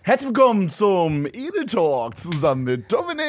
Herzlich willkommen zum Edel Talk zusammen mit Dominik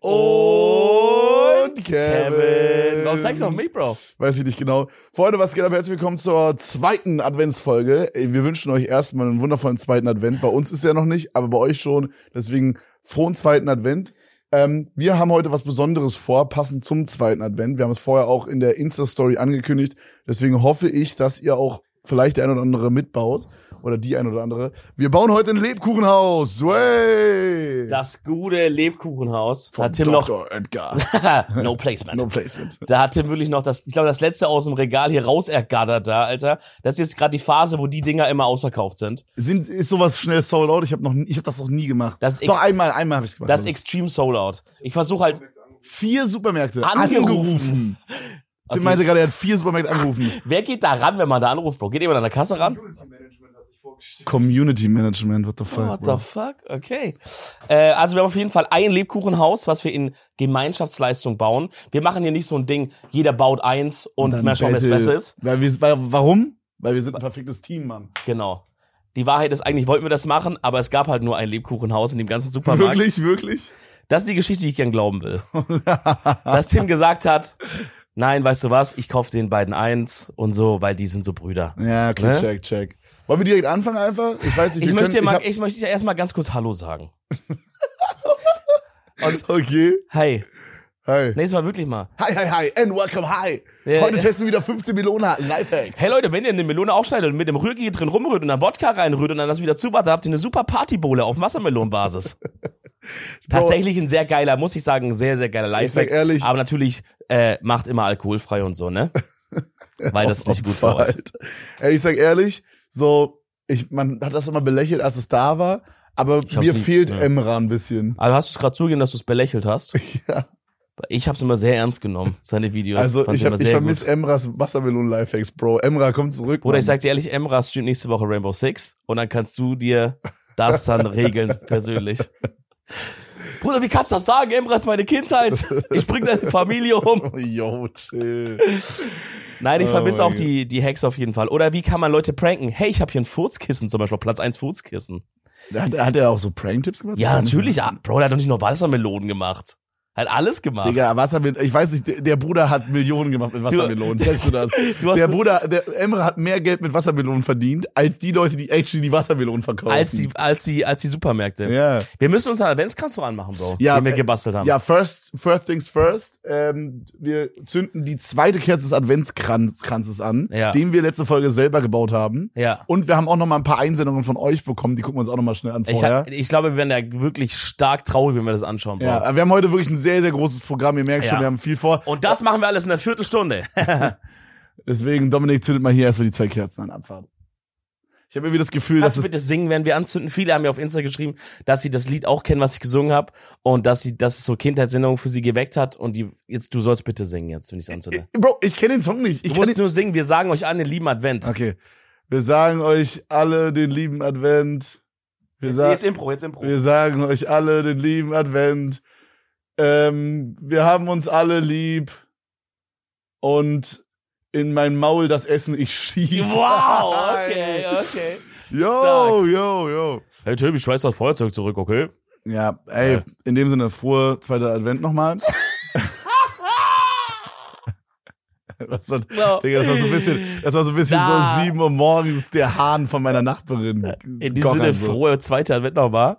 und, Kevin. Warum zeigst du auf mich, Bro? Weiß ich nicht genau. Freunde, was geht ab? Herzlich willkommen zur zweiten Adventsfolge. Ey, Wir wünschen euch erstmal einen wundervollen zweiten Advent. Bei uns ist er noch nicht, aber bei euch schon. Deswegen frohen zweiten Advent. Ähm, wir haben heute was Besonderes vor, passend zum zweiten Advent. Wir haben es vorher auch in der Insta-Story angekündigt. Deswegen hoffe ich, dass ihr auch vielleicht der ein oder andere mitbaut. Oder die ein oder andere. Wir bauen heute ein Lebkuchenhaus. Way! Das gute Lebkuchenhaus. Da Von hat Tim noch. Dr. Edgar. no placement. No placement. Da hat Tim wirklich noch das, ich glaube, das letzte aus dem Regal hier raus ergattert da, Alter. Das ist jetzt gerade die Phase, wo die Dinger immer ausverkauft sind. Sind, ist sowas schnell sold out? Ich habe noch, nie- ich habe das noch nie gemacht. Das Doch Ex- einmal, einmal habe ich gemacht. Das glaub ich. Extreme Sold Out. Ich versuche halt, vier Supermärkte Angerufen. angerufen. Tim Okay. meinte gerade, er hat vier Supermärkte angerufen. wer geht da ran, wenn man da anruft, Bro? Geht jemand an der Kasse ran? Community Management, what the fuck? What bro. the fuck? Okay. Äh, also wir haben auf jeden Fall ein Lebkuchenhaus, was wir in Gemeinschaftsleistung bauen. Wir machen hier nicht so ein Ding, jeder baut eins und, Dann mal schauen, wer es Battle. besser ist. Weil wir, weil, warum? Weil wir sind ein perfektes Team, Mann. Genau. Die Wahrheit ist, eigentlich wollten wir das machen, aber es gab halt nur ein Lebkuchenhaus in dem ganzen Supermarkt. Wirklich, wirklich. Das ist die Geschichte, die ich gern glauben will. Dass Tim gesagt hat, nein, weißt du was, ich kaufe den beiden eins und so, weil die sind so Brüder. Ja, okay, Ne? check, check. Wollen wir direkt anfangen einfach? Ich weiß nicht, Ich wir möchte, können, mal, ich ich möchte erstmal ganz kurz Hallo sagen. hab, Okay, Hey, hi. nächstes Mal wirklich mal. Hi, hi, hi, and welcome, hi. Ja, Heute ja. testen wir wieder 15 Millionen Lifehacks. Hey Leute, wenn ihr eine Melone aufschneidet und mit dem Rührgerät drin rumrührt und dann Wodka reinrührt und dann das wieder zumacht, dann habt ihr eine super Partybowle auf Wassermelonenbasis. Tatsächlich ein sehr geiler, muss ich sagen, ein sehr, sehr geiler Ich sag Lifehack. ehrlich, Aber natürlich äh, macht immer alkoholfrei und so, ne? Weil das ist nicht gut für Opfer euch. halt. Ey, ich sag ehrlich, so, ich, man hat das immer belächelt, als es da war, aber hab's mir nie- fehlt ja. Emra ein bisschen. Also hast du es gerade zugegeben, dass du es belächelt hast? Ja. Ich habe es immer sehr ernst genommen, seine Videos. Also Fand ich, hab, immer ich sehr vermisse Emras Wassermelonen-Lifehacks, Bro. Emra, komm zurück. gut. Bruder, ich Mann. sag dir ehrlich, Emra streamt nächste Woche Rainbow Six und dann kannst du dir das dann regeln, persönlich. Bruder, wie kannst du das sagen? Emra ist meine Kindheit. Ich bring deine Familie um. Oh, Yo, chill. Nein, ich Oh vermisse mein auch die, die Hacks auf jeden Fall. Oder wie kann man Leute pranken? Hey, ich habe hier ein Furzkissen zum Beispiel, Platz 1 Furzkissen. hat, hat er auch so Prank-Tipps gemacht? Ja, natürlich. Ah, Bro, der hat doch nicht nur Wassermelonen gemacht. Hat alles gemacht. Digga, Wassermelonen, ich weiß nicht, der- der Bruder hat Millionen gemacht mit Wassermelonen, sagst du das? du hast Der so- Bruder, der Emre hat mehr Geld mit Wassermelonen verdient, als die Leute, die actually die Wassermelonen verkaufen. als die, als die, als die Supermärkte. ja. Wir müssen uns einen Adventskranz so anmachen, Bro, Ja, den wir äh, gebastelt haben. ja, first, first things first, ähm, wir zünden die zweite Kerze des Adventskranzes an, Ja. den wir letzte Folge selber gebaut haben. Ja. Und wir haben auch noch mal ein paar Einsendungen von euch bekommen, die gucken wir uns auch noch mal schnell an Ich, vorher. hab, ich glaube, wir werden da wirklich stark traurig, wenn wir das anschauen, Bro. ja, aber wir haben heute wirklich ein sehr, sehr großes Programm. Ihr merkt Ja. schon, wir haben viel vor. Und das machen wir alles in einer Viertelstunde. Deswegen, Dominik, zündet mal hier erstmal die zwei Kerzen an Abfahrt. Ich habe irgendwie das Gefühl, dass Kannst du es bitte singen, während wir anzünden? Viele haben mir auf Insta geschrieben, dass sie das Lied auch kennen, was ich gesungen habe. Und dass sie, dass es so Kindheitserinnerungen für sie geweckt hat. Und die, jetzt, du sollst bitte singen jetzt, wenn ich es anzünde. Bro, ich kenne den Song nicht. Ich Du kenn musst den nur singen, wir sagen euch an den lieben Advent. okay. Wir sagen euch alle den lieben Advent. Wir, Jetzt, sa jetzt Impro, jetzt Impro. wir sagen euch alle den lieben Advent. Ähm, wir haben uns alle lieb. Und in mein Maul das Essen ich schieb. Wow, okay, okay. Yo, stark. yo, yo. Hey Tim, ich schmeiß das Feuerzeug zurück, okay? Ja, ey, Ja. in dem Sinne, frohe zweiter Advent nochmal. Was war, So. Digga, das war so ein bisschen, das war so ein bisschen Da. so 7 Uhr morgens der Hahn von meiner Nachbarin. In diesem Sinne, so. frohe zweite Advent noch mal.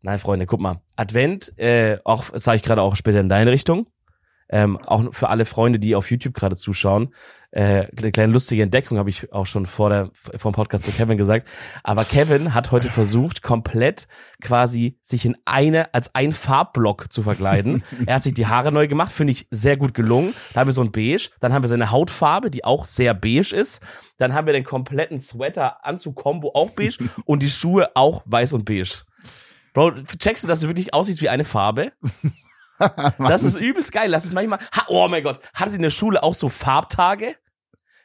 Nein, Freunde, guck mal. Advent, äh, auch, das sage ich gerade auch später in deine Richtung. Ähm, auch für alle Freunde, die auf YouTube gerade zuschauen. Äh, eine kleine lustige Entdeckung habe ich auch schon vor, der, vor dem Podcast zu Kevin gesagt. Aber Kevin hat heute versucht, komplett quasi sich in eine, als ein Farbblock zu verkleiden. er hat sich die Haare neu gemacht, finde ich sehr gut gelungen. Da haben wir so ein Beige, dann haben wir seine Hautfarbe, die auch sehr beige ist. Dann haben wir den kompletten Sweater, Anzug, Combo auch beige und die Schuhe auch weiß und beige. Bro, checkst du, dass du wirklich aussiehst wie eine Farbe? das ist übelst geil. Das ist manchmal. Ha, oh mein Gott, hattet ihr in der Schule auch so Farbtage?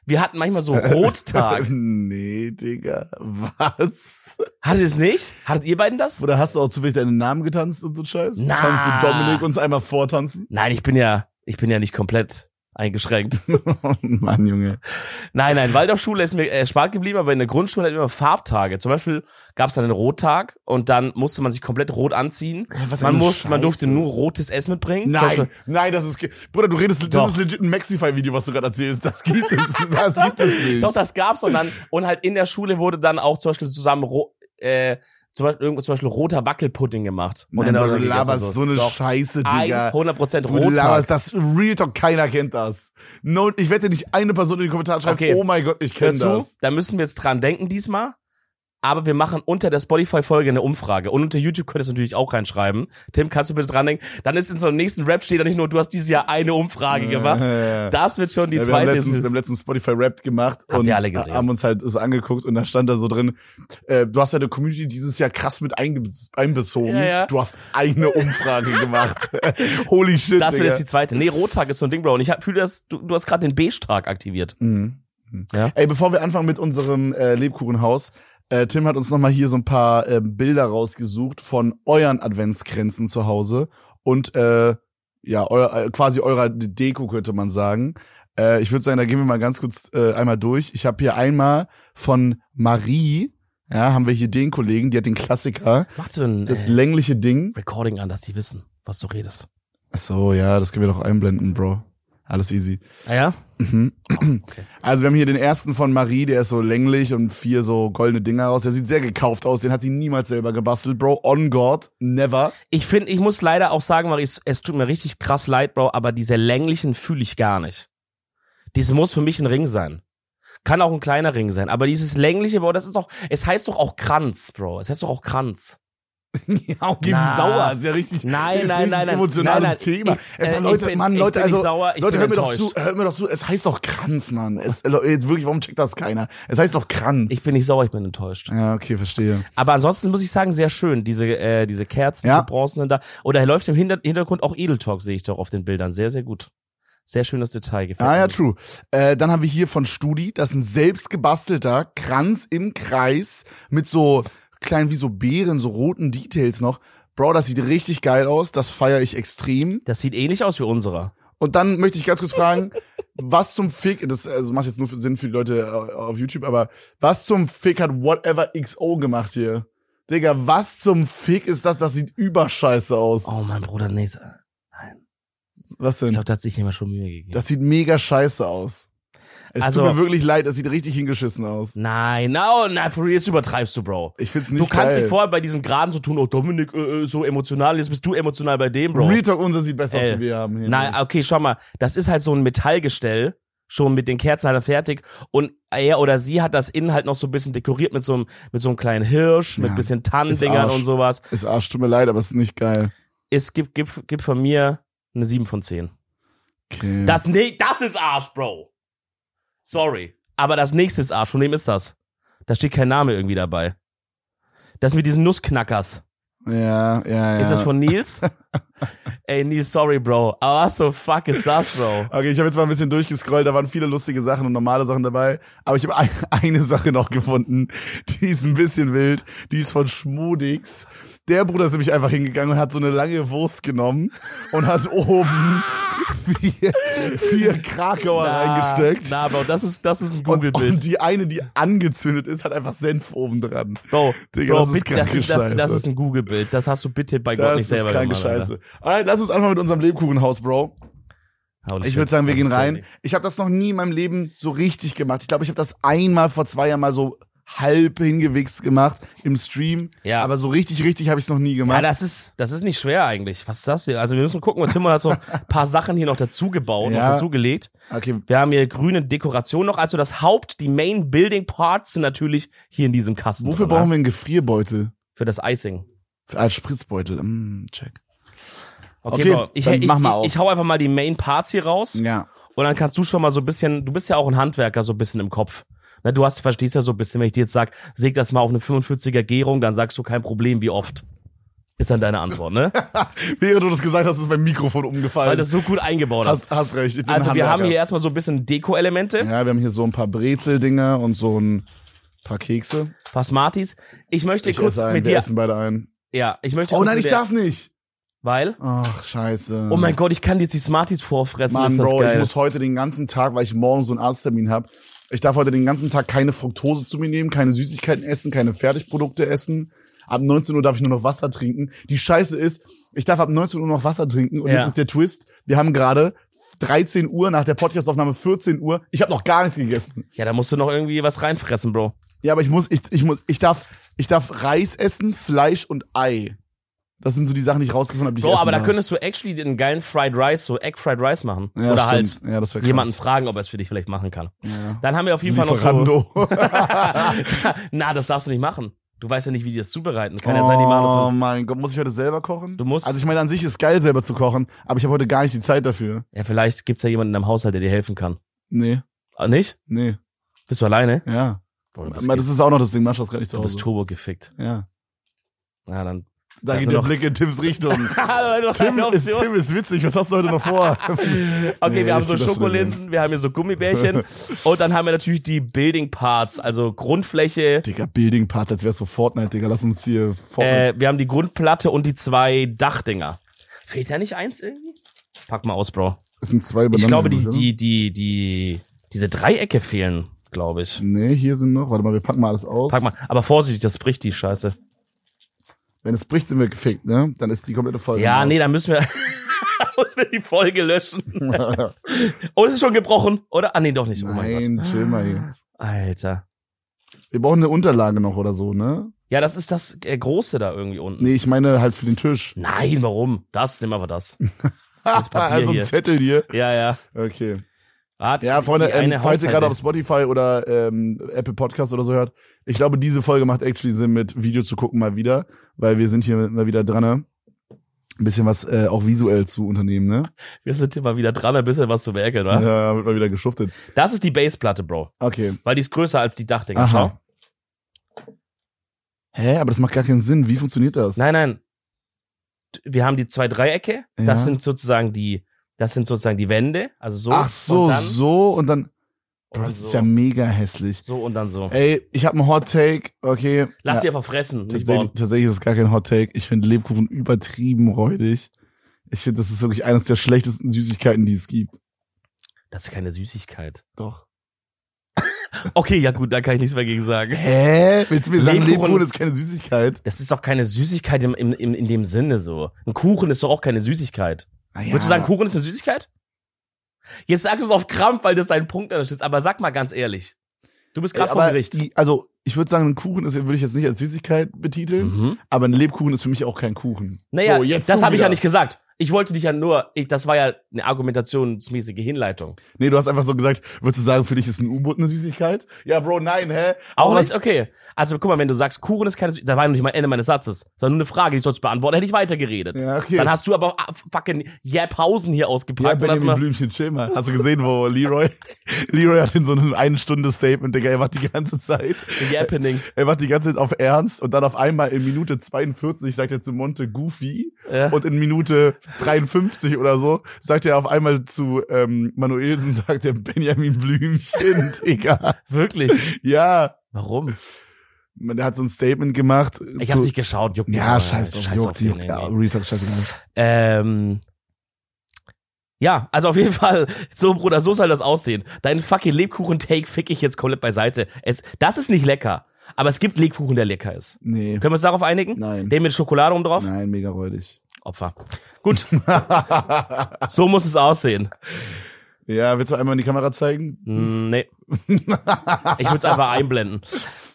Wir hatten manchmal so Rottag. Nee, Digga, was? Hattet ihr es nicht? Hattet ihr beiden das? Oder hast du auch zufällig deinen Namen getanzt und so Scheiß? Na. Kannst du Dominik uns einmal vortanzen? Nein, ich bin ja, ich bin ja nicht komplett eingeschränkt. Oh Mann, Junge. Nein, nein, Waldorfschule ist mir erspart geblieben, aber in der Grundschule hatten wir immer Farbtage. Zum Beispiel gab es dann einen Rottag und dann musste man sich komplett rot anziehen. Ja, was man, eine musste, man durfte Scheiße. nur rotes Essen mitbringen. Zum Nein, Beispiel, nein, das ist. ge- Bruder, du redest, Doch. das ist legit ein Maxify-Video, was du gerade erzählst. Das gibt es. Das gibt es nicht. Doch, das gab's und dann und halt in der Schule wurde dann auch zum Beispiel zusammen ro äh, zum Beispiel, irgendwo zum Beispiel roter Wackelpudding gemacht. Und Nein, dann Bruder, du gegessen laberst und so eine Genau, also Doch. Scheiße, Digga. 100% Du Rottag. laberst das Real Talk, keiner kennt das. No, ich wette nicht eine Person in den Kommentaren schreibt, Okay. oh mein Gott, ich Hör kenne zu, das. da müssen wir jetzt dran denken diesmal. Aber wir machen unter der Spotify-Folge eine Umfrage. Und unter YouTube könntest du natürlich auch reinschreiben. Tim, kannst du bitte dran denken? Dann ist in so einem nächsten Rap steht da nicht nur, du hast dieses Jahr eine Umfrage gemacht. Äh, Das wird schon die ja, wir, haben zweite. letztens, wir haben letztens Spotify Wrapped gemacht Habt und ihr alle gesehen? haben uns halt es angeguckt und dann stand da so drin, äh, du hast deine Community dieses Jahr krass mit einge einbezogen. Ja, ja. Du hast eine Umfrage gemacht. Holy shit, das wird Digga. jetzt die zweite. Nee, Rottag ist so ein Ding, Bro. Und ich hab- fühle das, du, du hast gerade den Beige-Tag aktiviert. Mhm. Mhm. Ja. Ey, bevor wir anfangen mit unserem äh, Lebkuchenhaus, äh, Tim hat uns nochmal hier so ein paar äh, Bilder rausgesucht von euren Adventskränzen zu Hause und äh, ja, euer, äh, quasi eurer Deko könnte man sagen. Äh, ich würde sagen, da gehen wir mal ganz kurz äh, einmal durch. Ich habe hier einmal von Marie, ja, haben wir hier den Kollegen, die hat den Klassiker, Mach so ein das äh, längliche Ding. Recording an, dass die wissen, was du redest. Ach so, ja, das können wir doch einblenden, Bro. Alles easy. Ah ja? Mhm. Okay. Also wir haben hier den ersten von Marie, der ist so länglich und vier so goldene Dinger raus. Der sieht sehr gekauft aus, den hat sie niemals selber gebastelt, Bro. On God, never. Ich finde, ich muss leider auch sagen, Maris, es tut mir richtig krass leid, Bro, aber diese länglichen fühle ich gar nicht. Dies muss für mich ein Ring sein. Kann auch ein kleiner Ring sein, aber dieses längliche, Bro, das ist doch, es heißt doch auch Kranz, Bro. Es heißt doch auch Kranz. ja, okay, Na. wie sauer. Ist ja richtig. Nein, ist nein, richtig nein, nein. emotionales Nein, nein, Thema. ich- es äh, hat Leute, ich bin- Mann, ich Leute, bin nicht also sauer, ich Leute, bin hört mir doch zu, enttäuscht. hört mir doch zu. Es heißt doch Kranz, Mann. Es, äh, Leute, wirklich, warum checkt das keiner? Es heißt doch Kranz. Ich bin nicht sauer, ich bin enttäuscht. Ja, okay, verstehe. Aber ansonsten muss ich sagen, sehr schön, diese, äh, diese Kerzen, Ja. diese Bronzenen da. Oder er läuft im Hinter Hintergrund auch Edeltalk, sehe ich doch auf den Bildern. Sehr, sehr gut. Sehr schönes Detail gefällt Ah ja, mir. true. Äh, dann haben wir hier von Studi, das ist ein selbst gebastelter Kranz im Kreis mit so kleinen wie so Beeren, so roten Details noch. Bro, das sieht richtig geil aus, das feiere ich extrem. Das sieht ähnlich aus wie unserer. Und dann möchte ich ganz kurz fragen, was zum Fick, das also macht jetzt nur für Sinn für die Leute äh, auf YouTube, aber was zum Fick hat Whatever XO gemacht hier? Digga, was zum Fick ist das? Das sieht überscheiße aus. Oh mein Bruder, nee. so- Was Ich denn? glaube, da hat sich jemand schon Mühe gegeben. Das sieht mega scheiße aus. Es Also- tut mir wirklich leid, das sieht richtig hingeschissen aus. Nein, no, na, for real, das übertreibst du, Bro. Ich find's nicht Du kannst geil. nicht vorher bei diesem Graden so tun, oh Dominik, äh, äh, so emotional, jetzt bist du emotional bei dem, Bro. Real Talk, unser sieht besser aus, Ey. wie wir haben hier. ne? Nein, okay, schau mal, das ist halt so ein Metallgestell, schon mit den Kerzen halt fertig und er oder sie hat das innen halt noch so ein bisschen dekoriert mit so einem, mit so einem kleinen Hirsch, mit Ja, bisschen Tannendingern Arsch. und sowas. Ist Arsch, tut mir leid, aber es ist nicht geil. Es gibt, gibt, gibt von mir eine 7 von 10. Okay. Das, nee, das ist Arsch, Bro. Sorry. Aber das nächste ist Arsch. Von wem ist das? Da steht kein Name irgendwie dabei. Das mit diesen Nussknackers. ja, ja, ja. Ist das von Nils? Ey, Nils, sorry, Bro. Aber was so fuck ist das, Bro? Okay, ich habe jetzt mal ein bisschen durchgescrollt, da waren viele lustige Sachen und normale Sachen dabei. Aber ich habe ein, eine Sache noch gefunden, die ist ein bisschen wild. Die ist von Schmudix. Der Bruder ist nämlich einfach hingegangen und hat so eine lange Wurst genommen und hat oben vier, vier Krakauer reingesteckt. Na, Bro, das ist, das ist ein und, und Google-Bild. die eine, die angezündet ist, hat einfach Senf oben dran. Bro, Digga, Bro das ist bitte, das kranke ist, das, das Scheiße. ist ein Google-Bild. Das hast du bitte bei Gott Das nicht ist selber ne? kranke gemacht. Alter. Scheiße. Alright, lass uns einfach mit unserem Lebkuchenhaus, Bro. Holy Ich shit, würde sagen, wir das ist gehen rein. crazy. Ich habe das noch nie in meinem Leben so richtig gemacht. Ich glaube, ich habe das einmal vor zwei Jahren mal so halb hingewichst gemacht im Stream. Ja. Aber so richtig, richtig habe ich es noch nie Ja, gemacht. das ist, das ist nicht schwer eigentlich. Was ist das hier? Also wir müssen gucken, und Timon hat so ein paar Sachen hier noch dazu gebaut, Ja. noch dazu gelegt. okay. Wir haben hier grüne Dekoration noch. Also das Haupt, die Main Building Parts sind natürlich hier in diesem Kasten. Wofür drin, brauchen ne? wir einen Gefrierbeutel? Für das Icing. Für- Als Spritzbeutel. Mm, check. Okay, Okay, Bro, ich, dann ich, mach mal auf. ich, ich hau einfach mal die Main Parts hier raus. Ja. Und dann kannst du schon mal so ein bisschen, du bist ja auch ein Handwerker so ein bisschen im Kopf. Ne, du hast, verstehst ja so ein bisschen, wenn ich dir jetzt sag, säg das mal auf eine 45er Gärung, dann sagst du kein Problem, wie oft. Ist dann deine Antwort, ne? Während du das gesagt hast, ist mein Mikrofon umgefallen. Weil das so gut eingebaut hast. hast, hast recht. Ich bin Also wir Handwerker. haben hier erstmal so ein bisschen Deko-Elemente. Ja, wir haben hier so ein paar Brezeldinger und so ein paar Kekse. Pasmatis. Ich möchte Ich kurz esse einen, mit wir dir. essen beide ein. Ja, ich möchte Oh kurz nein, mit ich dir- darf nicht. Weil, Ach, scheiße. oh mein Gott, ich kann jetzt die Smarties vorfressen. Mann, ist das Bro, geil. ich muss heute den ganzen Tag, weil ich morgen so einen Arzttermin habe, ich darf heute den ganzen Tag keine Fructose zu mir nehmen, keine Süßigkeiten essen, keine Fertigprodukte essen. Ab 19 Uhr darf ich nur noch Wasser trinken. Die Scheiße ist, ich darf ab 19 Uhr noch Wasser trinken und Ja. das ist der Twist. Wir haben gerade 13 Uhr nach der Podcastaufnahme 14 Uhr. Ich habe noch gar nichts gegessen. ja, da musst du noch irgendwie was reinfressen, Bro. Ja, aber ich muss ich, ich muss ich darf ich darf Reis essen, Fleisch und Ei. Das sind so die Sachen, die ich rausgefunden habe, die ich Bro, essen aber da darf. könntest du actually den geilen Fried Rice, so Egg Fried Rice machen. ja, Oder halt stimmt. ja, das wär krass. jemanden fragen, ob er es für dich vielleicht machen kann. Ja. Dann haben wir auf jeden Fall noch so. Lieferando. Na, das darfst du nicht machen. Du weißt ja nicht, wie die das zubereiten. Kann ja sein, die machen das Oh so. mein Gott, muss ich heute selber kochen? Du musst- Also ich meine, an sich ist geil, selber zu kochen, aber ich habe heute gar nicht die Zeit dafür. Ja, vielleicht gibt's ja jemanden in deinem Haushalt, der dir helfen kann. Nee, Ah, nicht? nee, Bist du alleine? ja. Bro, du bist, Aber das ist auch noch das Ding, mach das gerade nicht zu Oh, du bist Hause. turbo gefickt. Ja. Ja, dann. Also, Da Ja, geht der nur noch- Blick in Tims Richtung. Tim, Tim ist, Tim ist witzig, was hast du heute noch vor? Okay, Nee, wir haben ich so find das Schokolinsen, wir haben hier so Gummibärchen und dann haben wir natürlich die Building Parts, also Grundfläche, Digga, Building Parts, als wär's so Fortnite, Digga, lass uns hier Fortnite. äh, wir haben die Grundplatte und die zwei Dachdinger. Fehlt da nicht eins irgendwie? Pack mal aus, Bro. es sind zwei Ich Bananen, glaube, die, oder? die, die, die, diese Dreiecke fehlen, glaube ich. Nee, hier sind noch, warte mal, wir packen mal alles aus. Pack mal, aber vorsichtig, das bricht die Scheiße. Wenn es bricht, sind wir gefickt, ne? Dann ist die komplette Folge. Ja, raus. nee, dann müssen wir müssen wir die Folge löschen. Oh, es ist schon gebrochen, oder? Ah, nee, doch nicht. Oh mein Gott. Nein, chill mal jetzt. Alter. Wir brauchen eine Unterlage noch oder so, ne? Ja, das ist das äh, Große da irgendwie unten. Nee, ich meine halt für den Tisch. Nein, warum? Das, nimm einfach das. Das Papier also ein hier. Zettel hier. Ja, ja. Okay. Ah, Ja, Freunde, die ähm, eine falls ihr Haushalte- gerade auf Spotify oder ähm, Apple Podcast oder so hört, ich glaube, diese Folge macht actually Sinn, mit Video zu gucken mal wieder, weil wir sind hier mal wieder dran, ne? ein bisschen was äh, auch visuell zu unternehmen, ne? Wir sind immer wieder dran, ein bisschen was zu werkeln, oder? Ja, wird mal wieder geschuftet. Das ist die Baseplatte, Bro. Okay. Weil die ist größer als die Dachdinger. Schau. Aha. Hä, aber das macht gar keinen Sinn. Wie funktioniert das? Nein, nein. Wir haben die zwei Dreiecke. Das Ja. sind sozusagen die, das sind sozusagen die Wände. Also so. Ach so, Und dann, Also so und dann. Bro, Und das ist so. ja mega hässlich. so und dann so. Ey, ich habe einen Hot Take, okay. Lass ja, die einfach fressen. Nicht tatsächlich, bauen. tatsächlich ist es gar kein Hot Take. Ich finde Lebkuchen übertrieben räudig. Ich finde, das ist wirklich eines der schlechtesten Süßigkeiten, die es gibt. Das ist keine Süßigkeit. Doch. Okay, ja gut, da kann ich nichts mehr gegen sagen. Hä? Willst du mir sagen, Lebkuchen- Lebkuchen ist keine Süßigkeit? Das ist doch keine Süßigkeit im, im, im, in dem Sinne so. Ein Kuchen ist doch auch keine Süßigkeit. Ah, ja. Würdest du sagen, Kuchen ist eine Süßigkeit? Jetzt sagst du es auf Krampf, weil das dein Punkt ist. Aber sag mal ganz ehrlich. Du bist Ey, gerade vom aber Gericht. Die, also, ich würde sagen, ein Kuchen ist, würde ich jetzt nicht als Süßigkeit betiteln, Mhm. aber ein Lebkuchen ist für mich auch kein Kuchen. Naja, so, jetzt das du habe ich wieder. ja nicht gesagt. Ich wollte dich ja nur, ich, das war ja eine argumentationsmäßige Hinleitung. Nee, du hast einfach so gesagt, würdest du sagen, für dich ist ein U-Boot eine Süßigkeit? Ja, Bro, nein, hä? Auch Aber- nicht? Okay. Also guck mal, wenn du sagst, Kuchen ist keine Süßigkeit, da war ja noch nicht mal Ende meines Satzes. Das war nur eine Frage, die ich sonst beantworten, hätte ich weitergeredet. Ja, okay. Dann hast du aber ah, fucking Jephausen hier Ja, ausgepackt. und hast Benjamin mal, Blümchen, chill mal. Hast du gesehen, wo Leroy, Leroy hat in so einem einen Stunde Statement, Digga, er macht die ganze Zeit, Jepening. er macht die ganze Zeit auf Ernst und dann auf einmal in Minute 42 sagt er zu Monte Goofy Ja. und in Minute 53 oder so sagt er auf einmal zu ähm, Manuelsen, sagt er Benjamin Blümchen, Digga. Wirklich? Ja, Warum? man, der hat so ein Statement gemacht. Ich zu- hab's nicht geschaut, juckt mich ja, aber. scheiß drauf, scheiß auf juckt, den juckt, ja, irgendwie. Retalk, scheiß Ähm, ja, also auf jeden Fall, so Bruder, so soll das aussehen. Deinen fucking Lebkuchen-Take fick ich jetzt komplett beiseite. Es, das ist nicht lecker, aber es gibt Lebkuchen, der lecker ist. Nee, Können wir uns darauf einigen? nein, Den mit Schokolade um drauf? nein, mega räudig. Opfer. Gut, so muss es aussehen. Ja, willst du einmal in die Kamera zeigen? Hm, nee. Ich würde es einfach einblenden.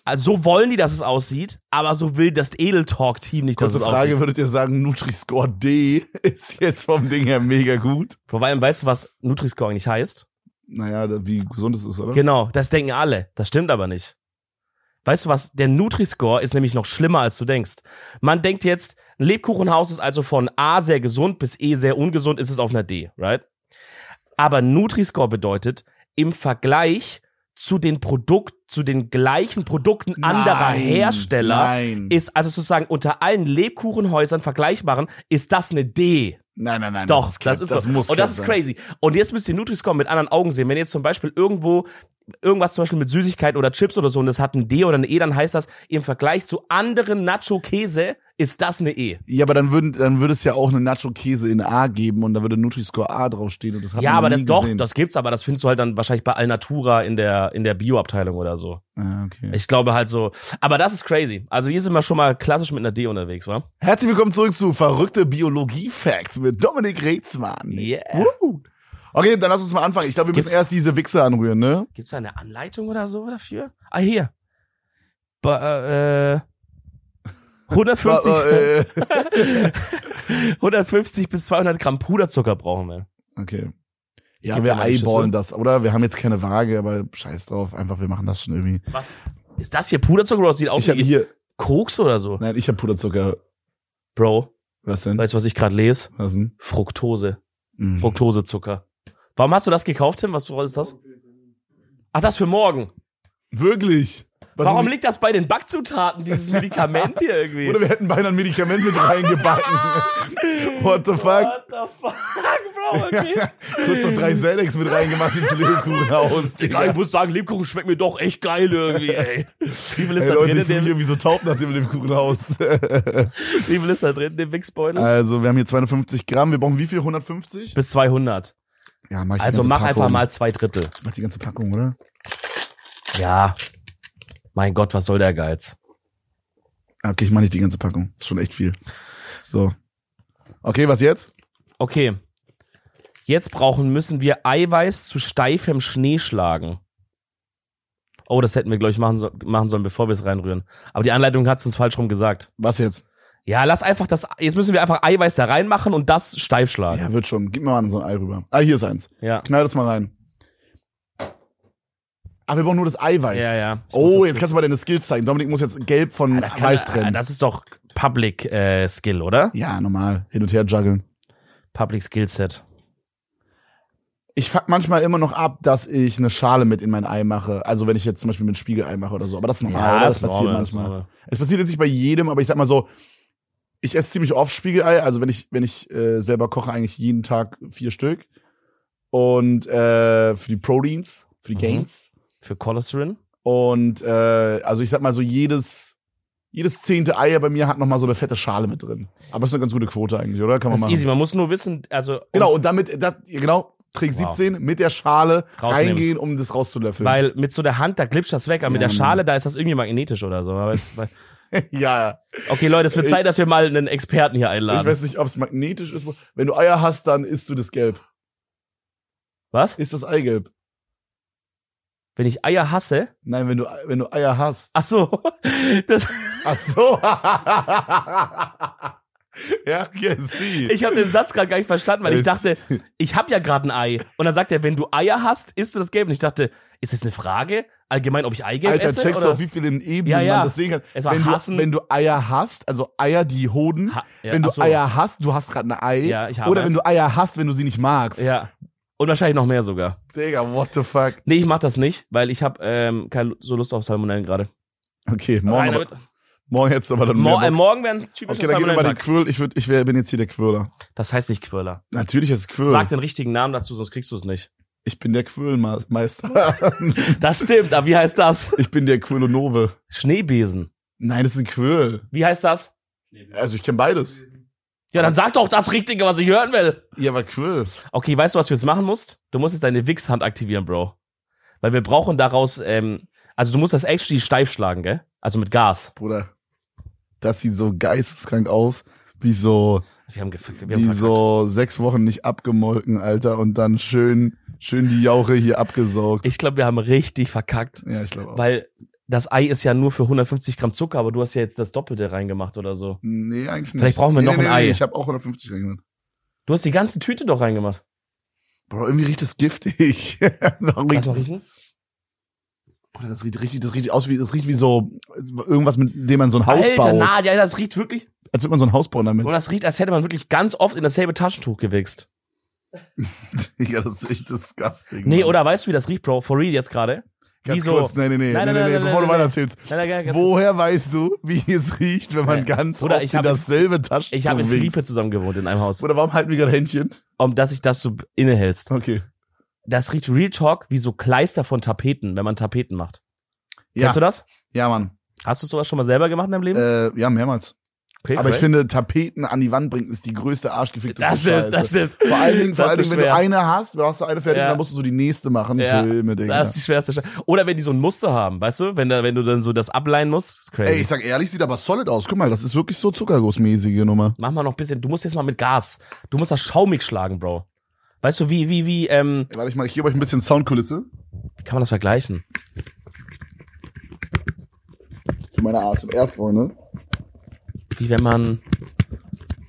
Also so wollen die, dass es aussieht, aber so will das Edel-Talk-Team nicht, dass Kurze es Frage, aussieht. würdet ihr sagen, Nutri-Score D ist jetzt vom Ding her mega gut? Vor allem, weißt du, was Nutri-Score eigentlich heißt? Naja, da- wie gesund es ist, oder? Genau, das denken alle. Das stimmt aber nicht. Weißt du was? Der Nutri-Score ist nämlich noch schlimmer, als du denkst. Man denkt jetzt, ein Lebkuchenhaus ist also von A sehr gesund bis E sehr ungesund, ist es auf einer D, right? Aber Nutri-Score bedeutet, im Vergleich zu den Produkt, zu den gleichen Produkten Genau. anderer Nein, Hersteller Nein. ist also sozusagen unter allen Lebkuchenhäusern vergleichbaren, ist das eine D. Nein, nein, nein. Doch, das das ist, ist, Cap, so. das muss und das ist Cap crazy. Und jetzt müsst ihr Nutri-Score mit anderen Augen sehen. Wenn ihr jetzt zum Beispiel irgendwo irgendwas zum Beispiel mit Süßigkeiten oder Chips oder so und das hat ein D oder ein E, dann heißt das im Vergleich zu anderen Nacho-Käse ist das eine E. Ja, aber dann, würden, dann würde es ja auch eine Nacho-Käse in A geben und da würde Nutri-Score A draufstehen und das hat Ja, man aber noch das, nie doch, gesehen. das gibt's, aber das findest du halt dann wahrscheinlich bei Alnatura in der, in der Bio-Abteilung oder so. Ah, okay. Ich glaube halt so. Aber das ist crazy. Also hier sind wir schon mal klassisch mit einer D unterwegs, wa? Herzlich willkommen zurück zu Verrückte Biologie-Facts mit Dominik Reitzmann. Yeah. Woo. Okay, dann lass uns mal anfangen. Ich glaube, wir müssen Gibt's- erst diese Wichse anrühren, ne? Gibt's da eine Anleitung oder so dafür? Ah, hier. Ba, äh, 150, Äh, äh, 150 bis 200 Gramm Puderzucker brauchen wir. okay. Ja, geb wir dir mal die eyeballen Schüssel. das, oder? Wir haben jetzt keine Waage, aber scheiß drauf. Einfach, wir machen das schon irgendwie. Was? Ist das hier Puderzucker oder das sieht aus Ich habe wie hier, Koks oder so? nein, ich habe Puderzucker. Bro, Was denn? weißt du, was ich gerade lese? Was denn? Fructose. Mhm. Fructosezucker. Warum hast du das gekauft, Tim? Was was ist das? Ach, das für morgen. Wirklich? Was Warum muss liegt das bei den Backzutaten, dieses Medikament hier ich, irgendwie? oder wir hätten beinahe ein Medikament mit reingebacken. What the fuck? What the fuck, Bro? Okay. Kurz noch drei Zellex mit reingemacht ins Lebkuchen aus. Digga, ich muss sagen, Lebkuchen schmeckt mir doch echt geil irgendwie, ey. Wie viel ist Ey, da Leute, ich drin in fühle mich dem, irgendwie so taub nach dem Lebkuchenhaus. wie viel ist da drin in dem Wichsbeutel? also, wir haben hier 250 Gramm. Wir brauchen wie viel? 150? Bis 200. Ja, mach ich die Also ganze mach Packung. einfach mal zwei Drittel. Mach die ganze Packung, oder? Ja. Mein Gott, was soll der Geiz? Ah, Okay, ich mach nicht die ganze Packung. Ist schon echt viel. So. Okay, was jetzt? Okay. Jetzt brauchen müssen wir Eiweiß zu steifem Schnee schlagen. Oh, das hätten wir gleich machen, so, machen sollen, bevor wir es reinrühren. Aber die Anleitung hat's uns falsch rum gesagt. Was jetzt? Ja, lass einfach das. Jetzt müssen wir einfach Eiweiß da reinmachen und das steif schlagen. Ja, wird schon. Gib mir mal so ein Ei rüber. Ah, hier ist eins. Ja. Knall das mal rein. Ah, wir brauchen nur das Eiweiß. Ja, ja. Ich muss Oh, das jetzt durch- kannst du mal deine Skills zeigen. Dominik muss jetzt gelb von Ah, das, kann, weiß trennen. ah, das ist doch Public äh, Skill, oder? ja, normal. Hin und her juggeln. Public Skill Set. Ich fuck manchmal immer noch ab, dass ich eine Schale mit in mein Ei mache. Also wenn ich jetzt zum Beispiel mit Spiegelei mache oder so. Aber das ist normal, oder? das, ist passiert normal, ist manchmal. normal. Es passiert jetzt nicht bei jedem, aber ich sag mal so, ich esse ziemlich oft Spiegelei. Also wenn ich, wenn ich äh, selber koche, eigentlich jeden Tag vier Stück. Und äh, für die Proteins, für die Mhm. Gains. Für Cholesterin? Und äh, also ich sag mal so, jedes, jedes zehnte Ei bei mir hat nochmal so eine fette Schale mit drin. Aber ist eine ganz gute Quote eigentlich, oder? Kann man Das ist machen. easy. Man muss nur wissen, also. Genau, und damit, das, genau, Trick Wow. 17, mit der Schale Rausnehmen. reingehen, um das rauszulöffeln. Weil mit so der Hand, da glitscht das weg, aber mit Ja, der Schale, da ist das irgendwie magnetisch oder so. Aber es- weil- ja, Okay, Leute, es wird Zeit, dass wir mal einen Experten hier ich einladen. weiß nicht, ob es magnetisch ist. Wenn du Eier hast, dann isst du das gelb. Was? Ist das Eigelb? Wenn ich Eier hasse? Nein, wenn du, wenn du Eier hast. Ach so. Das, Ach so. ja, okay, see. ich habe den Satz gerade gar nicht verstanden, weil ich Es- dachte, ich habe ja gerade ein Ei. Und dann sagt er, wenn du Eier hast, isst du das Gelb. Und ich dachte, ist das eine Frage? Allgemein, ob ich Eigelb Alter, esse? checkst du, oder? auf wie vielen Ebenen Ja, ja. man das sehen kann. Es war Wenn du, hassen. wenn du Eier hast, also Eier, die Hoden, Ha- ja, wenn du ach so. Eier hast, du hast gerade ein Ei. Ja, ich habe oder wenn eins. du Eier hast, wenn du sie nicht magst. Ja. Und wahrscheinlich noch mehr sogar. Digga, what the fuck. Nee, ich mach das nicht, weil ich habe ähm, keine Lu- so Lust auf Salmonellen gerade. Okay, Rein morgen, aber, damit. morgen jetzt aber dann Mo äh, mehr Bock. morgen wäre ein typischer Okay, dann gehen wir mal den Salmonellentag. Quirl. Ich, würd, ich wär, bin jetzt hier der Quirler. Das heißt nicht Quirler. Natürlich ist es Quirl. Sag den richtigen Namen dazu, sonst kriegst du es nicht. Ich bin der Quirlmeister. Das stimmt, aber wie heißt das? ich bin der Quirlonove. Schneebesen. Nein, das ist ein Quirl. Wie heißt das? Also ich kenne beides. Ja, dann sag doch das Richtige, was ich hören will. Ja, aber Quirl. Okay, weißt du, was du jetzt machen musst? Du musst jetzt deine Wichshand aktivieren, Bro. Weil wir brauchen daraus, ähm, also du musst das actually steif schlagen, gell? Also mit Gas. Bruder, das sieht so geisteskrank aus, wie so, Wir haben, gef- wir haben wie verkackt. so sechs Wochen nicht abgemolken, Alter, und dann schön, schön die Jauche hier abgesaugt. Ich glaube, wir haben richtig verkackt. ja, ich glaube auch. Weil das Ei ist ja nur für 150 Gramm Zucker, aber du hast ja jetzt das Doppelte reingemacht oder so. Nee, eigentlich nicht. Vielleicht brauchen wir nee, noch nee, ein nee, Ei. Ich habe auch 150 reingemacht. Du hast die ganze Tüte doch reingemacht. Bro, irgendwie riecht das giftig. Warum Lass riecht mal das, riechen. Bruder, das riecht richtig, das riecht aus wie, das riecht wie so irgendwas, mit dem man so ein Haus Alter, baut. na, ja, das riecht wirklich. Als würde man so ein Haus bauen damit. Oder das riecht, als hätte man wirklich ganz oft in dasselbe Taschentuch gewichst. Digga, das ist echt disgusting. Nee, Mann. oder weißt du, wie das riecht, Bro? For real jetzt gerade? Ganz Wieso? kurz, nee, nee, nee, Nein, nee, nein, nee, nein, nee, nein, bevor du nein, weiter nein. erzählst. Nein, nein, nein, ganz kurz. Woher weißt du, wie es riecht, wenn man Ja. ganz Bruder, oft ich in hab- dasselbe Taschentuch ich habe mit winkst? Felipe zusammen gewohnt in einem Haus, Oder warum halten wir gerade Händchen? um dass ich das so innehältst. Okay. Das riecht Real Talk wie so Kleister von Tapeten, wenn man Tapeten macht. Ja, Kennst du das? ja, Mann. Hast du sowas schon mal selber gemacht in deinem Leben? Äh, ja, mehrmals. Okay, Aber ich okay. finde, Tapeten an die Wand bringen ist die größte arschgefickte das Scheiße. stimmt, das stimmt. Vor allen Dingen, vor Das allen ist Dingen wenn schwer. du eine hast, du hast du eine fertig Ja. und dann musst du so die nächste machen. Ja. Filme, Digga. Das ist die schwerste Stelle. Oder wenn die so ein Muster haben, weißt du? Wenn, da, wenn du dann so das ableihen musst, ist crazy. Ey, ich sag ehrlich, sieht aber solid aus. Guck mal, das ist wirklich so zuckergussmäßige Nummer. Mach mal noch ein bisschen, du musst jetzt mal mit Gas. Du musst das schaumig schlagen, Bro. Weißt du, wie, wie, wie, ähm, Ey, Warte, ich mal, ich gebe euch ein bisschen Soundkulisse wie kann man das vergleichen? für meine ASMR-Freunde. Wie wenn man,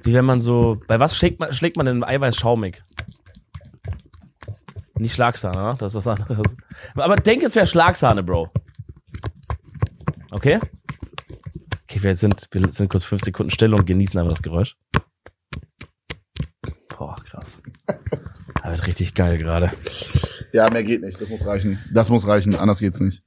wie wenn man so, bei was schlägt man, schlägt man denn Eiweiß schaumig? Nicht Schlagsahne, ne? das ist was anderes. Aber denk, es wäre Schlagsahne, Bro. Okay? Okay, wir sind, wir sind kurz fünf Sekunden still und genießen einfach das Geräusch. Boah, krass. Das wird richtig geil gerade. Ja, mehr geht nicht. Das muss reichen. Das muss reichen. Anders geht's nicht.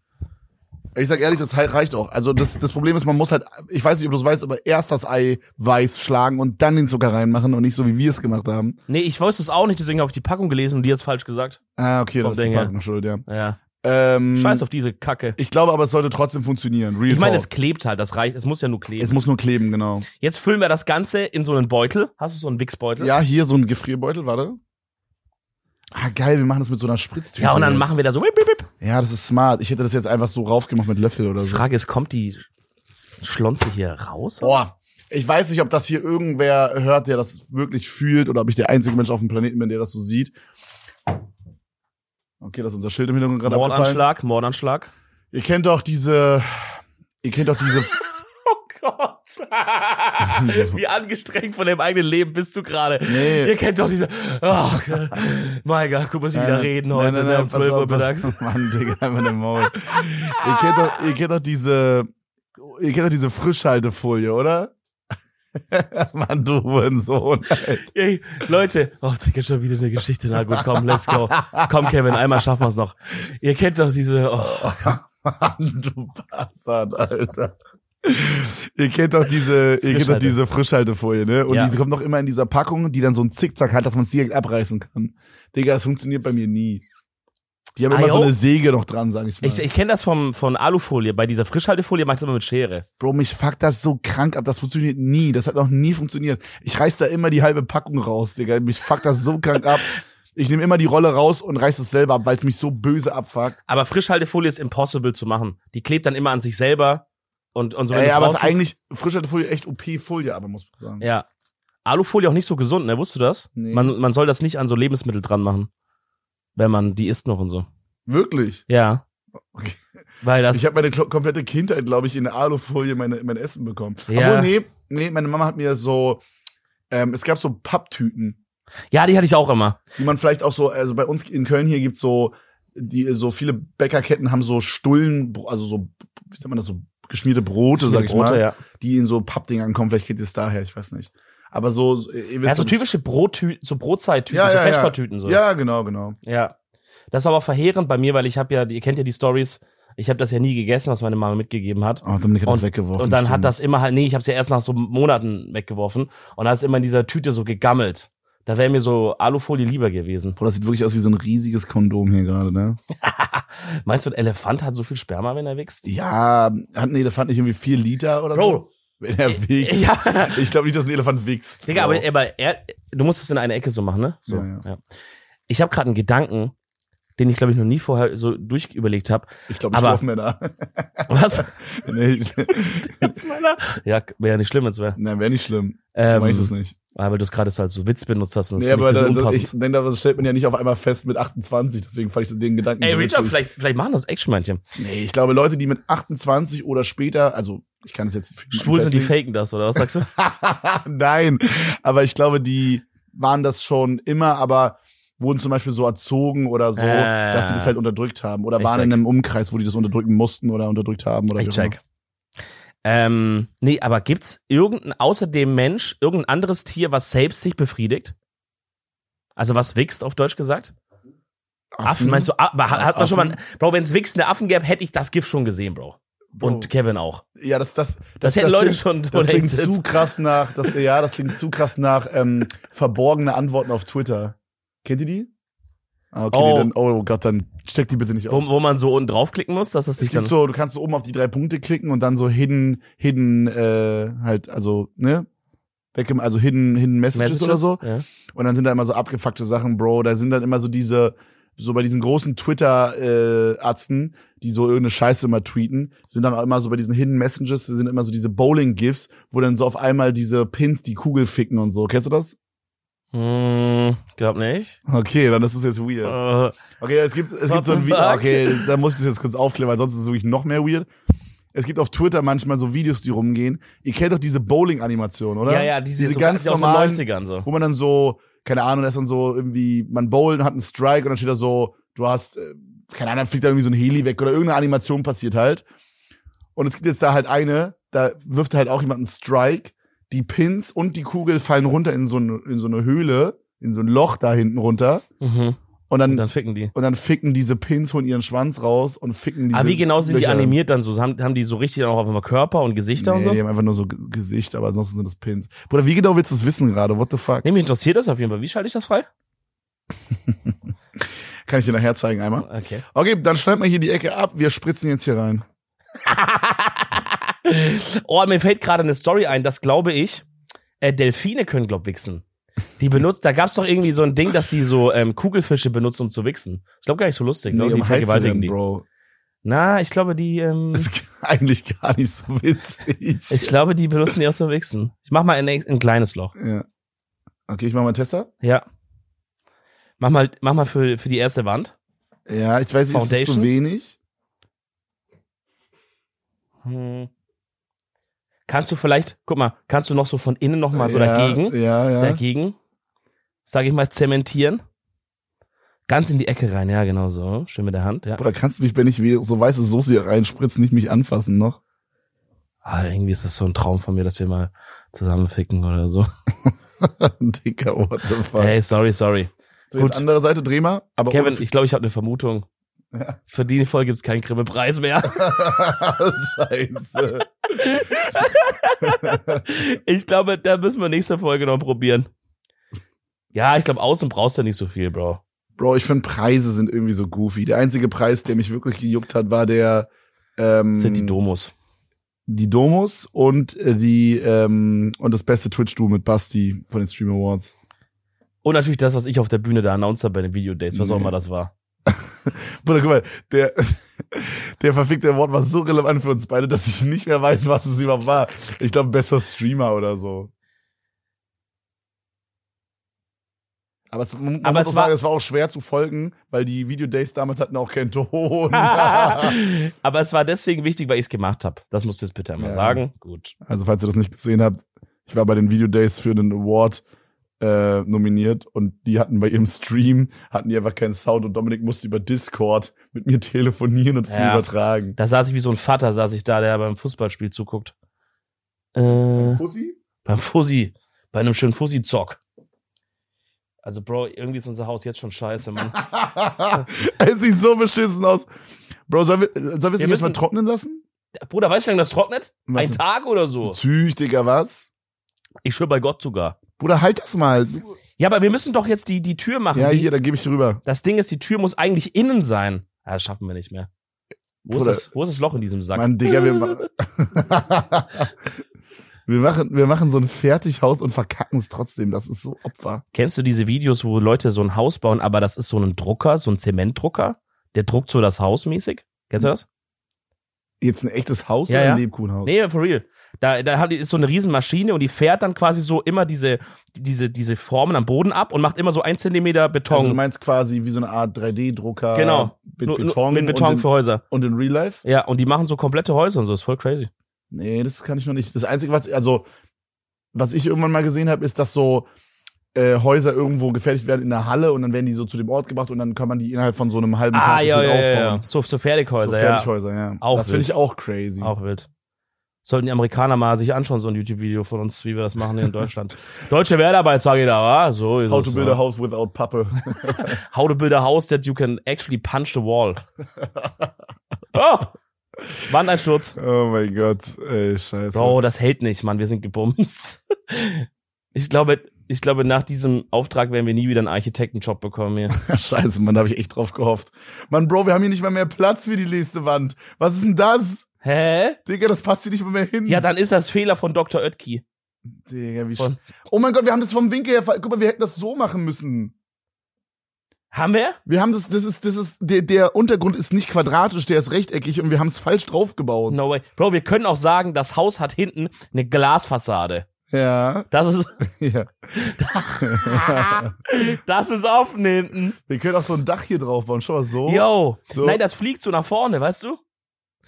Ich sag ehrlich, das halt- reicht auch. Also das, das Problem ist, man muss halt, ich weiß nicht, ob du es weißt, aber erst das Ei weiß schlagen und dann den Zucker reinmachen und nicht so, wie wir es gemacht haben. Nee, ich wusste es auch nicht, deswegen habe ich die Packung gelesen und die jetzt falsch gesagt. Ah, okay, Vom das ist die Ding her. Packung schuld, ja. Ja. Ähm, Scheiß auf diese Kacke. Ich glaube aber, es sollte trotzdem funktionieren. Real Ich meine, es talk. klebt halt, das reicht, es muss ja nur kleben. es muss nur kleben, genau. Jetzt füllen wir das Ganze in so einen Beutel. Hast du so einen Wichsbeutel? Ja, hier so ein Gefrierbeutel, warte. Ah, geil, wir machen das mit so einer Spritztüte. Ja, und dann machen wir da so. Wip, wip, wip. Ja, das ist smart. Ich hätte das jetzt einfach so raufgemacht mit Löffel oder Die so. Frage ist, kommt die Schlonze hier raus? Boah. Ich weiß nicht, ob das hier irgendwer hört, der das wirklich fühlt oder ob ich der einzige Mensch auf dem Planeten bin, der das so sieht. Okay, das ist unser Schild im Hintergrund gerade abgefallen. Mordanschlag, Mordanschlag. Ihr kennt doch diese, ihr kennt doch diese, Oh Gott. Wie angestrengt von dem eigenen Leben bist du gerade. Nee. Ihr kennt doch diese. Oh, mein Gott, guck, Äh, muss ich wieder reden heute ne, um pass 12 Uhr auf, pass- mittags. Mann, Digga, einfach den Maul. ihr, kennt doch, ihr kennt doch diese, ihr kennt doch diese Frischhaltefolie, oder? Mann, du Hurensohn. Ey, Leute, oh, da geht schon wieder eine Geschichte. Na gut, komm, let's go. Komm, Kevin, einmal schaffen wir es noch. Ihr kennt doch diese. Oh, Mann, du Bastard, Alter. Ihr kennt doch diese, ihr kennt doch Frischhalte. diese Frischhaltefolie, ne? Und Ja. diese kommt noch immer in dieser Packung, die dann so einen Zickzack hat, dass man es direkt abreißen kann. Digga, das funktioniert bei mir nie. Die haben Ah, immer so jo. eine Säge noch dran, sag ich mal. ich ich kenne das vom, von Alufolie. Bei dieser Frischhaltefolie mach ich das immer mit Schere. Bro, mich fuckt das so krank ab. Das funktioniert nie. Das hat noch nie funktioniert. Ich reiß da immer die halbe Packung raus, Digga. Mich fuckt das so krank ab. Ich nehme immer die Rolle raus und reiß es selber ab, weil es mich so böse abfuckt. Aber Frischhaltefolie ist impossible zu machen. Die klebt dann immer an sich selber und, und so wenn Ey, es aber es raus ist eigentlich Frischhaltefolie echt OP-Folie, aber muss man sagen. Ja. Alufolie auch nicht so gesund, ne? Wusstest du das? Nee. Man, man soll das nicht an so Lebensmittel dran machen. Wenn man die isst noch und so. Wirklich. Ja. Okay. Weil das. Ich habe meine klo- komplette Kindheit, glaube ich, in der Alufolie meine, mein Essen bekommen. Ja. Obwohl, nee, nee, meine Mama hat mir so, ähm, es gab so Papptüten. ja, die hatte ich auch immer. die man vielleicht auch so, also bei uns in Köln hier gibt's so, die, so viele Bäckerketten haben so Stullen, also so, wie sagt man das, so geschmierte Brote, sag ich Brote, mal, ja. die in so Pappdingern kommen, vielleicht geht es daher, ich weiß nicht. Aber so, so- ihr wisst ja. So doch- typische Brottüten, so Brotzeittüten, Ja, so ja, ja. Feschbartüten so. Ja, genau, genau. Ja. Das war aber verheerend bei mir, weil ich habe ja, ihr kennt ja die Stories, ich habe das ja nie gegessen, was meine Mama mitgegeben hat. Oh, Dominik hat Und- das weggeworfen. Und dann hat stimmt. das immer halt, nee, ich habe es ja erst nach so Monaten weggeworfen und hat es immer in dieser Tüte so gegammelt. Da wäre mir so Alufolie lieber gewesen. Boah, das sieht wirklich aus wie so ein riesiges Kondom hier gerade, ne? Meinst du, ein Elefant hat so viel Sperma, wenn er wächst? Ja, hat ein Elefant nicht irgendwie vier Liter oder so? Bro, Wenn er wächst. ja. Ich glaube nicht, dass ein Elefant wächst. Digga, Bro. aber, aber er, du musst es in eine Ecke so machen, ne? So, Ja, ja. Ich habe gerade einen Gedanken, den ich glaube ich noch nie vorher so durchüberlegt habe. ich glaube, ich aber- schlafe mir da. Was? nee, ich- ja, wäre ja nicht schlimm, wenn es wäre. nein, wäre nicht schlimm. So mach ich das Ähm, nicht. weil du es gerade halt so Witz benutzt hast und das Nee, find ich aber ein da, bisschen das, unpassend. ich denke, das stellt man ja nicht auf einmal fest mit 28, deswegen fand ich den Gedanken. Ey, so Richard, witzig. vielleicht, vielleicht machen das Action-Männchen. Nee, ich glaube, Leute, die mit 28 oder später, also ich kann es jetzt für niemanden Schwul sind die festlegen. Ah, faken das, oder was sagst du? Nein, aber ich glaube, die waren das schon immer, aber wurden zum Beispiel so erzogen oder so, Äh. dass sie das halt unterdrückt haben oder Ich waren check. in einem Umkreis, wo die das unterdrücken mussten oder unterdrückt haben oder Ich wie auch immer. check. Ähm, nee, aber gibt's irgendein, außer dem Mensch, irgendein anderes Tier, was selbst sich befriedigt? Also was wächst, auf Deutsch gesagt? Affen, meinst du? A- hat, hat man schon mal, Affen. Bro, wenn es wichsende Affen gäbe, hätte ich das GIF schon gesehen, Bro. Und Kevin auch. Ja, das, das, das, Das, hätten Leute klingt, schon Das klingt donated. zu krass nach, das, ja, das klingt zu krass nach ähm, verborgene Antworten auf Twitter. Kennt ihr die? Ah, okay, Oh. Nee, dann, oh Gott, dann steckt die bitte nicht auf. wo, wo man so unten draufklicken muss, dass das Es sich dann. gibt so, du kannst so oben auf die drei Punkte klicken und dann so hidden, hidden, äh, halt, also, ne? Weg im, also hidden, hidden Messages, oder so. Ja. Und dann sind da immer so abgefuckte Sachen, Bro. Da sind dann immer so diese, so bei diesen großen Twitter-Arzten, die so irgendeine Scheiße immer tweeten, sind dann auch immer so bei diesen Hidden Messages, sind immer so diese Bowling-GIFs, wo dann so auf einmal diese Pins die Kugel ficken und so. Kennst du das? Hm, glaub nicht. Okay, dann ist es jetzt weird. Äh, Okay, es gibt, es gibt so ein What the Video. fuck? Okay, da muss ich das jetzt kurz aufklären, weil sonst ist es wirklich noch mehr weird. Es gibt auf Twitter manchmal so Videos, die rumgehen. Ihr kennt doch diese Bowling-Animation, oder? ja, ja, diese, Diese so ganz ganz aus den normalen- 90ern so. wo man dann so, keine Ahnung, da ist dann so irgendwie, man bowlt und hat einen Strike und dann steht da so, du hast, äh, keine Ahnung, dann fliegt da irgendwie so ein Heli weg oder irgendeine Animation passiert halt. Und es gibt jetzt da halt eine, da wirft halt auch jemand einen Strike, die Pins und die Kugel fallen runter in so, eine in so eine Höhle, in so ein Loch da hinten runter. Mhm. Und dann, Und dann ficken die. und dann ficken diese Pins, holen ihren Schwanz raus und ficken diese Aber wie genau sind die Löcher. animiert dann so? Haben, haben die so richtig dann auch auf einmal Körper und Gesichter Nee, und die so? haben einfach nur so G- Gesicht, aber ansonsten sind das Pins. Bruder, wie genau willst du es wissen gerade? What the fuck? Nee, mich interessiert das auf jeden Fall. Wie schalte ich das frei? Kann ich dir nachher zeigen einmal? Okay. Okay, dann schneid mal hier die Ecke ab. Wir spritzen jetzt hier rein. oh, mir fällt gerade eine Story ein, das glaube ich. Äh, Delfine können, glaub wichsen. Die benutzt, da gab's doch irgendwie so ein Ding, dass die so ähm, Kugelfische benutzen, um zu wichsen. Ich glaube gar nicht so lustig, heiß um ne? die zu werden, vergewaltigen die. Bro. Na, ich glaube, die, ähm, Das ist eigentlich gar nicht so witzig. ich glaube, die benutzen die auch zum Wichsen. Ich mach mal ein, ein kleines Loch. ja. Okay, ich mach mal einen Tester. Ja. Mach mal, mach mal für, für die erste Wand. Ja, ich weiß, es ist zu Foundation? wenig. Hm. Kannst du vielleicht, guck mal, kannst du noch so von innen noch mal so ja, dagegen, Ja, ja. dagegen, sag ich mal, zementieren? Ganz in die Ecke rein, ja, genau so. Schön mit der Hand, ja. Bruder, kannst du mich, wenn ich wieder so weiße Soße hier reinspritzen, nicht mich anfassen noch? Ah, irgendwie ist das so ein Traum von mir, dass wir mal zusammenficken oder so. Dicker, what the fuck. Hey, sorry, sorry. so, jetzt gut. andere Seite, dreh mal. Aber Kevin, ohne- ich glaube, ich habe eine Vermutung. Für die Folge gibt's keinen Grimme-Preis mehr. Scheiße. Ich glaube, da müssen wir nächste Folge noch probieren. Ja, ich glaube, außen brauchst du nicht so viel, Bro. Bro, ich finde Preise sind irgendwie so goofy. Der einzige Preis, der mich wirklich gejuckt hat, war der ähm, Das sind die Domus. die Domus und äh, die ähm, und das beste Twitch-Duo mit Basti von den Stream Awards. Und natürlich das, was ich auf der Bühne da announced habe bei den Video Days, was auch Nee. immer das war. Bruder, guck mal, der, der verfickte Wort war so relevant für uns beide, dass ich nicht mehr weiß, was es überhaupt war. Ich glaube, besser Streamer oder so. Aber es, man muss Aber es auch war- sagen, es war auch schwer zu folgen, weil die Videodays damals hatten auch keinen Ton. Aber es war deswegen wichtig, weil ich es gemacht habe. Das musst du jetzt bitte einmal Ja. sagen. Gut. Also, falls ihr das nicht gesehen habt, ich war bei den Video Days für einen Award äh, nominiert und die hatten bei ihrem Stream, hatten die einfach keinen Sound und Dominik musste über Discord mit mir telefonieren und es mir Ja. übertragen. Da saß ich wie so ein Vater, saß ich da, der beim Fußballspiel zuguckt. Äh, Fussi? beim Fussi. Bei einem schönen Fussi-Zock. Also, Bro, irgendwie ist unser Haus jetzt schon scheiße, Mann. es sieht so beschissen aus. Bro, sollen wir, sollen wir es Wir nicht erstmal müssen- trocknen lassen? Bruder, weißt du, wie lange das trocknet? Was Ein denn? Tag oder so. Züch, Digga, was? Ich schwöre bei Gott sogar. Bruder, halt das mal. Ja, aber wir müssen doch jetzt die, die Tür machen. Ja, Die- hier, da gebe ich rüber. Das Ding ist, die Tür muss eigentlich innen sein. Ja, das schaffen wir nicht mehr. Wo ist, Bruder. das, wo ist das Loch in diesem Sack? Mann, Digga, wir, ma wir, machen, wir machen so ein Fertighaus und verkacken es trotzdem. Das ist so Opfer. Kennst du diese Videos, wo Leute so ein Haus bauen, aber das ist so ein Drucker, so ein Zementdrucker? Der druckt so das Haus mäßig? Kennst du Hm. das? Jetzt ein echtes Haus Ja, oder ja. ein Lebkuchenhaus? Nee, for real. Da, da haben die- ist so eine Riesenmaschine und die fährt dann quasi so immer diese, diese, diese Formen am Boden ab und macht immer so ein Zentimeter Beton. Also du meinst quasi wie so eine Art 3D-Drucker Genau. mit Nur- nur- Beton, mit Beton und, für in, Häuser. und in Real Life? Ja, und die machen so komplette Häuser und so. Ist voll crazy. Nee, das kann ich noch nicht. Das Einzige, was, also, was ich irgendwann mal gesehen habe, ist, dass so äh, Häuser irgendwo gefertigt werden in der Halle und dann werden die so zu dem Ort gebracht und dann kann man die innerhalb von so einem halben Tag ah, ja, gefühlt ja, ja, ja. aufbauen. So, so So Fertighäuser, ja. Fertighäuser, ja. Auch das finde wild. ich auch crazy. Auch wild. Sollten die Amerikaner mal sich anschauen, so ein YouTube-Video von uns, wie wir das machen hier in Deutschland. Deutsche Wertarbeit, sage ich da, wa? So ist How es. to build a wa? house without Pappe. How to build a house that you can actually punch the wall. oh! Wandeinsturz. Oh mein Gott, ey, scheiße. Bro, das hält nicht, Mann. Wir sind gebumst. Ich glaube, ich glaube, nach diesem Auftrag werden wir nie wieder einen Architektenjob bekommen hier. Scheiße, Mann, da habe ich echt drauf gehofft. Mann, Bro, wir haben hier nicht mal mehr Platz für die nächste Wand. Was ist denn das? Hä? Digga, das passt hier nicht mal mehr hin. Ja, dann ist das Fehler von Dr. Oetki. Digga, wie Von- sch- Oh mein Gott, wir haben das vom Winkel her. ver- Guck mal, wir hätten das so machen müssen. Haben wir? Wir haben das, das ist, das ist, der, der Untergrund ist nicht quadratisch, der ist rechteckig und wir haben es falsch draufgebaut. No way. Bro, wir können auch sagen, das Haus hat hinten eine Glasfassade. Ja, Das ist, ja. das ist offen hinten. Wir können auch so ein Dach hier drauf bauen. Schau mal so. Yo. Oh. So. Nein, das fliegt so nach vorne, weißt du?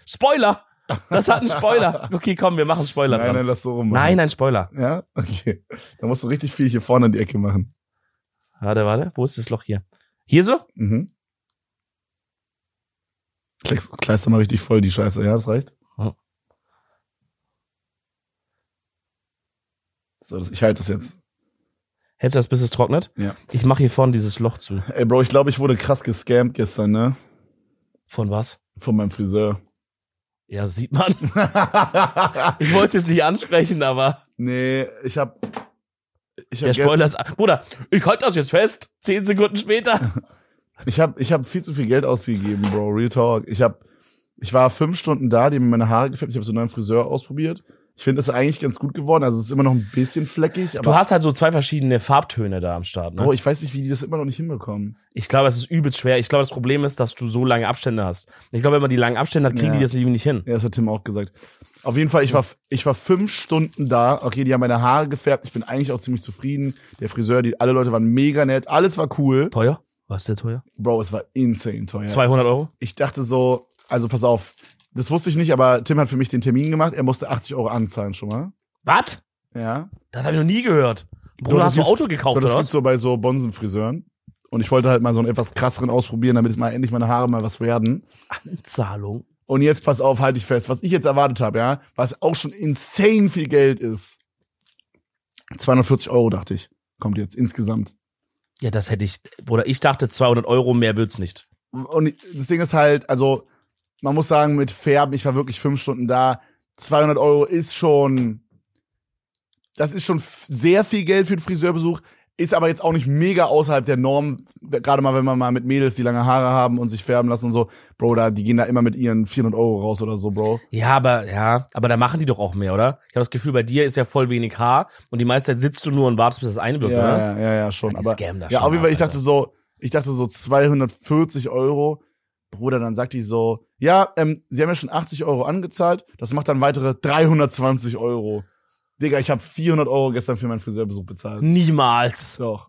Spoiler. Das hat einen Spoiler. Okay, komm, wir machen Spoiler nein, dran. nein, lass so rum. Nein, nein, Spoiler. nein. Ja, okay. Da musst du richtig viel hier vorne an die Ecke machen. Warte, warte. Wo ist das Loch hier? Hier so? Mhm. Kleist- Kleister mal richtig voll die Scheiße. Ja, das reicht. Ja. So, das, ich halte das jetzt. Hältst du das, bis es trocknet? Ja. Ich mache hier vorne dieses Loch zu. Ey, Bro, ich glaube, ich wurde krass gescammt gestern, ne? Von was? Von meinem Friseur. Ja, sieht man. Ich wollte es jetzt nicht ansprechen, aber nee, ich hab. Ich hab der gest- Spoiler ist. Bruder, ich halte das jetzt fest. Zehn Sekunden später. Ich habe ich hab viel zu viel Geld ausgegeben, Bro. Real Talk. Ich hab, ich war fünf Stunden da, die haben mir meine Haare gefärbt. Ich habe so einen neuen Friseur ausprobiert. Ich finde, das ist eigentlich ganz gut geworden. Also es ist immer noch ein bisschen fleckig, aber Du hast halt so zwei verschiedene Farbtöne da am Start, ne? Bro, ich weiß nicht, wie die das immer noch nicht hinbekommen. Ich glaube, es ist übelst schwer. Ich glaube, das Problem ist, dass du so lange Abstände hast. Ich glaube, wenn man die langen Abstände hat, kriegen Ja. die das Leben nicht hin. Ja, das hat Tim auch gesagt. Auf jeden Fall, ich war, ich war fünf Stunden da. Okay, die haben meine Haare gefärbt. Ich bin eigentlich auch ziemlich zufrieden. Der Friseur, die, alle Leute waren mega nett. Alles war cool. Teuer? Was ist der teuer? Bro, es war insane teuer. 200 Euro? ich dachte so, also pass auf. Das wusste ich nicht, aber Tim hat für mich den Termin gemacht. Er musste 80 Euro anzahlen schon mal. Was? Ja. Das habe ich noch nie gehört. Doch, das Bruder, hast du ein gibt's- Auto gekauft, So, das oder gibt's was? so bei so Bonsenfriseuren. Und ich wollte halt mal so einen etwas krasseren ausprobieren, damit es mal endlich meine Haare mal was werden. Anzahlung. Und jetzt pass auf, halte ich fest, was ich jetzt erwartet habe, ja, was auch schon insane viel Geld ist. 240 Euro, dachte ich, kommt jetzt insgesamt. Ja, das hätte ich. Bruder, ich dachte 200 Euro mehr wird's nicht. Und das Ding ist halt, also, man muss sagen, mit Färben, ich war wirklich fünf Stunden da. 200 Euro ist schon, das ist schon f- sehr viel Geld für den Friseurbesuch, ist aber jetzt auch nicht mega außerhalb der Norm. Gerade mal, wenn man mal mit Mädels, die lange Haare haben und sich färben lassen und so. Bro, da, die gehen da immer mit ihren 400 Euro raus oder so, Bro. Ja, aber ja, aber da machen die doch auch mehr, oder? Ich habe das Gefühl, bei dir ist ja voll wenig Haar und die meiste Zeit sitzt du nur und wartest, bis es einwirkt, Ja, oder? ja, ja, ja, schon. Ja, die aber, scammen da ja, schon auf jeden Fall, ab, ich dachte so, ich dachte so 240 Euro. Bruder, dann sagt die so, ja, ähm, sie haben ja schon 80 Euro angezahlt, das macht dann weitere 320 Euro. Digga, ich habe 400 Euro gestern für meinen Friseurbesuch bezahlt. Niemals. Doch.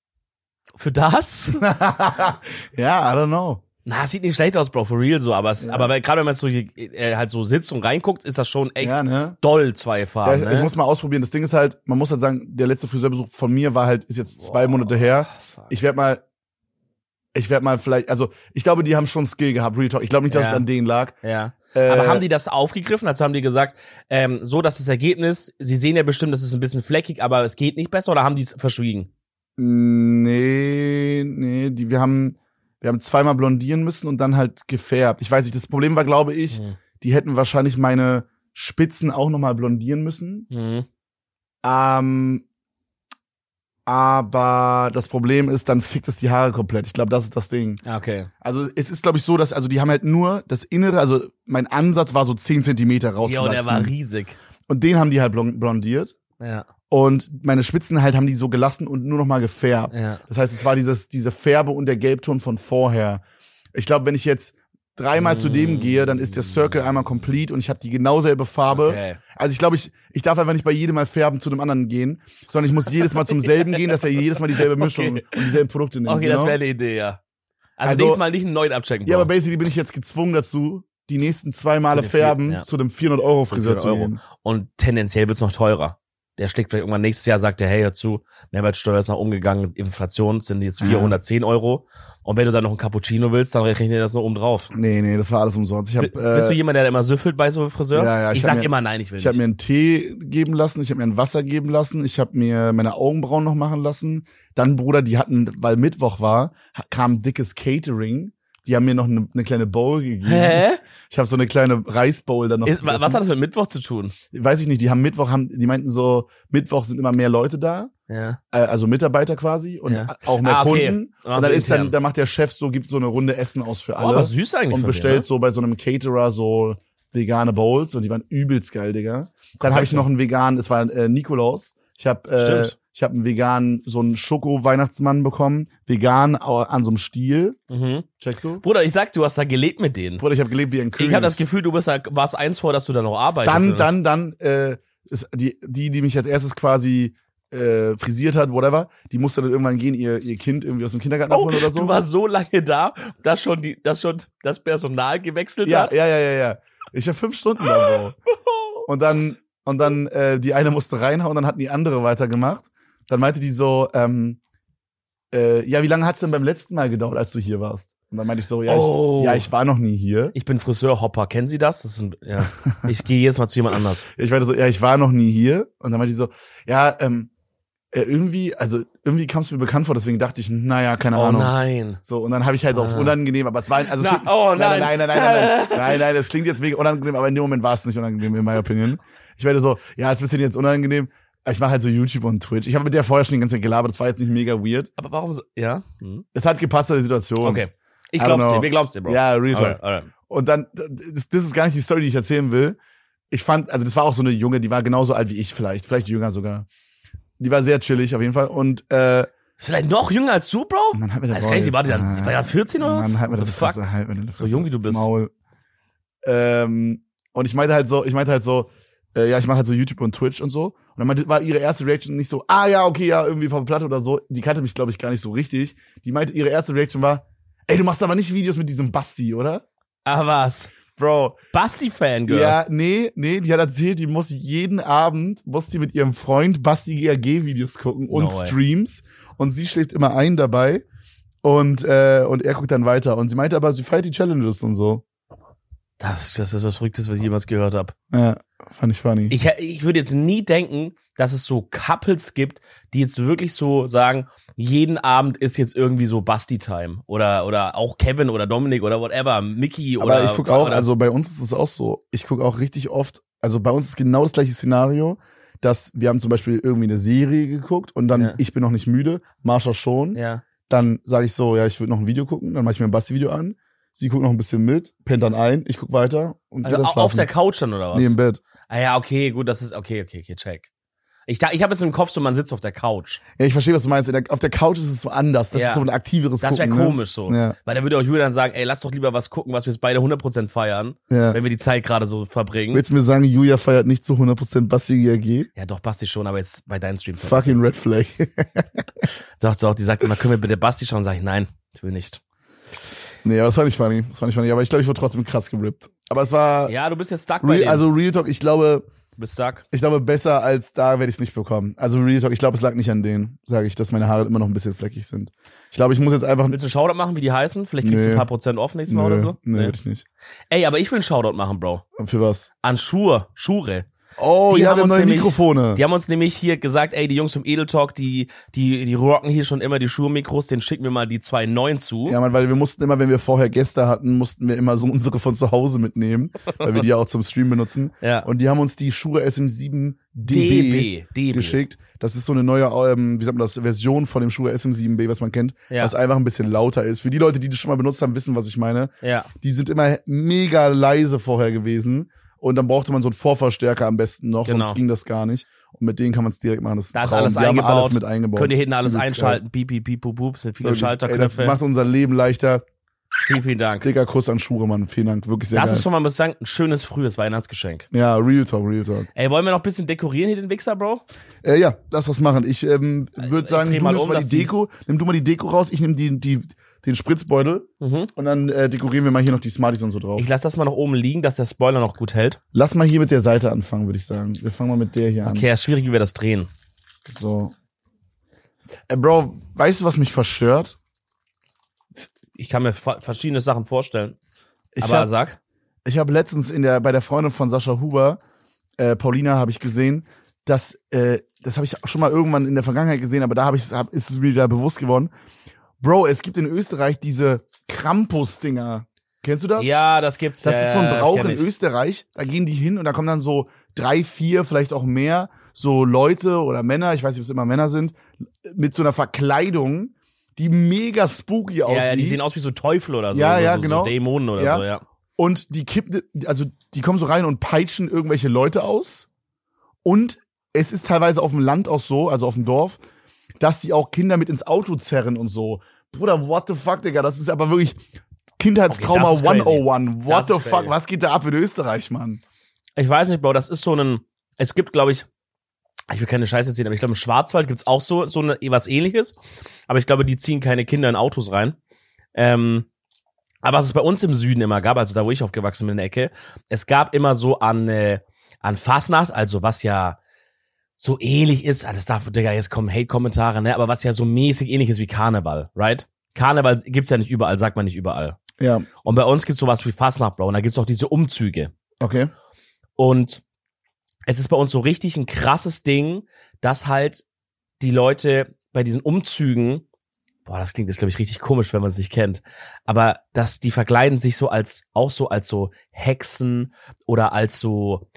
Für das? ja, I don't know. Na, es sieht nicht schlecht aus, Bro, for real so, aber, es, Ja. aber weil- gerade wenn man so hier, äh, halt so sitzt und reinguckt, ist das schon echt Ja, ne? doll zwei Ja, Farben. ich, ne? ich muss mal ausprobieren. Das Ding ist halt, man muss halt sagen, der letzte Friseurbesuch von mir war halt, ist jetzt zwei Boah, Monate her. fuck. Ich werde mal, ich werde mal vielleicht, also ich glaube, die haben schon Skill gehabt, Real Talk. Ich glaube nicht, dass Ja. es an denen lag. ja. Äh, Aber haben die das aufgegriffen? Also haben die gesagt, ähm, so dass das Ergebnis, sie sehen ja bestimmt, das ist ein bisschen fleckig, aber es geht nicht besser oder haben die es verschwiegen? Nee, nee, die, wir haben, wir haben zweimal blondieren müssen und dann halt gefärbt. Ich weiß nicht, das Problem war, glaube ich, Mhm. die hätten wahrscheinlich meine Spitzen auch nochmal blondieren müssen. Mhm. Ähm, aber das Problem ist, dann fickt es die Haare komplett. Ich glaube, das ist das Ding. Ah, Okay. Also es ist, glaube ich, so, dass, also die haben halt nur das Innere, also mein Ansatz war so 10 Zentimeter Ja, der war rausgewachsen. riesig. Und den haben die halt blon- blondiert. Ja, Und meine Spitzen halt haben die so gelassen und nur nochmal gefärbt. ja. Das heißt, es war dieses, diese Färbe und der Gelbton von vorher. Ich glaube, wenn ich jetzt dreimal zu dem Mm. gehe, dann ist der Circle einmal complete und ich habe die genau selbe Farbe. Okay. Also ich glaube, ich, ich darf einfach nicht bei jedem Mal färben zu dem anderen gehen, sondern ich muss jedes Mal zum selben gehen, dass er jedes Mal dieselbe Mischung Okay. und dieselben Produkte nimmt. Okay, genau? das wäre eine Idee, ja. Also, Also- nächstes Mal nicht einen neuen abchecken. Ja, Bro. aber basically bin ich jetzt gezwungen dazu, die nächsten zwei Male den vier- färben ja. zu dem 400 Euro Friseur zu 400 Euro. gehen. Und tendenziell wird's noch teurer. Der schlägt vielleicht irgendwann nächstes Jahr, sagt er, hey, hör zu, Mehrwertsteuer ist nach umgegangen, Inflation sind jetzt 410 Euro. Und wenn du dann noch einen Cappuccino willst, dann rechnet dir das nur oben drauf. Nee, nee, das war alles umsonst. Ich hab, äh, Bist du jemand, der immer süffelt bei so einem Friseur? Ja, ja, ich ich hab sag mir- immer, nein, ich will Ich habe nicht. mir einen Tee geben lassen, ich habe mir ein Wasser geben lassen, ich habe mir meine Augenbrauen noch machen lassen. Dann, Bruder, die hatten, weil Mittwoch war, ha- kam dickes Catering. Die haben mir noch eine, eine kleine Bowl gegeben. Hä? Ich habe so eine kleine Reisbowl dann noch. Ist, wa- gegessen. was hat das mit Mittwoch zu tun? Weiß ich nicht. Die haben Mittwoch, haben, die meinten so, Mittwoch sind immer mehr Leute da, Ja. äh, also Mitarbeiter quasi und Ja. auch mehr Ah, okay. Kunden. Also und dann ist intern. dann, dann macht der Chef so, gibt so eine Runde Essen aus für Boah, alle Oh, aber süß eigentlich und von dir, bestellt ne? so bei so einem Caterer so vegane Bowls und die waren übelst geil, Digga. Dann habe ich noch einen veganen, es war äh, Nikolaus. Ich habe äh, Stimmt. ich habe einen veganen so einen Schoko Weihnachtsmann bekommen, vegan au- an so einem Stiel. Mhm. Checkst du? Bruder, ich sag, du hast da gelebt mit denen. Bruder, ich habe gelebt wie ein König. Ich habe das Gefühl, du bist da, warst eins vor, dass du da noch arbeitest. dann ne? dann dann äh, ist die die die mich als erstes quasi äh, frisiert hat, whatever, die musste dann irgendwann gehen, ihr, ihr Kind irgendwie aus dem Kindergarten Oh, abholen oder so. Du warst so lange da, dass schon, die, dass schon das Personal gewechselt ja, hat. Oh, ja, ja, ja, ja. Ich war fünf Stunden da, Bro. Und dann, und dann, äh, die eine musste reinhauen, dann hatten die andere weitergemacht. Dann meinte die so, ähm, äh, ja, wie lange hat's denn beim letzten Mal gedauert, als du hier warst? Und dann meinte ich so, ja, Oh. ich, ja, ich war noch nie hier. Ich bin Friseurhopper. Kennen Sie das? das ist ein, ja. Ich gehe jedes Mal zu jemand anders. Ich meinte so, ja, ich war noch nie hier. Und dann meinte die so, ja, ähm, äh, irgendwie, also irgendwie kam es mir bekannt vor, deswegen dachte ich, naja, keine oh Ahnung. nein. So, und dann habe ich halt auf Ah. unangenehm, aber es war, also es Na, klingt, oh nein. nein, nein, nein, nein, nein, nein, nein, nein, das klingt jetzt mega unangenehm, aber in dem Moment war es nicht unangenehm, in meiner Opinion. Ich werde so, ja, ist ein bisschen jetzt unangenehm, aber ich mache halt so YouTube und Twitch. Ich habe mit der vorher schon die ganze Zeit gelabert, das war jetzt nicht mega weird. Aber warum? so- Ja? Hm. Es hat gepasst zu der Situation. Okay. Ich I don't glaub's dir. know. Wir glauben's dir, Bro. Ja, real talk. Alright, alright. Und dann, das, das ist gar nicht die Story, die ich erzählen will. Ich fand, also das war auch so eine Junge, die war genauso alt wie ich vielleicht, vielleicht jünger sogar. Die war sehr chillig auf jeden Fall und, äh, Vielleicht noch jünger als du, Bro? man hat mir Das kann ich, sie war die dann, sie war ja 14 oder was? äh, Mann, halt mir What deine the fuck? Fresse, halt mir deine So Fresse. jung wie du bist. Maul. Ähm, und ich meinte halt so, ich meinte halt so, äh, ja, ich mache halt so YouTube und Twitch und so. Und dann meinte, war ihre erste Reaction nicht so, ah ja, okay, ja, irgendwie Papa Platte oder so. Die kannte mich, glaube ich, gar nicht so richtig. Die meinte, ihre erste Reaction war, ey, du machst aber nicht Videos mit diesem Basti, oder? Ah, was? Bro, Basti-Fangirl. ja, nee, nee, die hat erzählt, die muss jeden Abend, muss die mit ihrem Freund Basti GAG-Videos gucken und No way. Streams. Und sie schläft immer ein dabei. Und, äh, und er guckt dann weiter. Und sie meinte aber, sie feiert die Challenges und so. Das, das ist was Verrücktes, was ich jemals gehört habe. Ja, fand ich funny. Ich, ich würde jetzt nie denken, dass es so Couples gibt, die jetzt wirklich so sagen, jeden Abend ist jetzt irgendwie so Basti-Time. Oder, oder auch Kevin oder Dominik oder whatever, Mickey oder. aber ich guck auch, oder- also bei uns ist es auch so. Ich guck auch richtig oft, also bei uns ist genau das gleiche Szenario, dass wir haben zum Beispiel irgendwie eine Serie geguckt und dann, Ja. ich bin noch nicht müde, Marsha schon. Ja. Dann sage ich so, ja, ich würde noch ein Video gucken, dann mache ich mir ein Basti-Video an. Sie guckt noch ein bisschen mit, pennt dann ein, ich guck weiter und Also geht dann au- auf schlafen. der Couch dann oder was? Nee, im Bett. ah ja, okay, gut, das ist, okay, okay, okay, check. Ich, da- ich habe es im Kopf so, man sitzt auf der Couch. Ja, ich verstehe, was du meinst. In der- Auf der Couch ist es so anders. Das Ja. ist so ein aktiveres Das wäre Gucken. ne? komisch so. Ja. Weil da würde auch Julian sagen, ey, lass doch lieber was gucken, was wir jetzt beide 100% feiern, Ja. wenn wir die Zeit gerade so verbringen. Willst du mir sagen, Julia feiert nicht zu 100% Basti GAG? Ja, doch, Basti schon, aber jetzt bei deinen Streams. Fucking Red Flag. Sagt sie auch, die sagt immer, können wir bitte Basti schauen? Sag ich, nein, ich will nicht. Nee, aber das fand ich funny. Das fand ich funny. Aber ich glaube, ich wurde trotzdem krass gerippt. Aber es war, Ja, du bist jetzt stuck bei real, denen. also Real Talk, ich glaube, du bist stuck. ich glaube, besser als da werde ich es nicht bekommen. Also Real Talk, ich glaube, es lag nicht an denen, sage ich, dass meine Haare immer noch ein bisschen fleckig sind. Ich glaube, ich muss jetzt einfach... Willst du einen Shoutout machen, wie die heißen? Vielleicht kriegst du Nö. ein paar Prozent off nächstes Mal nö, oder so. Nee, Nee. würde ich nicht. Ey, aber ich will einen Shoutout machen, Bro. Für was? An Schur, Schure. Oh, Die ja, wir haben haben uns neue nämlich- Mikrofone. Die haben uns nämlich hier gesagt, ey, die Jungs vom Edel Talk, die, die, die rocken hier schon immer die Schur-Mikros, den schicken wir mal die zwei neuen zu. Ja, Mann, weil wir mussten immer, wenn wir vorher Gäste hatten, mussten wir immer so unsere von zu Hause mitnehmen, weil wir die ja auch zum Stream benutzen. Ja. Und die haben uns die Shure SM7 DB, DB, DB. geschickt. Das ist so eine neue, ähm, wie sagt man das, Version von dem Shure SM7B, was man kennt, Ja. was einfach ein bisschen lauter ist. Für die Leute, die das schon mal benutzt haben, wissen, was ich meine. Ja. Die sind immer mega leise vorher gewesen. Und dann brauchte man so einen Vorverstärker am besten noch, Genau. sonst ging das gar nicht. Und mit denen kann man es direkt machen. Das ist, Da ein ist Traum. alles die haben eingebaut. alles mit eingebaut. Könnt ihr hinten alles Übelst geil. einschalten. Piep, piep, piep, pup, pup. sind viele Wirklich, Ey, das Schalterknöpfe. macht unser Leben leichter. Vielen, vielen Dank. Dicker Kuss an Schuremann. Vielen Dank. Wirklich sehr Das geil. ist schon mal, muss ich sagen, ein schönes frühes Weihnachtsgeschenk. ja, Real Talk, Real Talk. Ey, wollen wir noch ein bisschen dekorieren hier den Wichser, Bro? Äh, ja, lass das machen. Ich ähm, würde ich sagen, dreh du mal nimmst um, mal dass die die- Deko, nimm du mal die Deko raus, ich nehme die, die, den Spritzbeutel Mhm. und dann äh, dekorieren wir mal hier noch die Smarties und so drauf. Ich lasse das mal noch oben liegen, dass der Spoiler noch gut hält. Lass mal hier mit der Seite anfangen, würde ich sagen. Wir fangen mal mit der hier Okay, ist schwierig, wie wir das drehen. an. So. Äh, Bro, weißt du, was mich verstört? Ich kann mir ver- verschiedene Sachen vorstellen. Ich aber hab- sag. Ich habe letztens in der, bei der Freundin von Sascha Huber, äh, Paulina, habe ich gesehen, dass, äh, das habe ich schon mal irgendwann in der Vergangenheit gesehen, aber da habe ich, hab, ist es mir wieder bewusst geworden. Bro, es gibt in Österreich diese Krampus-Dinger. Kennst du das? ja, das gibt's. Das ja, ist so ein ja, das Brauch kenn in ich. Österreich. Da gehen die hin und da kommen dann so drei, vier, vielleicht auch mehr, so Leute oder Männer, ich weiß nicht, ob es immer Männer sind, mit so einer Verkleidung, die mega spooky aussieht. Ja, ja, die sehen aus wie so Teufel oder so. Ja, so, ja, so, genau. So Dämonen oder Ja. so, ja. Und die kippen, also die kommen so rein und peitschen irgendwelche Leute aus. Und es ist teilweise auf dem Land auch so, also auf dem Dorf, dass die auch Kinder mit ins Auto zerren und so. Bruder, what the fuck, Digga, das ist aber wirklich Kindheitstrauma Okay, das ist crazy. 101. What Das the ist fuck, crazy. was geht da ab in Österreich, Mann? Ich weiß nicht, Bro, das ist so ein. Es gibt, glaube ich, ich will keine Scheiße ziehen, aber ich glaube, im Schwarzwald gibt's auch so, so eine, was ähnliches. Aber ich glaube, die ziehen keine Kinder in Autos rein. Ähm, aber was es bei uns im Süden immer gab, also da, wo ich aufgewachsen bin in der Ecke, es gab immer so an, äh, an Fasnacht, also was ja so ähnlich ist, ah, das darf, Digga, jetzt kommen Hate-Kommentare, ne, aber was ja so mäßig ähnlich ist wie Karneval, right? Karneval gibt's ja nicht überall, sagt man nicht überall. Ja, Und bei uns gibt's sowas wie Fasnacht, Bro, und da gibt's auch diese Umzüge. okay. Und es ist bei uns so richtig ein krasses Ding, dass halt die Leute bei diesen Umzügen, boah, das klingt jetzt, glaube ich, richtig komisch, wenn man es nicht kennt, aber dass die verkleiden sich so als, auch so als so Hexen oder als so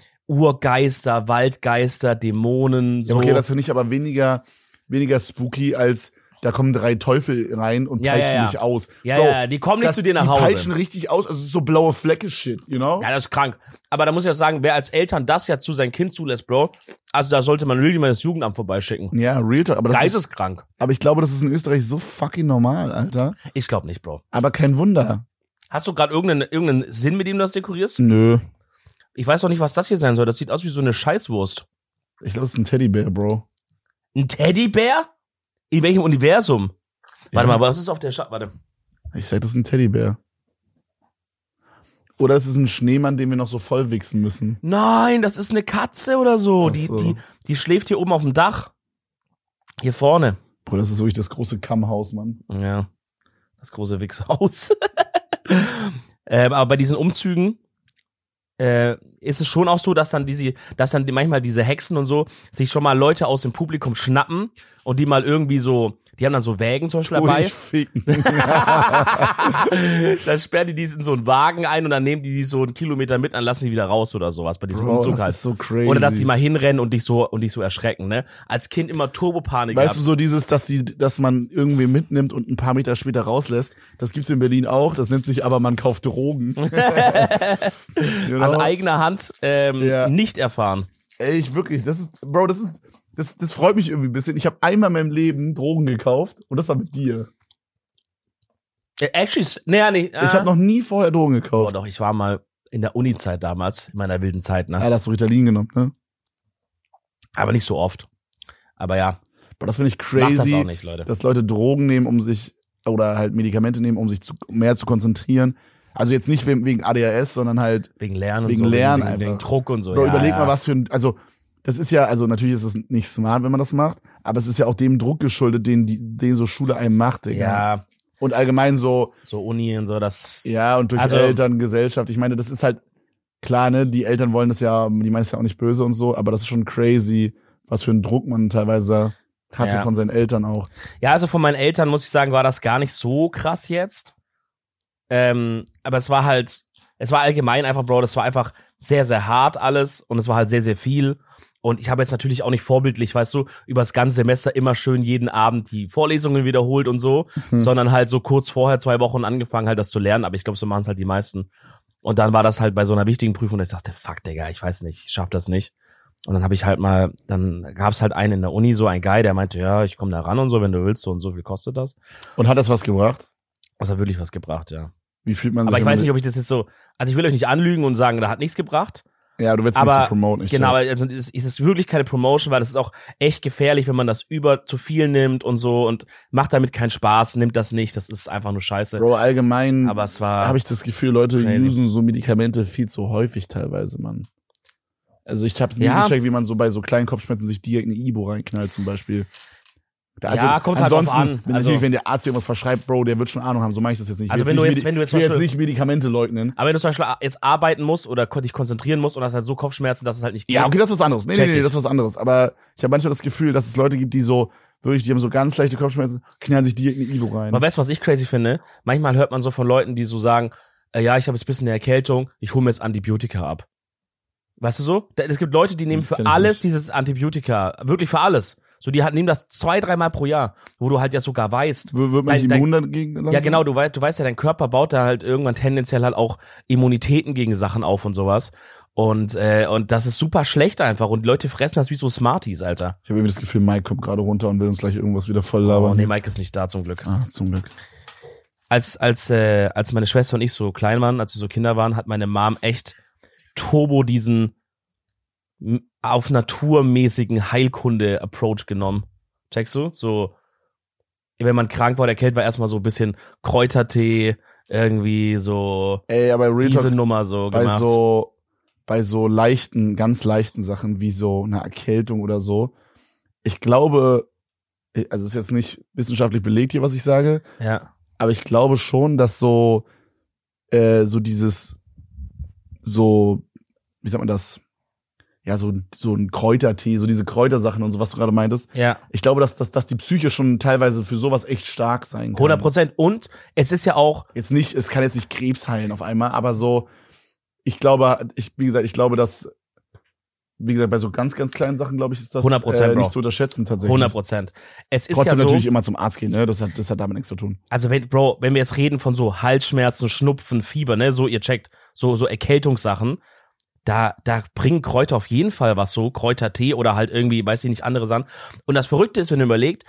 Urgeister, Waldgeister, Dämonen, so. Ja, okay, das finde ich aber weniger, weniger spooky als da kommen drei Teufel rein und Ja, ja, peitschen ja. dich aus. ja, Bro, ja, die kommen nicht das- zu dir nach Die Hause. peitschen richtig aus, also es ist so blaue Flecke-Shit, you know? Ja, das ist krank. Aber da muss ich auch sagen, wer als Eltern das ja zu seinem Kind zulässt, Bro, also da sollte man wirklich mal das Jugendamt vorbeischicken. Ja, real talk. Aber, das ist, Geisteskrank. aber ich glaube, das ist in Österreich so fucking normal, Alter. Ich glaube nicht, Bro. Aber kein Wunder. Hast du gerade irgendeinen, irgendeinen Sinn, mit dem du das dekorierst? Nö. Ich weiß noch nicht, was das hier sein soll. Das sieht aus wie so eine Scheißwurst. Ich glaube, es ist ein Teddybär, Bro. Ein Teddybär? In welchem Universum? Warte Ja. mal, was ist auf der Scha Warte. Ich sag, das ist ein Teddybär. Oder es ist ein Schneemann, den wir noch so vollwichsen müssen. Also, Nein, das ist eine Katze oder so. Ach Oh, Die, so. die, die schläft hier oben auf dem Dach. Hier vorne. Bro, das ist wirklich das große Kammhaus, Mann. Ja. Das große Wichshaus. ähm, aber bei diesen Umzügen äh, ist es schon auch so, dass dann diese, dass dann die- manchmal diese Hexen und so sich schon mal Leute aus dem Publikum schnappen und die mal irgendwie so, die haben dann so Wägen zum Beispiel dabei. ficken. dann sperren die die in so einen Wagen ein und dann nehmen die die so einen Kilometer mit, dann lassen die wieder raus oder sowas bei diesem Bro, Umzug das halt. ist so crazy. Oder dass die mal hinrennen und dich so und dich so erschrecken, ne? Als Kind immer Turbopanik Weißt du, gehabt. so dieses, dass die, dass man irgendwie mitnimmt und ein paar Meter später rauslässt, das gibt's in Berlin auch, das nennt sich aber man kauft Drogen. An genau. eigener Hand ähm, Ja. nicht erfahren. Ey, ich wirklich, das ist, Bro, das ist, das, das freut mich irgendwie ein bisschen. Ich habe einmal in meinem Leben Drogen gekauft und das war mit dir. Äh, Actually, s- nee, ja, nee. Ich habe noch nie vorher Drogen Oh, gekauft. doch, ich war mal in der Uni-Zeit damals, in meiner wilden Zeit, ne? Ah, da hast du Ritalin genommen, ne? Aber nicht so oft. Aber ja, Bro, das finde ich macht das auch crazy, nicht, Leute. dass Leute Drogen nehmen, um sich, oder halt Medikamente nehmen, um sich zu, mehr zu konzentrieren. Also jetzt nicht we- wegen ADHS, sondern halt, Wegen Lernen wegen und so. Lernen wegen, wegen einfach. Druck und so. Bro, ja, überleg ja. mal, was für ein, also das ist ja, also natürlich ist es nicht smart, wenn man das macht, aber es ist ja auch dem Druck geschuldet, den, die- den so Schule einem macht, Digga. Ja, Und allgemein so, so Uni und so, das. ja, und durch Also- Eltern, Gesellschaft. Ich meine, das ist halt klar, ne, die Eltern wollen das ja, die meinen es ja auch nicht böse und so, aber das ist schon crazy, was für einen Druck man teilweise hatte Ja. von seinen Eltern auch. Ja, also von meinen Eltern muss ich sagen, war das gar nicht so krass jetzt. Ähm, aber es war halt, es war allgemein einfach, Bro, das war einfach sehr, sehr hart alles und es war halt sehr, sehr viel. Und ich habe jetzt natürlich auch nicht vorbildlich, weißt du, über das ganze Semester immer schön jeden Abend die Vorlesungen wiederholt und so, Mhm. sondern halt so kurz vorher zwei Wochen angefangen halt das zu lernen. Aber ich glaube, so machen es halt die meisten. Und dann war das halt bei so einer wichtigen Prüfung, dass ich dachte, fuck, Digga, ich weiß nicht, ich schaff das nicht. Und dann habe ich halt mal, dann gab's halt einen in der Uni, so ein Guy, der meinte, ja, ich komme da ran und so, wenn du willst, so und so viel kostet das. Und hat das was gebracht? Das hat wirklich was gebracht, ja. Wie fühlt man sich? Aber ich wenn weiß man- also nicht, ob ich das jetzt so, also ich will euch nicht anlügen und sagen, da hat nichts gebracht. Ja, du willst Aber- nicht so promoten. Ich Genau, also es ist, es ist wirklich keine Promotion, weil das ist auch echt gefährlich, wenn man das über zu viel nimmt und so und macht damit keinen Spaß, nimmt das nicht, das ist einfach nur scheiße. Bro, allgemein also Aber es war habe Hm. ich das Gefühl, Leute Ah, Crazy. usen so Medikamente viel zu häufig teilweise, Mann. Also ich habe es nie Ja. gecheckt, wie man so bei so kleinen Kopfschmerzen sich direkt eine Ibo reinknallt zum Beispiel. also Ja, kommt halt drauf ansonsten, an. wenn Also- Natürlich, wenn der Arzt irgendwas verschreibt, Bro, der wird schon Ahnung haben. So mache ich das jetzt nicht. Ich Also will wenn nicht du jetzt- Medi- wenn du jetzt ich will zum jetzt nicht Medikamente leugnen. aber wenn du zum Beispiel jetzt arbeiten musst oder kon- dich konzentrieren musst und hast halt so Kopfschmerzen, dass es halt nicht geht. Ja, okay, das ist was anderes. Nee, nee, Check nee, ich. das ist was anderes. Aber ich habe manchmal das Gefühl, dass es Leute gibt, die so wirklich, die haben so ganz leichte Kopfschmerzen, knallen sich direkt eine Ibo rein. Aber weißt du, was ich crazy finde? Manchmal hört man so von Leuten, die so sagen, äh, ja, ich habe jetzt ein bisschen eine Erkältung, ich hole mir jetzt Antibiotika ab. Weißt du so? Da, es gibt Leute, die nehmen Das für kenn ich alles nicht. dieses Antibiotika, wirklich für alles. So, die hat, nehmen das zwei, dreimal pro Jahr, wo du halt ja sogar weißt. W- wird man Dein- nicht immun dagegen Ja, langsam? genau, du weißt, du weißt ja, dein Körper baut da halt irgendwann tendenziell halt auch Immunitäten gegen Sachen auf und sowas. Und, äh, und das ist super schlecht einfach. Und Leute fressen das wie so Smarties, Alter. Ich habe irgendwie das Gefühl, Mike kommt gerade runter und will uns gleich irgendwas wieder voll labern. oh, nee, Mike ist nicht da zum Glück. Ah, zum Glück. als als äh, als meine Schwester und ich so klein waren, als wir so Kinder waren, hat meine Mom echt Turbo diesen m- auf naturmäßigen Heilkunde Approach genommen. Checkst du? So wenn man krank war oder erkältet war erstmal so ein bisschen Kräutertee irgendwie so Ey, aber Real diese Talk, Nummer so bei gemacht. so, bei so leichten, ganz leichten Sachen wie so eine Erkältung oder so. Ich glaube, also es ist jetzt nicht wissenschaftlich belegt hier, was ich sage, ja. aber ich glaube schon, dass so, äh, so dieses, so, wie sagt man das? Ja, so, so ein Kräutertee, so diese Kräutersachen und so, was du gerade meintest. Ja, Ich glaube, dass, dass, dass die Psyche schon teilweise für sowas echt stark sein kann. 100 Prozent. Und es ist ja auch, jetzt nicht, es kann jetzt nicht Krebs heilen auf einmal, aber so, ich glaube, ich, wie gesagt, ich glaube, dass, wie gesagt, bei so ganz, ganz kleinen Sachen, glaube ich, ist das 100%, äh, nicht Bro. zu unterschätzen tatsächlich. 100 Prozent. Es ist Trotzdem ja so, natürlich immer zum Arzt gehen, ne? Das hat, das hat damit nichts zu tun. Also wenn, Bro, wenn wir jetzt reden von so Halsschmerzen, Schnupfen, Fieber, ne, so ihr checkt, so so Erkältungssachen, da da bringen Kräuter auf jeden Fall was so, Kräutertee oder halt irgendwie, weiß ich nicht, andere Sachen. Und das Verrückte ist, wenn du überlegt,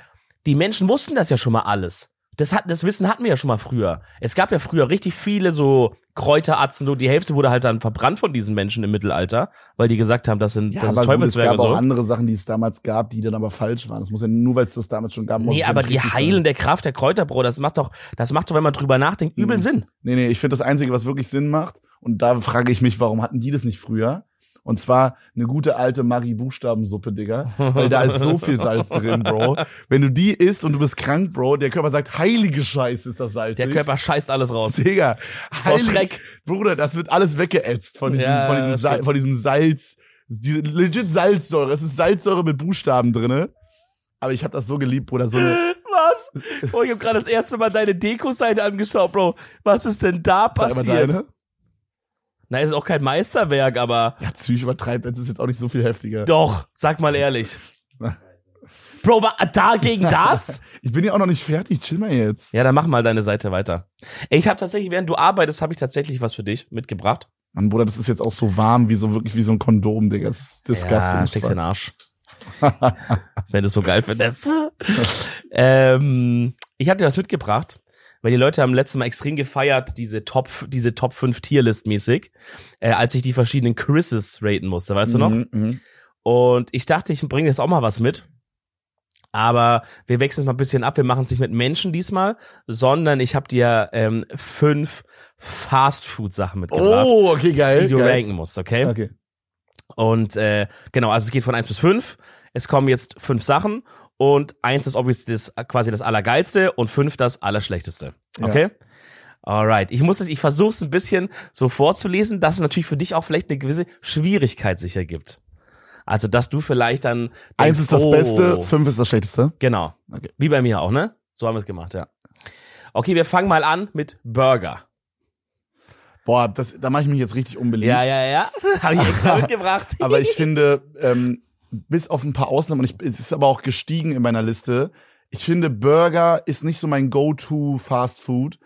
die Menschen wussten das ja schon mal alles. Das, hat, das Wissen hatten wir ja schon mal früher. Es gab ja früher richtig viele so Kräuteratzen, so die Hälfte wurde halt dann verbrannt von diesen Menschen im Mittelalter, weil die gesagt haben, das sind das ist aber gut, es Teufelswerke gab auch so. andere Sachen, die es damals gab, die dann aber falsch waren. Das muss ja nur, weil es das damals schon gab. muss es Nee, ja aber nicht die richtig Sein. heilende Kraft der Kräuter, Bro, das macht doch, das macht doch, wenn man drüber nachdenkt, übel Mhm. Sinn. Nee, nee, ich finde das Einzige, was wirklich Sinn macht, und da frage ich mich, warum hatten die das nicht früher? Und zwar eine gute alte Marie-Buchstabensuppe, Digga. Weil da ist so viel Salz drin, Bro. Wenn du die isst und du bist krank, Bro, der Körper sagt, heilige Scheiße ist das Salz. Der Körper scheißt alles raus. Digga, Vor heilig, Schreck. Bruder, das wird alles weggeätzt von diesem, Ja, von diesem, das Sa stimmt. von diesem Salz. Diese legit Salzsäure. Es ist Salzsäure mit Buchstaben drinne. Aber ich habe das so geliebt, Bruder. So eine, Was? Oh, ich habe gerade das erste Mal deine Deko-Seite angeschaut, Bro. Was ist denn da Sag mal passiert? deine. Nein, ist auch kein Meisterwerk, aber Ja, Züch übertreibt, es ist jetzt auch nicht so viel heftiger. doch, sag mal ehrlich. Bro, war da gegen das? Ich bin ja auch noch nicht fertig, chill mal jetzt. ja, dann mach mal deine Seite weiter. Ey, ich habe tatsächlich, während du arbeitest, habe ich tatsächlich was für dich mitgebracht. Mann, Bruder, das ist jetzt auch so warm, wie so wirklich wie so ein Kondom, Digga. Das ist disgusting. Ja, steckst in den Arsch. Wenn du es so geil findest. ähm, ich hatte das mitgebracht, weil die Leute haben letztes Mal extrem gefeiert, diese Top, diese Top 5 Tierlist mäßig, äh, als ich die verschiedenen Chrises raten musste, weißt du noch? Mhm, mhm. Und ich dachte, ich bringe jetzt auch mal was mit. Aber wir wechseln es mal ein bisschen ab. Wir machen es nicht mit Menschen diesmal, sondern ich habe dir ähm, fünf Fast-Food-Sachen mitgebracht, Oh, okay, geil. die du geil. ranken ne? musst, okay? Okay. Und äh, genau, also es geht von 1 bis 5. Es kommen jetzt fünf Sachen und eins ist obviously das, quasi das Allergeilste und fünf das Allerschlechteste. Ja. Okay? Alright. Ich muss es, ich versuche es ein bisschen so vorzulesen, dass es natürlich für dich auch vielleicht eine gewisse Schwierigkeit sich ergibt. Also, dass du vielleicht dann. Eins denkst, ist das oh, Beste, fünf ist das Schlechteste. Genau. Okay. Wie bei mir auch, ne? So haben wir es gemacht, ja. Okay, wir fangen mal an mit Burger. Boah, das, da mache ich mich jetzt richtig unbeliebt. Ja, ja, ja. Habe ich extra mitgebracht. Aber ich finde, ähm, bis auf ein paar Ausnahmen, und ich, es ist aber auch gestiegen in meiner Liste, ich finde, Burger ist nicht so mein Go-To-Fast-Food.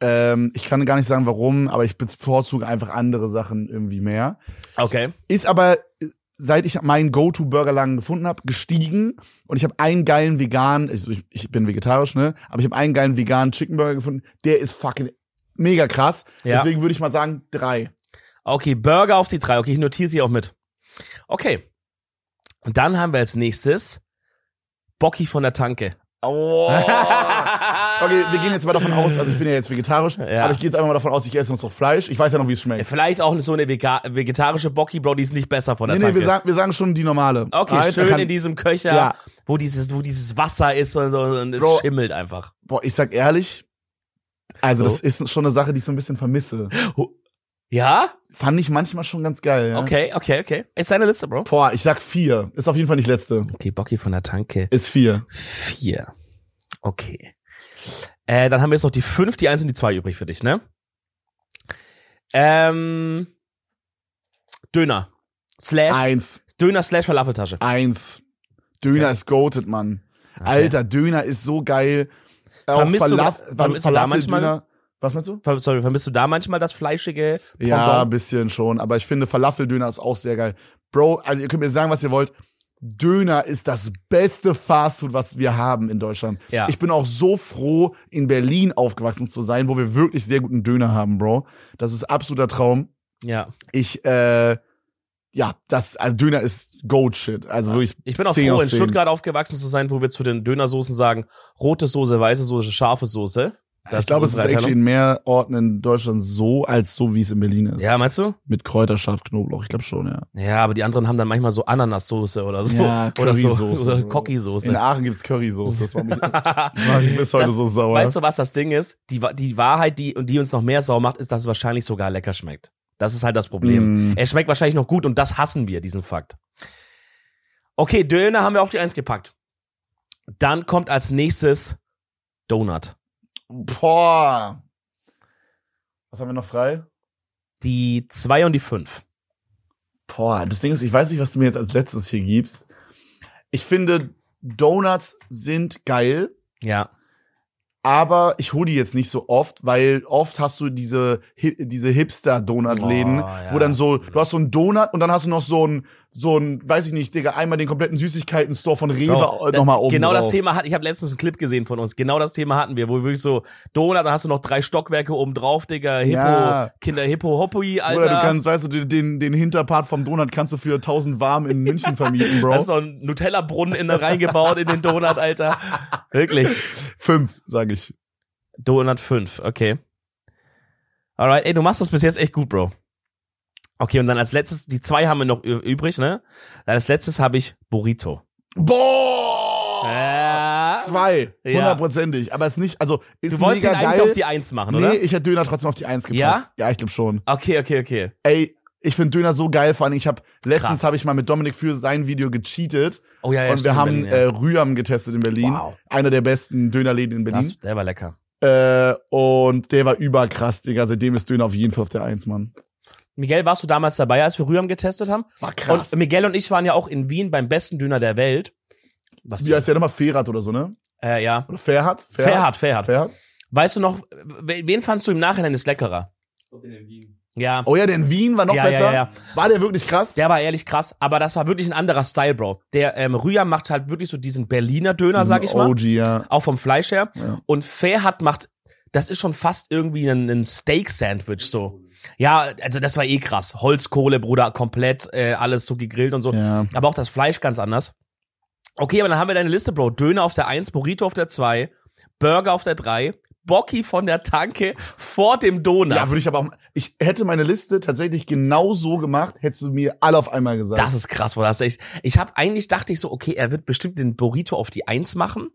Ähm, ich kann gar nicht sagen, warum, aber ich bevorzuge einfach andere Sachen irgendwie mehr. Okay. Ist aber, äh, seit ich meinen Go-To-Burger lang gefunden habe, gestiegen. Und ich habe einen geilen veganen, also ich, ich bin vegetarisch, ne? Aber ich habe einen geilen veganen Chicken Burger gefunden. Der ist fucking mega krass. Ja. Deswegen würde ich mal sagen, drei. Okay, Burger auf die drei. Okay, ich notiere sie auch mit. Okay. Und dann haben wir als nächstes Bocky von der Tanke. Oh. Okay, wir gehen jetzt mal davon aus, also ich bin ja jetzt vegetarisch, Ja. aber ich gehe jetzt einfach mal davon aus, ich esse noch so Fleisch. Ich weiß ja noch, wie es schmeckt. Vielleicht auch so eine vega vegetarische Bocky, Bro, die ist nicht besser von der Nee, nee, Tanke. wir sagen, wir sagen schon die normale. okay, Alter, schön kann- in diesem Köcher, Ja. wo, dieses, wo dieses Wasser ist und, so, und es Bro. schimmelt einfach. Boah, ich sag ehrlich, also So. das ist schon eine Sache, die ich so ein bisschen vermisse. Ja? Fand ich manchmal schon ganz geil. Ja? Okay, okay, okay. Ist deine Liste, Bro. Boah, ich sag vier. Ist auf jeden Fall nicht letzte. Okay, Bocky von der Tanke. Ist vier. Vier. Okay. Äh, dann haben wir jetzt noch die fünf, die eins und die zwei übrig für dich, ne? Ähm, Döner. Slash. Eins. Döner slash Falafeltasche. Eins. Döner Okay. ist goated, Mann. Alter, Döner ist so geil. Auch Vermisst du- Falaf- vermisst du da Falafeldöner- manchmal- Was meinst du? Ver sorry, vermisst du da manchmal das fleischige Pendant? Ja, ein bisschen schon. Aber ich finde, Falafeldöner ist auch sehr geil. Bro, also ihr könnt mir sagen, was ihr wollt. Döner ist das beste Fastfood, was wir haben in Deutschland. Ja. Ich bin auch so froh, in Berlin aufgewachsen zu sein, wo wir wirklich sehr guten Döner haben, Bro. Das ist absoluter Traum. ja. Ich, äh, ja, das, also Döner ist Goat-Shit. Also wirklich. Ich bin auch 10 froh, aus in 10. Stuttgart aufgewachsen zu sein, wo wir zu den Dönersoßen sagen, rote Soße, weiße Soße, scharfe Soße. Das ich glaube, es ist unsere actually Einteilung. in mehr Orten in Deutschland so, als so, wie es in Berlin ist. Ja, meinst du? Mit Kräuter, Schaf, Knoblauch. Ich glaube schon, ja. Ja, aber die anderen haben dann manchmal so Ananassoße oder so. Ja, oder so. Currysoße. Oder In Cocky-Soße. Aachen gibt's Currysoße. Das war mich, das war mich bis heute Das- so sauer. Weißt du, was das Ding ist? Die, Wa- die Wahrheit, die, und die uns noch mehr sauer macht, ist, dass es wahrscheinlich sogar lecker schmeckt. Das ist halt das Problem. Mm. Er schmeckt wahrscheinlich noch gut und das hassen wir, diesen Fakt. Okay, Döner haben wir auf die Eins gepackt. Dann kommt als nächstes Donut. Boah. Was haben wir noch frei? Die zwei und die fünf. Boah, das Ding ist, ich weiß nicht, was du mir jetzt als letztes hier gibst. Ich finde, Donuts sind geil, Ja. aber ich hole die jetzt nicht so oft, weil oft hast du diese, Hi- diese Hipster-Donut-Läden, Oh, ja. wo dann so, du hast so einen Donut und dann hast du noch so einen, so einen, weiß ich nicht, Digga, einmal den kompletten Süßigkeiten-Store von Rewe Bro, nochmal da- noch mal oben Genau das drauf. Thema hat, ich habe letztens einen Clip gesehen von uns, genau das Thema hatten wir, wo wirklich so, Donut, dann hast du noch drei Stockwerke oben drauf, Digga, Hippo, Ja. Kinder Hippo, Hoppoi, Alter. Oder du kannst, weißt du, den- den, den Hinterpart vom Donut kannst du für 1000 warm in München vermieten, Da Bro. ist noch ein Nutella-Brunnen in reingebaut in den Donut, Alter. Wirklich. Fünf, sag ich. Donut 5, okay. Alright, ey, du machst das bis jetzt echt gut, Bro. Okay, und dann als letztes, die zwei haben wir noch ü- übrig, ne? Dann als letztes habe ich Burrito. Boah! Äh, Zwei, Ja. hundertprozentig. Aber ist nicht, also ist du wolltest ihn mega eigentlich geil. auf die Eins machen, oder? Nee, ich hätte Döner trotzdem auf die Eins gepackt. Ja? Ja, ich glaube schon. Okay, okay, okay. Ey, ich finde Döner so geil. Vor allem, ich habe Krass. letztens habe ich mal mit Dominik für sein Video gecheatet Oh ja, ja und wir stimmt, haben in Berlin, äh, Rüham getestet in Berlin. Wow. Einer der besten Dönerläden in ja. das, Berlin. der war lecker. Äh, und der war überkrass, Digga. Seitdem ist Döner auf jeden Fall auf der Eins, Mann. Miguel, warst du damals dabei, als wir Rührem getestet haben? War Und Miguel und ich waren ja auch in Wien beim besten Döner der Welt. Was Wie heißt der nochmal? Ferhat oder so, ne? Äh, ja. Oder Ferhat? Ferhat, Ferhat. Ferhat? Weißt du noch, we- wen fandst du im Nachhinein ist leckerer? Ja. Oh ja, der in Wien war noch Ja, ja, besser. ja, ja. War der wirklich krass? Der war ehrlich krass, aber das war wirklich ein anderer Style, Bro. Der ähm, Rüya macht halt wirklich so diesen Berliner Döner, sag ich mal. OG, ja. Auch vom Fleisch her. Ja. Und Fairhat macht, das ist schon fast irgendwie ein, ein Steak-Sandwich so. Ja, also das war eh krass. Holzkohle, Bruder, komplett äh, alles so gegrillt und so. ja. Aber auch das Fleisch ganz anders. Okay, aber dann haben wir deine Liste, Bro. Döner auf der 1, Burrito auf der 2, Burger auf der 3, Bocky von der Tanke vor dem Donut. Ja, würde ich aber auch. Ich hätte meine Liste tatsächlich genau so gemacht, hättest du mir alle auf einmal gesagt. Das ist krass, wo das echt. Ich habe eigentlich dachte ich so, okay, er wird bestimmt den Burrito auf die Eins machen.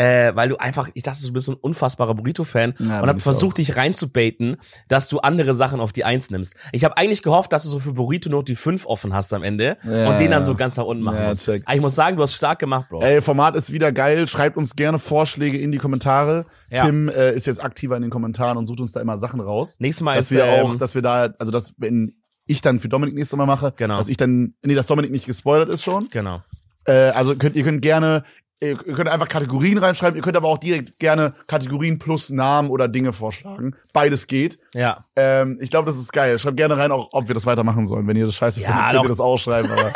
Äh, weil du einfach, ich dachte, du bist so ein unfassbarer Burrito-Fan Ja, und bin habe ich versucht, dich reinzubaiten, dass du andere Sachen auf die Eins nimmst. Ich habe eigentlich gehofft, dass du so für Burrito noch die Fünf offen hast am Ende Ja, und den ja. dann so ganz nach unten machen Ja, musst. check. Aber ich muss sagen, du hast stark gemacht, Bro. Ey, Format ist wieder geil. Schreibt uns gerne Vorschläge in die Kommentare. Ja. Tim äh, ist jetzt aktiver in den Kommentaren und sucht uns da immer Sachen raus. Nächstes Mal Dass ist wir auch, ähm, dass wir da, also dass wenn ich dann für Dominik nächstes Mal mache, Genau. dass ich dann, nee, dass Dominik nicht gespoilert ist schon. genau. Äh, also könnt, ihr könnt gerne, ihr könnt einfach Kategorien reinschreiben, ihr könnt aber auch direkt gerne Kategorien plus Namen oder Dinge vorschlagen. Beides geht. Ja. Ähm, ich glaube, das ist geil. Schreibt gerne rein, auch, ob wir das weitermachen sollen. Wenn ihr das scheiße Ja, findet, könnt doch. ihr das ausschreiben. Aber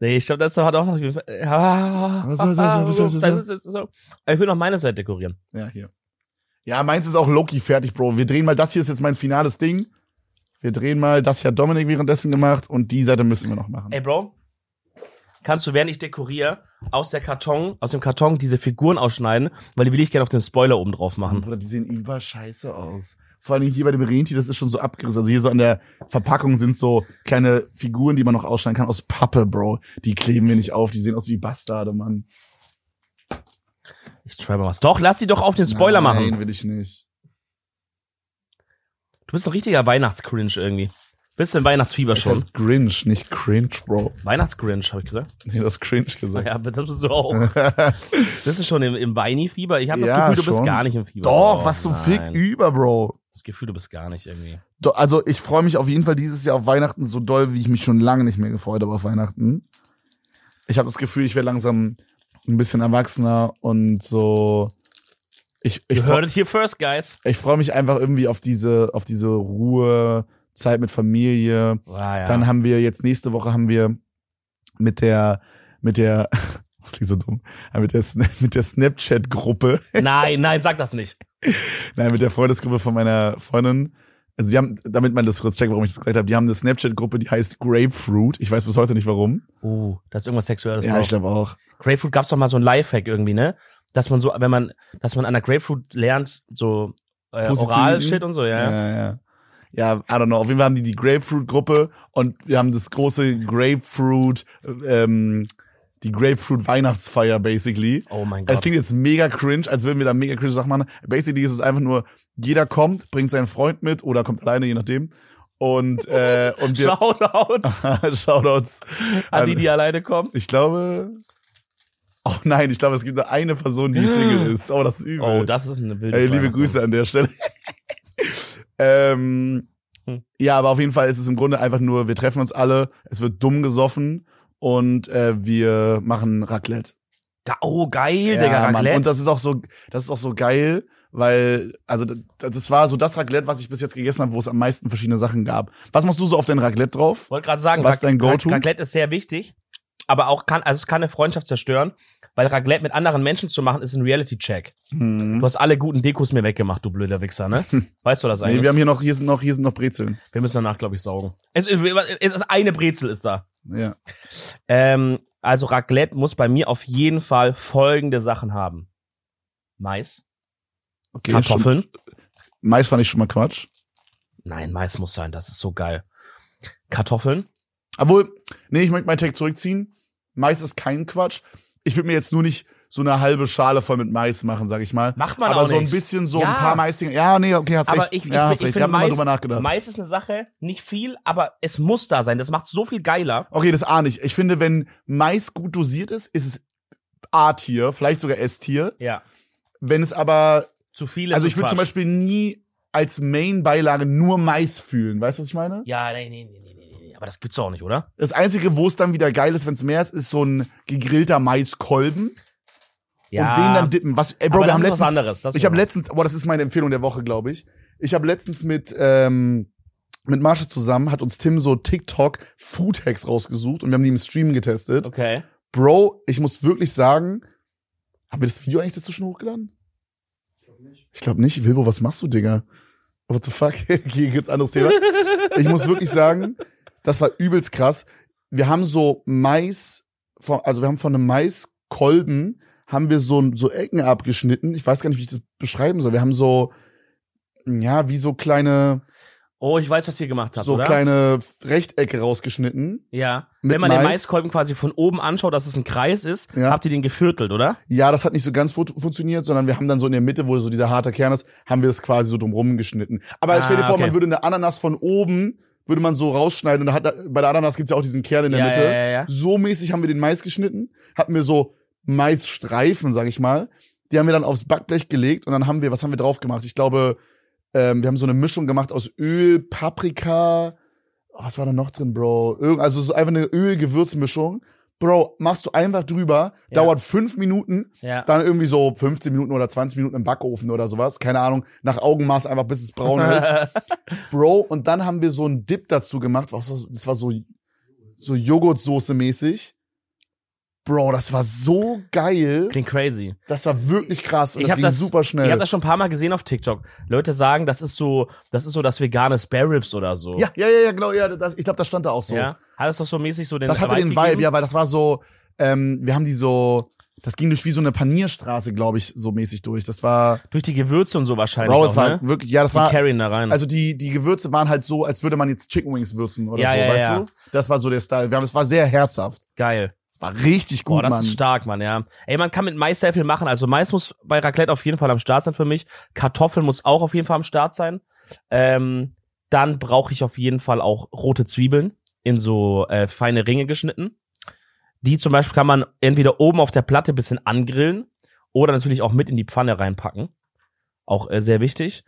Nee, ich glaube, das hat auch Ah, noch. so, so, so, so, so, Ich will noch meine Seite dekorieren. ja, hier. Ja, meins ist auch Loki fertig, Bro. Wir drehen mal, das hier ist jetzt mein finales Ding. Wir drehen mal, das hier hat Dominik währenddessen gemacht und die Seite müssen wir noch machen. Ey, Bro, kannst du, während ich dekoriere, aus der Karton, aus dem Karton diese Figuren ausschneiden, weil die will ich gerne auf den Spoiler oben drauf machen. Bruder, die sehen überscheiße aus. Vor allen Dingen hier bei dem Rentier, das ist schon so abgerissen. Also hier so an der Verpackung sind so kleine Figuren, die man noch ausschneiden kann aus Pappe, Bro. Die kleben wir nicht auf, die sehen aus wie Bastarde, Mann. Ich try mal was. Doch, lass sie doch auf den Spoiler machen. Nein, will ich nicht. Du bist ein richtiger Weihnachtscringe irgendwie. Bist im Weihnachtsfieber Das schon. heißt Grinch, nicht Cringe, Bro. Weihnachtscringe, habe ich gesagt. Nee, das ist Cringe gesagt. Ja, aber das bist du auch. Bist du schon im, im Weini-Fieber? Ich habe das Ja, Gefühl, du bist schon. gar nicht im Fieber. Doch, Oh, was zum Fick nein. über, Bro. Das Gefühl, du bist gar nicht irgendwie. Doch, also ich freue mich auf jeden Fall dieses Jahr auf Weihnachten so doll, wie ich mich schon lange nicht mehr gefreut habe auf Weihnachten. Ich habe das Gefühl, ich werde langsam ein bisschen erwachsener und so. Ich, ich You freu- heard it here first, guys. ich freue mich einfach irgendwie auf diese, auf diese Ruhe, Zeit mit Familie. Ah, ja. Dann haben wir jetzt nächste Woche haben wir mit der, mit der, das klingt so dumm, aber mit der, Sna- mit der Snapchat-Gruppe, nein, nein, sag das nicht. nein, mit der Freundesgruppe von meiner Freundin. Also die haben, damit man das kurz checkt, warum ich das gesagt habe, die haben eine Snapchat-Gruppe, die heißt Grapefruit. Ich weiß bis heute nicht warum. Uh, das ist irgendwas Sexuelles. ja, drauf. ich glaube auch. Grapefruit gab's doch mal so ein Lifehack irgendwie, ne? Dass man so, wenn man, dass man an der Grapefruit lernt, so äh, Position. Oral-Shit und so, ja. ja, ja. Ja, I don't know. Auf jeden Fall haben die die Grapefruit-Gruppe und wir haben das große Grapefruit, ähm, die Grapefruit-Weihnachtsfeier basically. Also, Oh mein Es Gott. klingt jetzt mega cringe, als würden wir da mega cringe Sachen machen. Basically ist es einfach nur, jeder kommt, bringt seinen Freund mit oder kommt alleine, je nachdem. Und, äh, und wir. Shoutouts Shoutouts. an die, die alleine kommen. Ich glaube. Oh nein, ich glaube, es gibt nur eine Person, die Single ist. Oh, das ist übel. Oh, das ist eine wilde Ey, liebe Grüße an der Stelle. ähm, Hm. ja, aber auf jeden Fall ist es im Grunde einfach nur, wir treffen uns alle, es wird dumm gesoffen und äh, wir machen Raclette. Oh, geil, Digga, Mann. Raclette. Und das ist auch so, das ist auch so geil, weil, also das, das war so das Raclette, was ich bis jetzt gegessen habe, wo es am meisten verschiedene Sachen gab. Was machst du so auf dein Raclette drauf? Wollte gerade sagen, Was ist dein Go-To? Raclette ist sehr wichtig, aber auch kann, also es kann eine Freundschaft zerstören, weil Raclette mit anderen Menschen zu machen, ist ein Reality-Check. Hm. Du hast alle guten Dekos mir weggemacht, du blöder Wichser, ne? Weißt du das Nee, eigentlich? wir haben hier noch, hier sind noch, hier sind noch Brezeln. wir müssen danach, glaube ich, saugen. Es, es, es ist eine Brezel ist da. Ja. Ähm, also Raclette muss bei mir auf jeden Fall folgende Sachen haben. Mais, Okay, schon, Kartoffeln. Mais fand ich schon mal Quatsch. Nein, Mais muss sein, das ist so geil. Kartoffeln. Obwohl, nee, ich möchte meinen Tag zurückziehen. Mais ist kein Quatsch. Ich würde mir jetzt nur nicht so eine halbe Schale voll mit Mais machen, sag ich mal. Macht man aber auch so ein nicht. bisschen so Ja. ein paar Maisdinger. Ja, nee, okay, hast Aber recht. ich, ich, ja, ich, hast ich recht. Ich finde habe mal drüber Mais, nachgedacht. Mais ist eine Sache, nicht viel, aber es muss da sein. Das macht so viel geiler. Okay, das ahne ich. Ich finde, wenn Mais gut dosiert ist, ist es A-Tier, vielleicht sogar S-Tier. Ja. Wenn es aber, Zu viel ist also es ich würde zum Quatsch. Beispiel nie als Main-Beilage nur Mais fühlen. Weißt du, was ich meine? Ja, nee, nee, nee, nee, nee, nee. Aber das gibt's auch nicht, oder? Das Einzige, wo es dann wieder geil ist, wenn es mehr ist, ist so ein gegrillter Maiskolben Ja. und Um den dann dippen. Was, ey, Bro, aber wir haben das ist was letztens anderes. Das ist Ich habe was letztens, boah, das ist meine Empfehlung der Woche, glaube ich. Ich habe letztens mit ähm, mit Marsha zusammen hat uns Tim so TikTok Food Hacks rausgesucht und wir haben die im Stream anderes. getestet. Okay. Bro, ich muss wirklich sagen, haben wir das Video eigentlich dazwischen hochgeladen? Ich glaube nicht. Wilbo, was machst du, Digga? What the fuck? Hier gibt's anderes Thema. Ich muss wirklich sagen, das war übelst krass. Wir haben so Mais, von, also wir haben von einem Maiskolben, haben wir so, so Ecken abgeschnitten. Ich weiß gar nicht, wie ich das beschreiben soll. Wir haben so, ja, wie so kleine, Oh, ich weiß, was ihr gemacht habt, so oder? kleine Rechtecke rausgeschnitten. ja. mit Wenn man den Mais. Maiskolben quasi von oben anschaut, dass es ein Kreis ist, Ja. habt ihr den geviertelt, oder? Ja, das hat nicht so ganz fu- funktioniert, sondern wir haben dann so in der Mitte, wo so dieser harte Kern ist, haben wir es quasi so drumrum geschnitten. Aber Ah, stell dir vor, okay. man würde eine Ananas von oben, würde man so rausschneiden und da hat, bei der Ananas gibt's ja auch diesen Kern in der ja, Mitte. ja, ja, ja. So mäßig haben wir den Mais geschnitten, hatten wir so Maisstreifen, sag ich mal. Die haben wir dann aufs Backblech gelegt und dann haben wir, was haben wir drauf gemacht? Ich glaube, ähm, wir haben so eine Mischung gemacht aus Öl, Paprika, oh, was war da noch drin, Bro? Irgend, also so einfach eine Öl-Gewürzmischung. Bro, machst du einfach drüber, Ja. dauert fünf Minuten, ja. dann irgendwie so 15 Minuten oder 20 Minuten im Backofen oder sowas. Keine Ahnung, nach Augenmaß einfach, bis es braun ist. Bro, und dann haben wir so einen Dip dazu gemacht. Was, war- das war so, so Joghurtsoße mäßig. Bro, das war so geil. Klingt crazy. Das war wirklich krass und Ich das hab ging das- super schnell. Ich habe das schon ein paar Mal gesehen auf TikTok. Leute sagen, das ist so, das ist so das vegane Spare Ribs oder so. ja, ja, ja, ja, genau, ja, das, ich glaube, das stand da auch so. Ja. Hat es doch so mäßig so den Das hatte den Vibe, gegeben? ja, weil das war so, ähm, wir haben die so, das ging durch wie so eine Panierstraße, glaube ich, so mäßig durch. Das war, Durch die Gewürze und so wahrscheinlich. Bro, auch, das war ne? wirklich, ja, halt. das Die war, carryen da rein. also die, die Gewürze waren halt so, als würde man jetzt Chicken Wings würzen oder Ja, so, ja, weißt ja. du? Das war so der Style. Wir haben, es war sehr herzhaft. Geil. War richtig gut, Boah, das Mann. ist stark, Mann, ja. Ey, man kann mit Mais sehr viel machen. Also Mais muss bei Raclette auf jeden Fall am Start sein für mich. Kartoffeln muss auch auf jeden Fall am Start sein. Ähm, dann brauche ich auf jeden Fall auch rote Zwiebeln in so äh, feine Ringe geschnitten. Die zum Beispiel kann man entweder oben auf der Platte ein bisschen angrillen oder natürlich auch mit in die Pfanne reinpacken. Auch äh, sehr wichtig.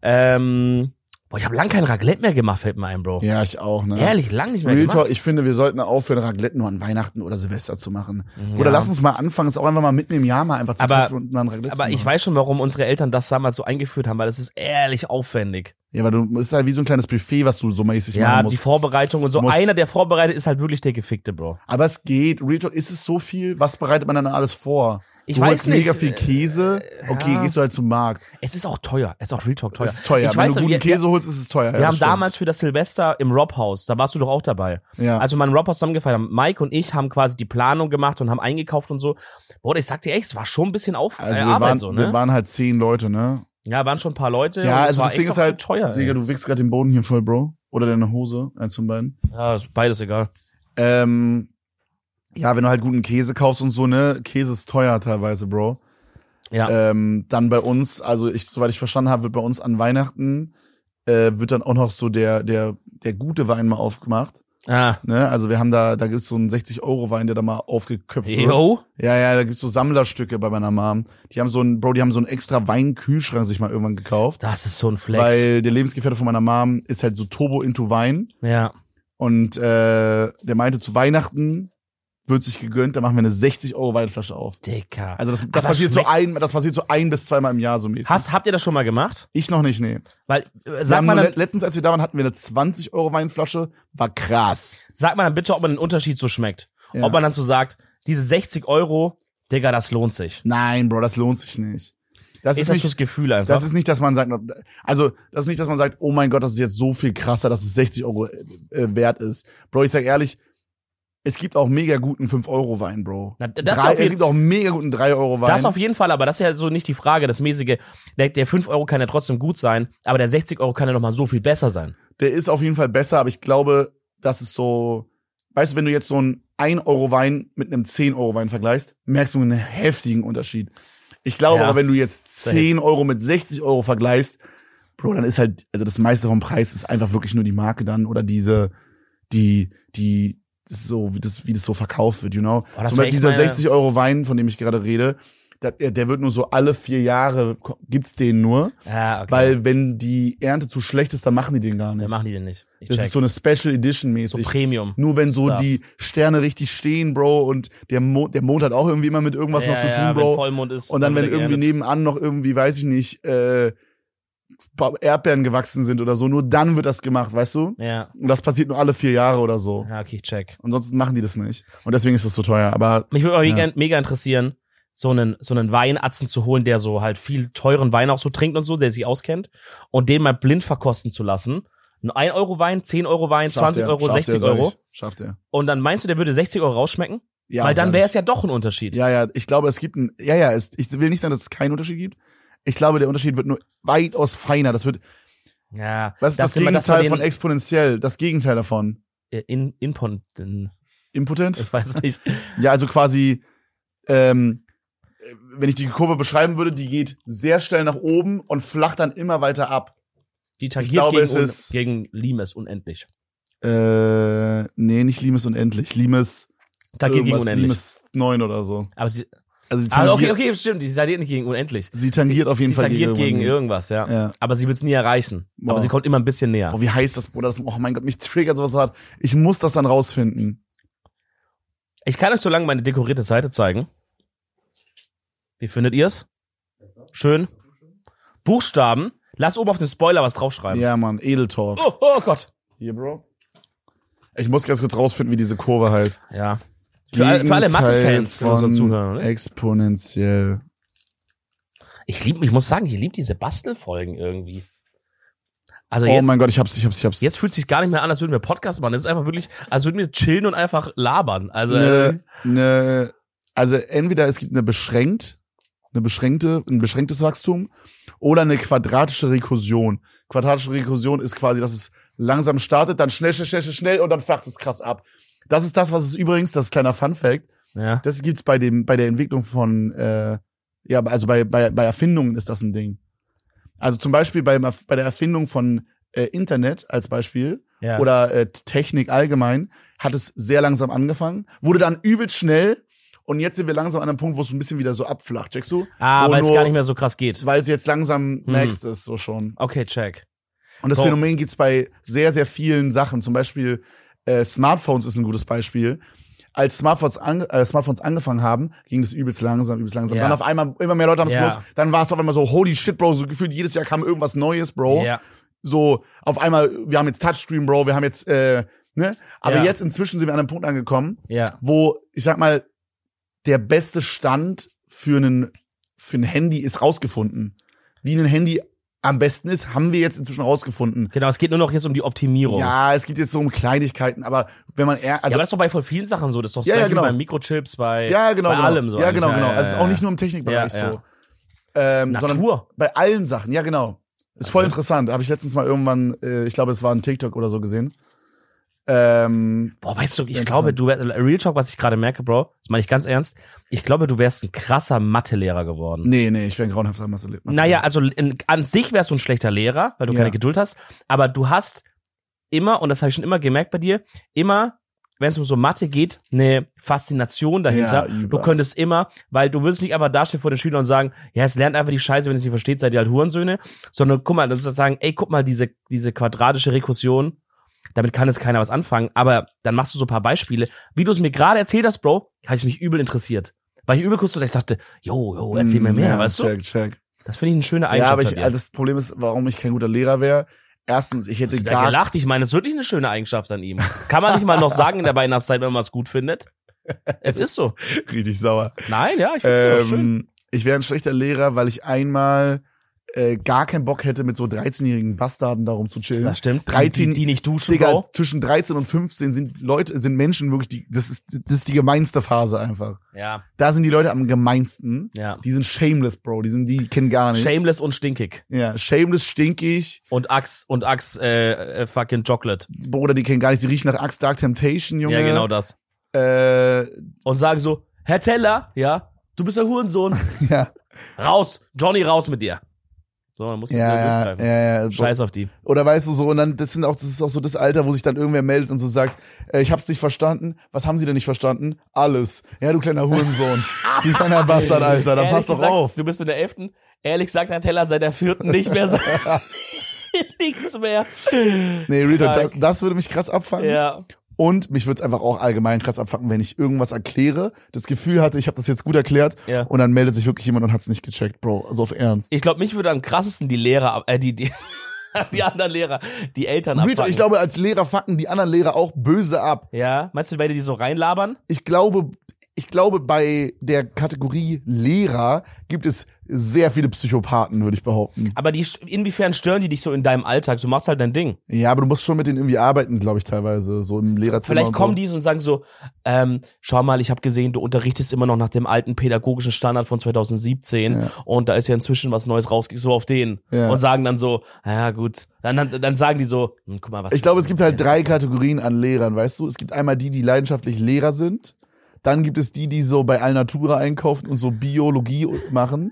Ähm, boah, ich habe lang kein Raclette mehr gemacht, fällt mir ein, Bro. ja, ich auch, ne? Ehrlich, lang nicht mehr Real gemacht. Talk, ich finde, wir sollten aufhören, Raclette nur an Weihnachten oder Silvester zu machen. Mhm. Ja. Oder lass uns mal anfangen, es auch einfach mal mitten im Jahr mal einfach zu Aber- treffen und dann Raclette zu Aber machen. ich weiß schon, warum unsere Eltern das damals so eingeführt haben, weil das ist ehrlich aufwendig. Ja, weil du es ist halt wie so ein kleines Buffet, was du so mäßig ja, machen die musst. Vorbereitung und so. musst- Einer, der vorbereitet, ist halt wirklich der Gefickte, Bro. Aber es geht. Real Talk, ist es so viel? Was bereitet man dann alles vor? Ich du weiß holst nicht. mega viel Käse. Äh, Okay, ja. gehst du halt zum Markt. Es ist auch teuer. Es ist auch Real Talk teuer. Das ist teuer. Ich Wenn weiß, du guten wir, Käse holst, ist es teuer. wir ja, haben das stimmt. damals also für das Silvester im Rob House, da warst du doch auch dabei. Ja. Als wir mal im Rob House zusammengefeiert haben, Mike und ich haben quasi die Planung gemacht und haben eingekauft und so. Boah, ich sag dir echt, es war schon ein bisschen auf also wir, äh, Arbeit waren, so, wir ne? waren halt zehn Leute, ne? Ja, waren schon ein paar Leute. Ja, und es also war das echt Ding ist auch halt- teuer. Digga, Ey. du wickst gerade den Boden hier voll, Bro. Oder deine Hose, eins von beiden. Ja, ist beides egal. Ähm, ja, wenn du halt guten Käse kaufst und so, ne? Käse ist teuer teilweise, Bro. Ja. Ähm, dann bei uns, also ich, soweit ich verstanden habe, wird bei uns an Weihnachten äh, wird dann auch noch so der der der gute Wein mal aufgemacht. ah. Ne? Also wir haben da, da gibt's so einen 60 Euro Wein, der da mal aufgeköpft wird. Yo. Ja, ja, da gibt's so Sammlerstücke bei meiner Mom. Die haben so einen, Bro, die haben so einen extra Weinkühlschrank sich mal irgendwann gekauft, Das ist so ein Flex. weil der Lebensgefährte von meiner Mom ist halt so Turbo into Wein ja. und äh, der meinte zu Weihnachten wird sich gegönnt, da machen wir eine 60 Euro Weinflasche auf. Dicker. Also das, das Aber passiert so schmeckt- ein, das passiert so ein bis zweimal im Jahr so mäßig. Hast, habt ihr das schon mal gemacht? Ich noch nicht, nee. Weil, äh, Wir sag haben mal, nur dann, le letztens, als wir da waren, hatten wir eine 20 Euro Weinflasche. War krass. sag mal dann bitte, ob man den Unterschied so schmeckt. Ja. Ob man dann so sagt, diese 60 Euro, Digga, das lohnt sich. Nein, Bro, das lohnt sich nicht. Das ist, ist das so das nicht, Gefühl einfach? das ist nicht, dass man sagt, also das ist nicht, dass man sagt, oh mein Gott, das ist jetzt so viel krasser, dass es 60 Euro äh, wert ist. Bro, ich sag ehrlich, es gibt auch mega guten 5 Euro Wein, Bro. Na, das Drei, äh, auf jeden- es gibt auch mega guten 3 Euro Wein. das auf jeden Fall, aber das ist ja so nicht die Frage. Das mäßige, der, der 5 Euro kann ja trotzdem gut sein, aber der 60 Euro kann ja nochmal so viel besser sein. der ist auf jeden Fall besser, aber ich glaube, das ist so, weißt du, wenn du jetzt so einen 1 Euro Wein mit einem 10 Euro Wein vergleichst, merkst du einen heftigen Unterschied. Ich glaube Ja. aber, wenn du jetzt Safe. 10 Euro mit 60 Euro vergleichst, Bro, dann ist halt, also das meiste vom Preis ist einfach wirklich nur die Marke dann oder diese, die, die, das ist so, wie das, wie das so verkauft wird, you know? Boah, das Zum Beispiel wär echt dieser meine- 60 Euro Wein, von dem ich gerade rede, der, der wird nur so alle vier Jahre, gibt's den nur, Ja, okay. weil wenn die Ernte zu schlecht ist, dann machen die den gar nicht. Dann machen die den nicht. Ich Das check. ist so eine Special Edition so mäßig. Premium. nur wenn so Stuff. die Sterne richtig stehen, Bro, und der, Mo der Mond hat auch irgendwie immer mit irgendwas ja, noch zu ja, tun, wenn Bro. Vollmond ist. Und dann, wenn wird er irgendwie geerntet. nebenan noch irgendwie, weiß ich nicht, äh, Ba- Erdbeeren gewachsen sind oder so, nur dann wird das gemacht, weißt du? Ja. Und das passiert nur alle vier Jahre oder so. ja, okay, ich check. Ansonsten machen die das nicht. Und deswegen ist es so teuer. Aber Mich würde auch Ja. mega, mega interessieren, so einen, so einen Weinatzen zu holen, der so halt viel teuren Wein auch so trinkt und so, der sich auskennt, und den mal blind verkosten zu lassen. Ein 1 Euro Wein, 10 Euro Wein, schafft 20 er, Euro, schafft 60 er, sag Euro. Ich, schafft er. Und dann meinst du, der würde 60 Euro rausschmecken? Ja, Weil dann sag wäre ich. es ja doch ein Unterschied. Ja, ja, ich glaube, es gibt ein. Ja, ja, es, ich will nicht sagen, dass es keinen Unterschied gibt. Ich glaube, der Unterschied wird nur weitaus feiner. Das wird ja Was ist das, immer- dass Gegenteil man von den- exponentiell? Das Gegenteil davon. äh, in, Impon, in, Impotent? ich weiß nicht. Ja, also quasi, ähm, wenn ich die Kurve beschreiben würde, die geht sehr schnell nach oben und flacht dann immer weiter ab. Die tangiert glaube, gegen, es un- ist- gegen Limes unendlich. Äh, nee, nicht Limes unendlich. Limes, Tangiert gegen irgendwas, unendlich. Limes 9 oder so. Aber sie, Also sie tangiert, ah, okay, okay, stimmt, die tangiert nicht gegen unendlich. Sie tangiert auf jeden Sie Fall tangiert gegen irgendwann. irgendwas, ja. Ja. Aber sie wird es nie erreichen. Aber Wow. sie kommt immer ein bisschen näher. Boah, wie heißt das, Bruder? Das, oh mein Gott, mich triggert sowas so hart. Ich muss das dann rausfinden. Ich kann euch so lange meine dekorierte Seite zeigen. Wie findet ihr's? Schön. Buchstaben. Lass oben auf dem Spoiler was draufschreiben. Ja, Mann, Edeltalk. Oh, oh Gott. Hier, Bro. Ich muss ganz kurz rausfinden, wie diese Kurve heißt. Ja. Für alle- für alle Gegenteil Mathe-Fans, die uns von da zuhören, oder? Exponentiell. Ich lieb, ich muss sagen, ich lieb diese Bastelfolgen irgendwie. Also oh jetzt, mein Gott, ich hab's, ich hab's, ich hab's. jetzt fühlt sich gar nicht mehr an, als würden wir Podcast machen. Es ist einfach wirklich, als würden wir chillen und einfach labern. Also äh, eine, eine, Ne, also entweder es gibt eine beschränkt, eine beschränkte, ein beschränktes Wachstum oder eine quadratische Rekursion. Quadratische Rekursion ist quasi, dass es langsam startet, dann schnell, schnell, schnell, schnell, schnell und dann flacht es krass ab. Das ist das, was es übrigens, das ist kleiner Fun Fact, ja. das gibt's bei dem, bei der Entwicklung von, äh, ja, also bei, bei, bei Erfindungen ist das ein Ding. Also zum Beispiel bei, bei der Erfindung von äh, Internet als Beispiel ja. oder äh, Technik allgemein, hat es sehr langsam angefangen, wurde dann übelst schnell und jetzt sind wir langsam an einem Punkt, wo es ein bisschen wieder so abflacht, checkst du? ah, wo weil es nur- gar nicht mehr so krass geht. Weil es jetzt langsam Hm. next ist, so schon. Okay, check. Und das So. Phänomen gibt's bei sehr, sehr vielen Sachen. Zum Beispiel äh, Smartphones ist ein gutes Beispiel. Als Smartphones, ange äh, Smartphones angefangen haben, ging das übelst langsam, übelst langsam. Ja. Dann auf einmal immer mehr Leute haben es Ja. bloß. Dann war es auf einmal so, holy shit, Bro, so gefühlt jedes Jahr kam irgendwas Neues, Bro Ja. so auf einmal, wir haben jetzt Touchscreen, Bro, wir haben jetzt, äh, ne? Aber Ja. jetzt inzwischen sind wir an einem Punkt angekommen, Ja. wo, ich sag mal, der beste Stand für einen, für ein Handy ist rausgefunden. Wie ein Handy am besten ist, haben wir jetzt inzwischen rausgefunden. Genau, es geht nur noch jetzt um die Optimierung. Ja. Ja, es gibt jetzt so um Kleinigkeiten, aber wenn man eher, Also, also, aber das ist doch bei voll vielen Sachen so. Das ist doch das Ja, ja, gleiche wie genau. bei Mikrochips, bei, ja, genau, bei genau. allem so. ja, eigentlich. genau, genau. Ja, Also es ist auch nicht nur im Ja, Technikbereich ja. so. Ähm, sondern Natur. bei allen Sachen, ja genau. Ist voll Okay. interessant. Habe ich letztens mal irgendwann, äh, ich glaube, es war ein TikTok oder so gesehen. Ähm, Boah, weißt du, ich Sehr glaube, interessant. du wär- Real Talk, was ich gerade merke, Bro, das meine ich ganz ernst. Ich glaube, du wärst ein krasser Mathelehrer geworden. Nee, nee, ich wäre ein grauenhafter Mathe. Naja, also in, an sich wärst du ein schlechter Lehrer, weil du Ja. keine Geduld hast, aber du hast immer, und das habe ich schon immer gemerkt bei dir, immer, wenn es um so Mathe geht, eine Faszination Ja, dahinter. über. du könntest immer, weil du würdest nicht einfach dastehen vor den Schülern und sagen, ja, es lernt einfach die Scheiße, wenn ihr es nicht versteht, seid ihr halt Hurensöhne, sondern guck mal, das ist sagen, ey, guck mal, diese, diese quadratische Rekursion, damit kann es keiner was anfangen, aber dann machst du so ein paar Beispiele. Wie du es mir gerade erzählt hast, Bro, hat ich mich übel interessiert. Weil ich übel kurz so, ich dachte, jo, jo, erzähl mir mehr, Hm, Mm, ja, weißt du? check, Check. Das finde ich eine schöne Eigenschaft. Ja, aber ich, von dir. also das Problem ist, warum ich kein guter Lehrer wäre. Erstens, ich hätte Hast du da gar. gelacht. Ich meine, das ist wirklich eine schöne Eigenschaft an ihm. Kann man nicht mal noch sagen in der Weihnachtszeit, wenn man es gut findet? Es ist so. Richtig sauer. Nein, ja, ich finde es auch schön. Ähm, ich wäre ein schlechter Lehrer, weil ich einmal äh, gar keinen Bock hätte, mit so 13-jährigen Bastarden darum zu chillen. Das stimmt. 13 die, die nicht duschen, Digga, Bro. zwischen 13 und 15 sind Leute, sind Menschen wirklich die, das ist, das ist die gemeinste Phase einfach. Ja, Da sind die Leute am gemeinsten. ja. Die sind shameless, Bro. Die sind, die kennen gar nichts. Shameless und stinkig. Ja, shameless, stinkig. Und Axe, und Axe, äh, äh, fucking Chocolate. Bruder, die kennen gar nicht, die riechen nach Axe Dark Temptation, Junge. Ja, genau das. Äh, Und sagen so, Herr Teller, ja, du bist der Hurensohn. ja, Raus, Johnny, raus mit dir. So, dann musst du wieder ja, äh, ja, durchgreifen. ja, ja. Scheiß auf die. Oder weißt du so, und dann, das sind auch, das ist auch so das Alter, wo sich dann irgendwer meldet und so sagt, äh, ich hab's nicht verstanden. Was haben sie denn nicht verstanden? Alles. Ja, du kleiner Hurensohn. du kleiner Bastard, Alter, dann Ehrlich passt doch gesagt, auf. Du bist in der elften. Ehrlich gesagt, Herr Teller, seit der vierten nicht mehr so. nichts mehr. Nee, Rita, das, Stark. das würde mich krass abfangen. Ja. Und mich würde es einfach auch allgemein krass abfangen, wenn ich irgendwas erkläre, das Gefühl hatte, ich habe das jetzt gut erklärt Ja. und dann meldet sich wirklich jemand und hat's nicht gecheckt, Bro. Also auf Ernst. Ich glaube, mich würde am krassesten die Lehrer, ab- äh, die, die, die anderen Lehrer, die Eltern Rita, abfangen. ich glaube, als Lehrer fucken die anderen Lehrer auch böse ab. Ja, meinst du, weil die die so reinlabern? ich glaube, ich glaube, bei der Kategorie Lehrer gibt es sehr viele Psychopathen, würde ich behaupten. Aber die, inwiefern stören die dich so in deinem Alltag? Du machst halt dein Ding. Ja, aber du musst schon mit denen irgendwie arbeiten, glaube ich, teilweise, so im Lehrerzimmer. Vielleicht und kommen Genau so. die so und sagen so, ähm, schau mal, ich habe gesehen, du unterrichtest immer noch nach dem alten pädagogischen Standard von 2017 Ja. und da ist ja inzwischen was Neues rausgekommen, so auf den. Ja. Und sagen dann so, ja gut. Dann, dann, dann sagen die so, hm, guck mal, was. Ich glaube, es gibt halt drei Kategorien an Lehrern, weißt du? Es gibt einmal die, die leidenschaftlich Lehrer sind. Dann gibt es die, die so bei Alnatura einkaufen und so Biologie machen.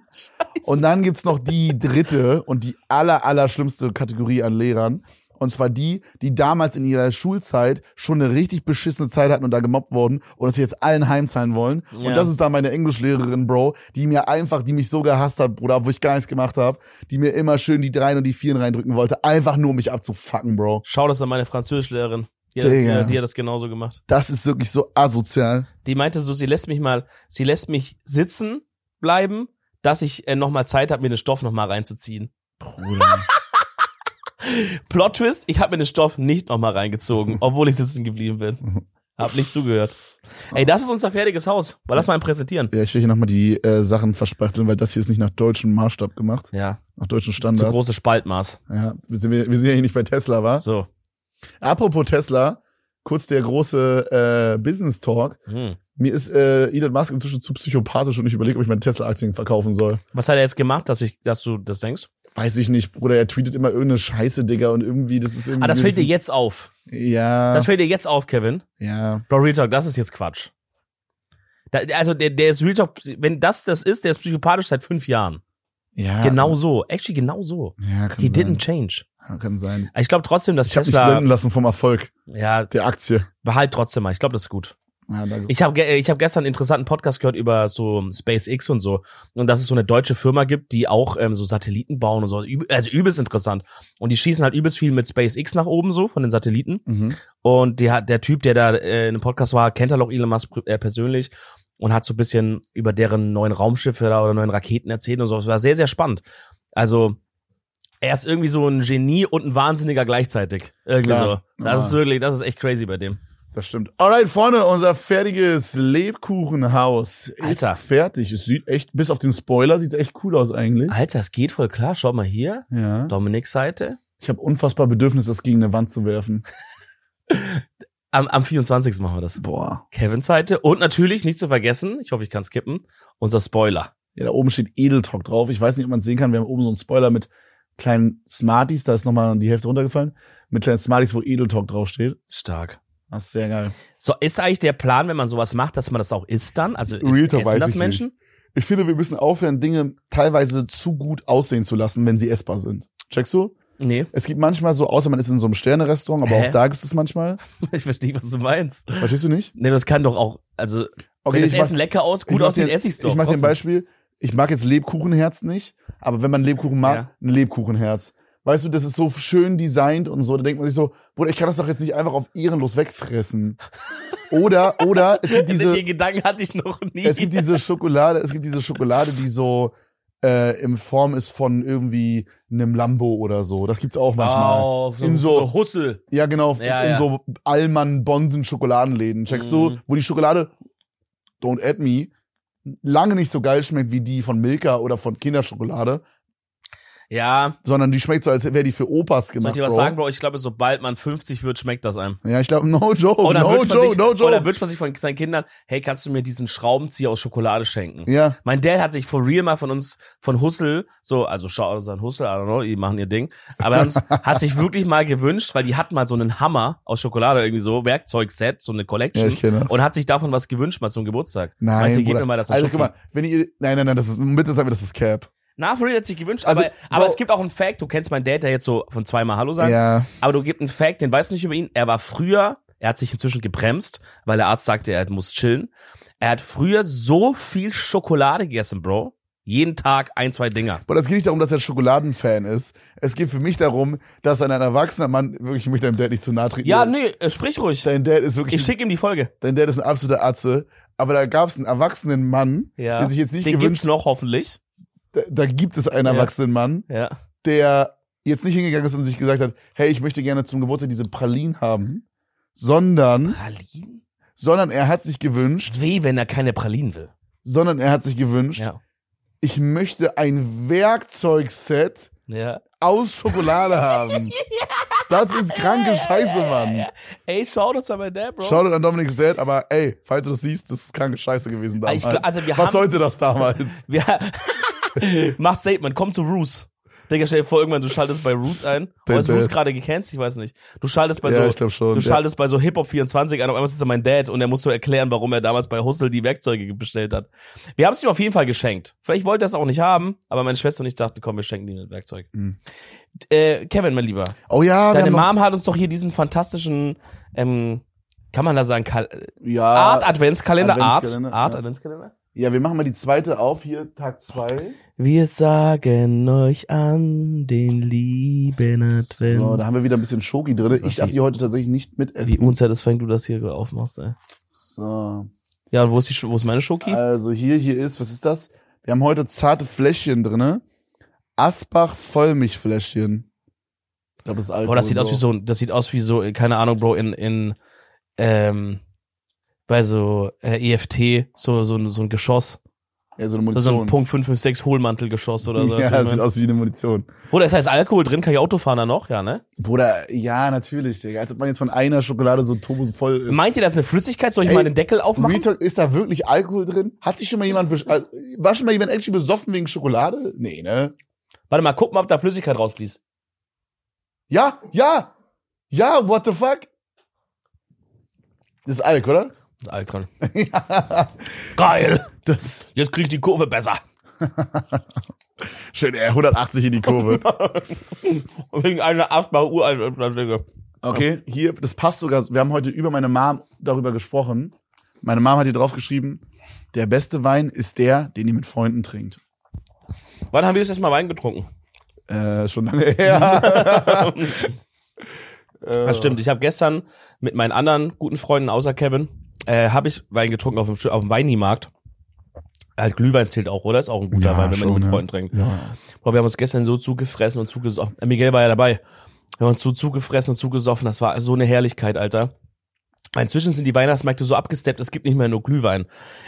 Und dann gibt's noch die dritte und die aller, aller schlimmste Kategorie an Lehrern. Und zwar die, die damals in ihrer Schulzeit schon eine richtig beschissene Zeit hatten und da gemobbt wurden und es jetzt allen heimzahlen wollen. Ja. Und das ist dann meine Englischlehrerin, Bro, die mir einfach, die mich so gehasst hat, Bruder, wo ich gar nichts gemacht habe, die mir immer schön die Dreien und die Vieren reindrücken wollte, einfach nur um mich abzufacken, Bro. Schau das an meine Französischlehrerin. Die, hat- die, Digga. hat- die hat das genauso gemacht. Das ist wirklich so asozial. Die meinte so, sie lässt mich mal, sie lässt mich sitzen bleiben, dass ich äh, nochmal Zeit habe, mir den Stoff nochmal reinzuziehen. Bruder. Plot Twist, ich habe mir den Stoff nicht nochmal reingezogen, obwohl ich sitzen geblieben bin. Hab nicht zugehört. Ey, das ist unser fertiges Haus. Mal lass mal einen präsentieren. Ja, ich will hier nochmal die äh, Sachen verspachteln, weil das hier ist nicht nach deutschem Maßstab gemacht, Ja, nach deutschen zu Standards. große Spaltmaß. Ja, wir sind, wir sind ja hier nicht bei Tesla, wa? So. Apropos Tesla, kurz der große äh, Business Talk. Hm. Mir ist äh, Elon Musk inzwischen zu psychopathisch und ich überlege, ob ich meine Tesla-Aktien verkaufen soll. Was hat er jetzt gemacht, dass ich, dass du das denkst? Weiß ich nicht, Bruder, er tweetet immer irgendeine Scheiße, Digga, und irgendwie, das ist irgendwie. Ah, das fällt dir jetzt auf. Ja, Das fällt dir jetzt auf, Kevin. ja. Bro, Real Talk, das ist jetzt Quatsch. Da, also, der, der ist Real Talk, wenn das das ist, der ist psychopathisch seit fünf Jahren. Ja. Genau so. Actually, genau so. Ja, kann He sein. didn't change. Ja, kann sein. Ich glaube trotzdem, dass Ich habe mich blenden Tesla, lassen vom Erfolg ja, der Aktie. behalt trotzdem mal. Ich glaube, das ist gut. Ja, danke. Ich habe ich hab gestern einen interessanten Podcast gehört über so SpaceX und so. Und dass es so eine deutsche Firma gibt, die auch ähm, so Satelliten bauen und so. Üb- Also übelst interessant. Und die schießen halt übelst viel mit SpaceX nach oben so von den Satelliten. mhm. Und die hat, der Typ, der da äh, in dem Podcast war, kennt halt auch Elon Musk pr- äh, persönlich und hat so ein bisschen über deren neuen Raumschiffe da oder neuen Raketen erzählt und so. Es war sehr, sehr spannend. Also, er ist irgendwie so ein Genie und ein Wahnsinniger gleichzeitig. Irgendwie Klar. so. Das ist Ja. wirklich, das ist echt crazy bei dem. Das stimmt. Alright, Freunde, unser fertiges Lebkuchenhaus Alter. ist fertig. Es sieht echt, bis auf den Spoiler, sieht echt cool aus eigentlich. Alter, es geht voll klar. Schau mal hier. Ja. Dominik Seite. Ich habe unfassbar Bedürfnis, das gegen eine Wand zu werfen. Am, am 24. machen wir das. Boah. Kevin Seite. Und natürlich, nicht zu vergessen, ich hoffe, ich kann skippen, unser Spoiler. Ja, da oben steht Edeltalk drauf. Ich weiß nicht, ob man es sehen kann. Wir haben oben so einen Spoiler mit kleinen Smarties. Da ist nochmal die Hälfte runtergefallen. Mit kleinen Smarties, wo Edeltalk draufsteht. Stark. Das ist sehr geil. So, ist eigentlich der Plan, wenn man sowas macht, dass man das auch isst dann? Also ist, Real Talk essen weiß das ich Menschen? Ich finde, wir müssen aufhören, Dinge teilweise zu gut aussehen zu lassen, wenn sie essbar sind. Checkst du? Nee, Es gibt manchmal so, außer man ist in so einem Sterne-Restaurant, aber Hä? auch da gibt es manchmal. ich verstehe, was du meinst. Verstehst du nicht? Nee, das kann doch auch, also wenn das ich mach- Essen lecker aus, ich gut mach aussieht, dir- esse ich's doch. Ich mach dir ein Trotzdem. Beispiel. Ich mag jetzt Lebkuchenherz nicht, aber wenn man Lebkuchen mag, Ja. ein Lebkuchenherz. Weißt du, das ist so schön designt und so. Da denkt man sich so, Bruder, ich kann das doch jetzt nicht einfach auf ehrenlos wegfressen. Oder, oder es gibt diese, Den Gedanken hatte ich noch nie. es gibt diese Schokolade, es gibt diese Schokolade, die so äh, in Form ist von irgendwie einem Lambo oder so. Das gibt's auch manchmal. Wow, so, In so- so Hussel. Ja, genau, Ja, in ja. so Allmann Bonsen Schokoladenläden. Checkst du, Mhm. wo die Schokolade Don't add me lange nicht so geil schmeckt wie die von Milka oder von Kinderschokolade, Ja, sondern die schmeckt so, als wäre die für Opas soll ich gemacht. dir was Bro. sagen, Bro? Ich glaube, sobald man 50 wird, schmeckt das einem. Ja, ich glaube, no joke, Oder Oh, no Oh, wünscht man joke, sich, no Oder joke. wünscht man sich von seinen Kindern, hey, kannst du mir diesen Schraubenzieher aus Schokolade schenken? Ja, Mein Dad hat sich for real mal von uns, von Hussel, so, also schau also an Hussel, I don't know, die machen ihr Ding, aber uns hat sich wirklich mal gewünscht, weil die hatten mal so einen Hammer aus Schokolade irgendwie so, Werkzeugset, so eine ja, Collection. ich kenne das. und hat sich davon was gewünscht mal zum Geburtstag. nein, Meinte, gib Bruder. mir mal das also, guck Schokolade. mal, wenn ihr, nein, nein, nein, das ist, bitte sag mir, das ist Cap. Na, for real hat sich gewünscht, Also, aber, aber Bro- es gibt auch einen Fact, du kennst meinen Dad, der jetzt so von zweimal Hallo sagt, Ja, aber du gibst einen Fact, den weißt du nicht über ihn, er war früher, er hat sich inzwischen gebremst, weil der Arzt sagte, er muss chillen. Er hat früher so viel Schokolade gegessen, Bro. Jeden Tag ein, zwei Dinger. aber das geht nicht darum, dass er Schokoladenfan ist. Es geht für mich darum, dass ein ein erwachsener Mann, wirklich, ich möchte deinem Dad nicht zu nahe treten. Ja, nee, äh, sprich ruhig. Dein Dad ist wirklich Ich schick ihm die Folge. Dein Dad ist ein absoluter Atze. Aber da gab es einen erwachsenen Mann, Ja. der sich jetzt nicht Den gewünscht gibt's noch hoffentlich. da, da gibt es einen Ja. erwachsenen Mann, Ja. der jetzt nicht hingegangen ist und sich gesagt hat, hey, ich möchte gerne zum Geburtstag diese Pralinen haben, sondern, Pralinen? sondern er hat sich gewünscht, Weh, wenn er keine Pralinen will. sondern er hat sich gewünscht, Ja. ich möchte ein Werkzeugset Ja. aus Schokolade haben. Das ist kranke Scheiße, Mann. Ey, schau das an mein Dad, Bro. Shoutout an Dominik's Dad, aber ey, falls du das siehst, das ist kranke Scheiße gewesen Ich damals. gl- also wir Was haben- sollte das damals? Wir- Mach Statement, komm zu Roos. Digga, stell dir vor, irgendwann du schaltest bei Roos ein. Oder ist Dad. Roos gerade gecancelt? Ich weiß nicht. Du schaltest bei Ja, so, ich glaub schon, Also, du ja. schaltest bei so Hip-Hop 24 ein. Auf einmal ist er mein Dad und er muss so erklären, warum er damals bei Hustle die Werkzeuge bestellt hat. Wir haben es ihm auf jeden Fall geschenkt. Vielleicht wollte er es auch nicht haben, aber meine Schwester und ich dachten, komm, wir schenken ihm ein Werkzeug. Mhm. Äh, Kevin, mein Lieber. Oh ja, wir Deine haben noch- Mom hat uns doch hier diesen fantastischen, ähm, kann man da sagen, Kal ja, Art Adventskalender, Ah, Adventskalender, Art, Art ja. Adventskalender. Ja, wir machen mal die zweite auf hier, Tag zwei. Wir sagen euch an den lieben Advent. So, da haben wir wieder ein bisschen Schoki drin. Ich darf die heute tatsächlich nicht Wie mitessen. unsatisfying du das hier aufmachst, ey. So. Ja, wo ist, die, Sch- wo ist meine Schoki? Also hier, hier ist, was ist das? Wir haben heute zarte Fläschchen drin. Asbach Vollmilchfläschchen. Ich glaube, das ist Alkohol. Boah, das sieht aus Bro. wie so, ein- das sieht aus wie so, keine Ahnung, Bro, in, in, ähm, bei so äh, EFT so, so, ein- so ein Geschoss. Ja, so eine So, so ein Munition. Punkt 556 Hohlmantelgeschoss oder so. ja, Weißt du, das sieht man- aus wie eine Munition. Oder es heißt Alkohol drin, kann ich Auto fahren dann noch, ja, ne? Bruder, ja, natürlich, Digga. Als ob man jetzt von einer Schokolade so turbo voll ist. Meint ihr, das ist eine Flüssigkeit? Soll ich Ey, mal den Deckel aufmachen? Real Talk, ist da wirklich Alkohol drin? Hat sich schon mal jemand, besch- also, war schon mal jemand actually besoffen wegen Schokolade? Nee, ne? Warte mal, guck mal, ob da Flüssigkeit rausfließt. Ja, ja, ja, what the fuck? Das ist Alk, oder? Das ist Alkohol. ja, Geil! das. Jetzt krieg ich die Kurve besser. Schön, ey, 180 in die Kurve. Oh Wegen einer achtbare Uhr alt. Okay, hier, das passt sogar. Wir haben heute über meine Mom darüber gesprochen. Meine Mom hat hier drauf geschrieben, der beste Wein ist der, den ihr mit Freunden trinkt. Wann haben wir das letzte Mal Wein getrunken? Äh, schon lange her. Äh, Das Ah, stimmt. Ich habe gestern mit meinen anderen guten Freunden außer Kevin, äh, habe ich Wein getrunken auf dem, Sch- auf dem Weinimarkt. Halt Glühwein zählt auch, oder? Ist auch ein guter Ja, Wein, wenn man schon, ihn ne? mit ja. Freunden trinkt. Ja. Boah, wir haben uns gestern so zugefressen und zugesoffen. Äh, Miguel war ja dabei. Wir haben uns so zugefressen und zugesoffen. Das war so eine Herrlichkeit, Alter. Inzwischen sind die Weihnachtsmärkte so abgesteppt, es gibt nicht mehr nur Glühwein.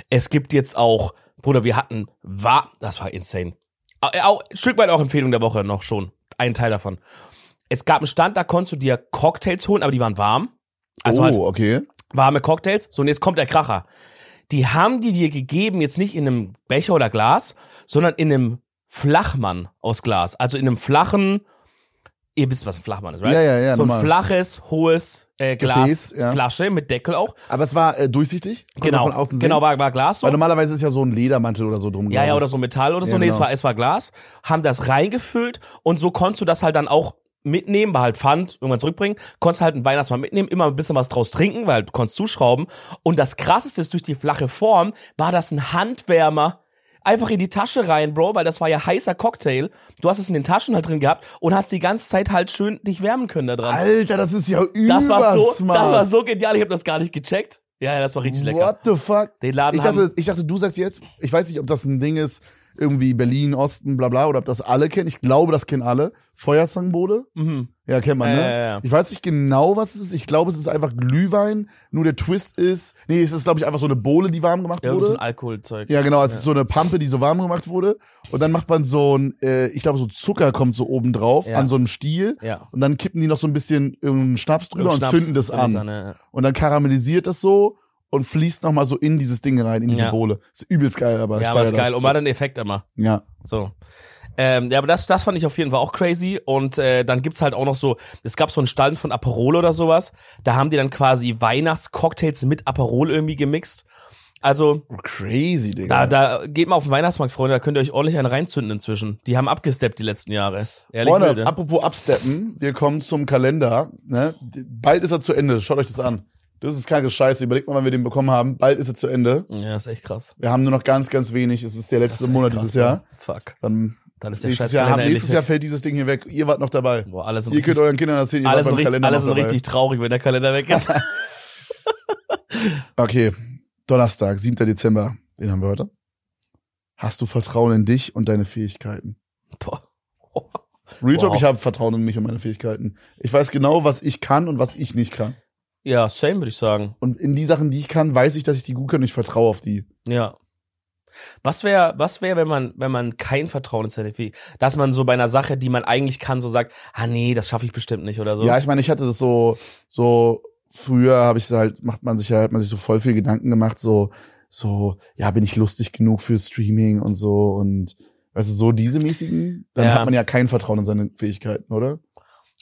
Es gibt jetzt auch, Bruder, wir hatten, war, das war insane. Au- äh, Auch, ein Stück weit auch Empfehlung der Woche noch schon. Ein Teil davon. Es gab einen Stand, da konntest du dir Cocktails holen, aber die waren warm. Also oh, halt okay. warme Cocktails. So, und jetzt kommt der Kracher. Die haben die dir gegeben, jetzt nicht in einem Becher oder Glas, sondern in einem Flachmann aus Glas. Also in einem flachen, ihr wisst, was ein Flachmann ist, right? Ja, ja, ja, So ein normal. flaches, hohes äh, Glas, Gefäß, ja. Flasche mit Deckel auch. Aber es war äh, durchsichtig? Konnte man Von Genau, außen sehen? genau, war, war Glas so. Weil normalerweise ist ja so ein Ledermantel oder so drum. Ja, ja, glaub oder ich. so Metall oder so. Ja, Nee, es genau. war, es war Glas. Haben das reingefüllt und so konntest du das halt dann auch mitnehmen, war halt Pfand, irgendwann zurückbringen. Konntest halt ein Weihnachtsmann mitnehmen, immer ein bisschen was draus trinken, weil du konntest zuschrauben. Und das Krasseste ist, durch die flache Form war das ein Handwärmer. Einfach in die Tasche rein, Bro, weil das war ja heißer Cocktail. Du hast es in den Taschen halt drin gehabt und hast die ganze Zeit halt schön dich wärmen können da dran. Alter, das ist ja Das war so, das übersmart. war so genial. Ich habe das gar nicht gecheckt. Ja, ja, das war richtig lecker. What the fuck? Den Laden Ich dachte, ich dachte, du sagst jetzt, ich weiß nicht, ob das ein Ding ist, irgendwie Berlin, Osten, bla bla, oder ob das alle kennen. Ich glaube, das kennen alle. Feuerzangenbowle? haben, mhm. Ja, kennt man, Ja, ne? ja, ja. Ich weiß nicht genau, was es ist. Ich glaube, es ist einfach Glühwein. Nur der Twist ist, nee, es ist, glaube ich, einfach so eine Bohle, die warm gemacht ja, irgend so wurde. ein Alkoholzeug. Ja, genau, es ist so eine Pampe, die so warm gemacht wurde. Und dann macht man so ein, äh, ich glaube, so Zucker kommt so oben drauf Ja. an so einem Stiel. ja. Und dann kippen die noch so ein bisschen irgendeinen Schnaps drüber und, Schnaps, zünden das zünden an. ja, ja. Und dann karamellisiert das so und fließt nochmal so in dieses Ding rein, in diese Ja. Bohle. Ist übelst geil, aber ich Ja, aber feier ist geil. das. Und war dann Effekt immer. Ja. So. Ähm, ja, aber das, das fand ich auf jeden Fall auch crazy. Und äh, dann gibt's halt auch noch so, es gab so einen Stand von Aperol oder sowas. Da haben die dann quasi Weihnachtscocktails mit Aperol irgendwie gemixt. Also, Crazy, Digga. da, da geht mal auf den Weihnachtsmarkt, Freunde, da könnt ihr euch ordentlich einen reinzünden inzwischen. Die haben abgesteppt die letzten Jahre. Ehrlich Freunde, Wilde. apropos absteppen, wir kommen zum Kalender. Ne? Bald ist er zu Ende. Schaut euch das an. Das ist kranke Scheiße. Überlegt mal, wann wir den bekommen haben. Bald ist er zu Ende. Ja, ist echt krass. Wir haben nur noch ganz, ganz wenig. Es ist der Das letzte ist echt Monat krass, dieses Jahr. Mann. Fuck. Dann Dann ist der nächstes, Jahr, haben, Scheißkalender nächstes Jahr endlich fällt dieses Ding hier weg. Ihr wart noch dabei. weg. Boah, alle sind Ihr könnt richtig, euren Kindern erzählen, ihr alle wart sind beim richtig, Kalender alle noch sind dabei. richtig traurig, wenn der Kalender weg ist. Okay, Donnerstag, 7. Dezember. Den haben wir heute. Hast du Vertrauen in dich und deine Fähigkeiten? Boah. Real Talk, Wow. ich habe Vertrauen in mich und meine Fähigkeiten. Ich weiß genau, was ich kann und was ich nicht kann. Ja, same würde ich sagen. Und in die Sachen, die ich kann, weiß ich, dass ich die gut kann und ich vertraue auf die. Ja. Was wäre, was wäre, wenn man, wenn man kein Vertrauen in seine Fähigkeit, dass man so bei einer Sache, die man eigentlich kann, so sagt, ah nee, das schaffe ich bestimmt nicht oder so. Ja, ich meine, ich hatte das so, so früher habe ich halt, macht man sich ja, hat man sich so voll viel Gedanken gemacht, so, so, ja, bin ich lustig genug für Streaming und so und weißt du, so diese mäßigen, dann Ja. hat man ja kein Vertrauen in seine Fähigkeiten, oder?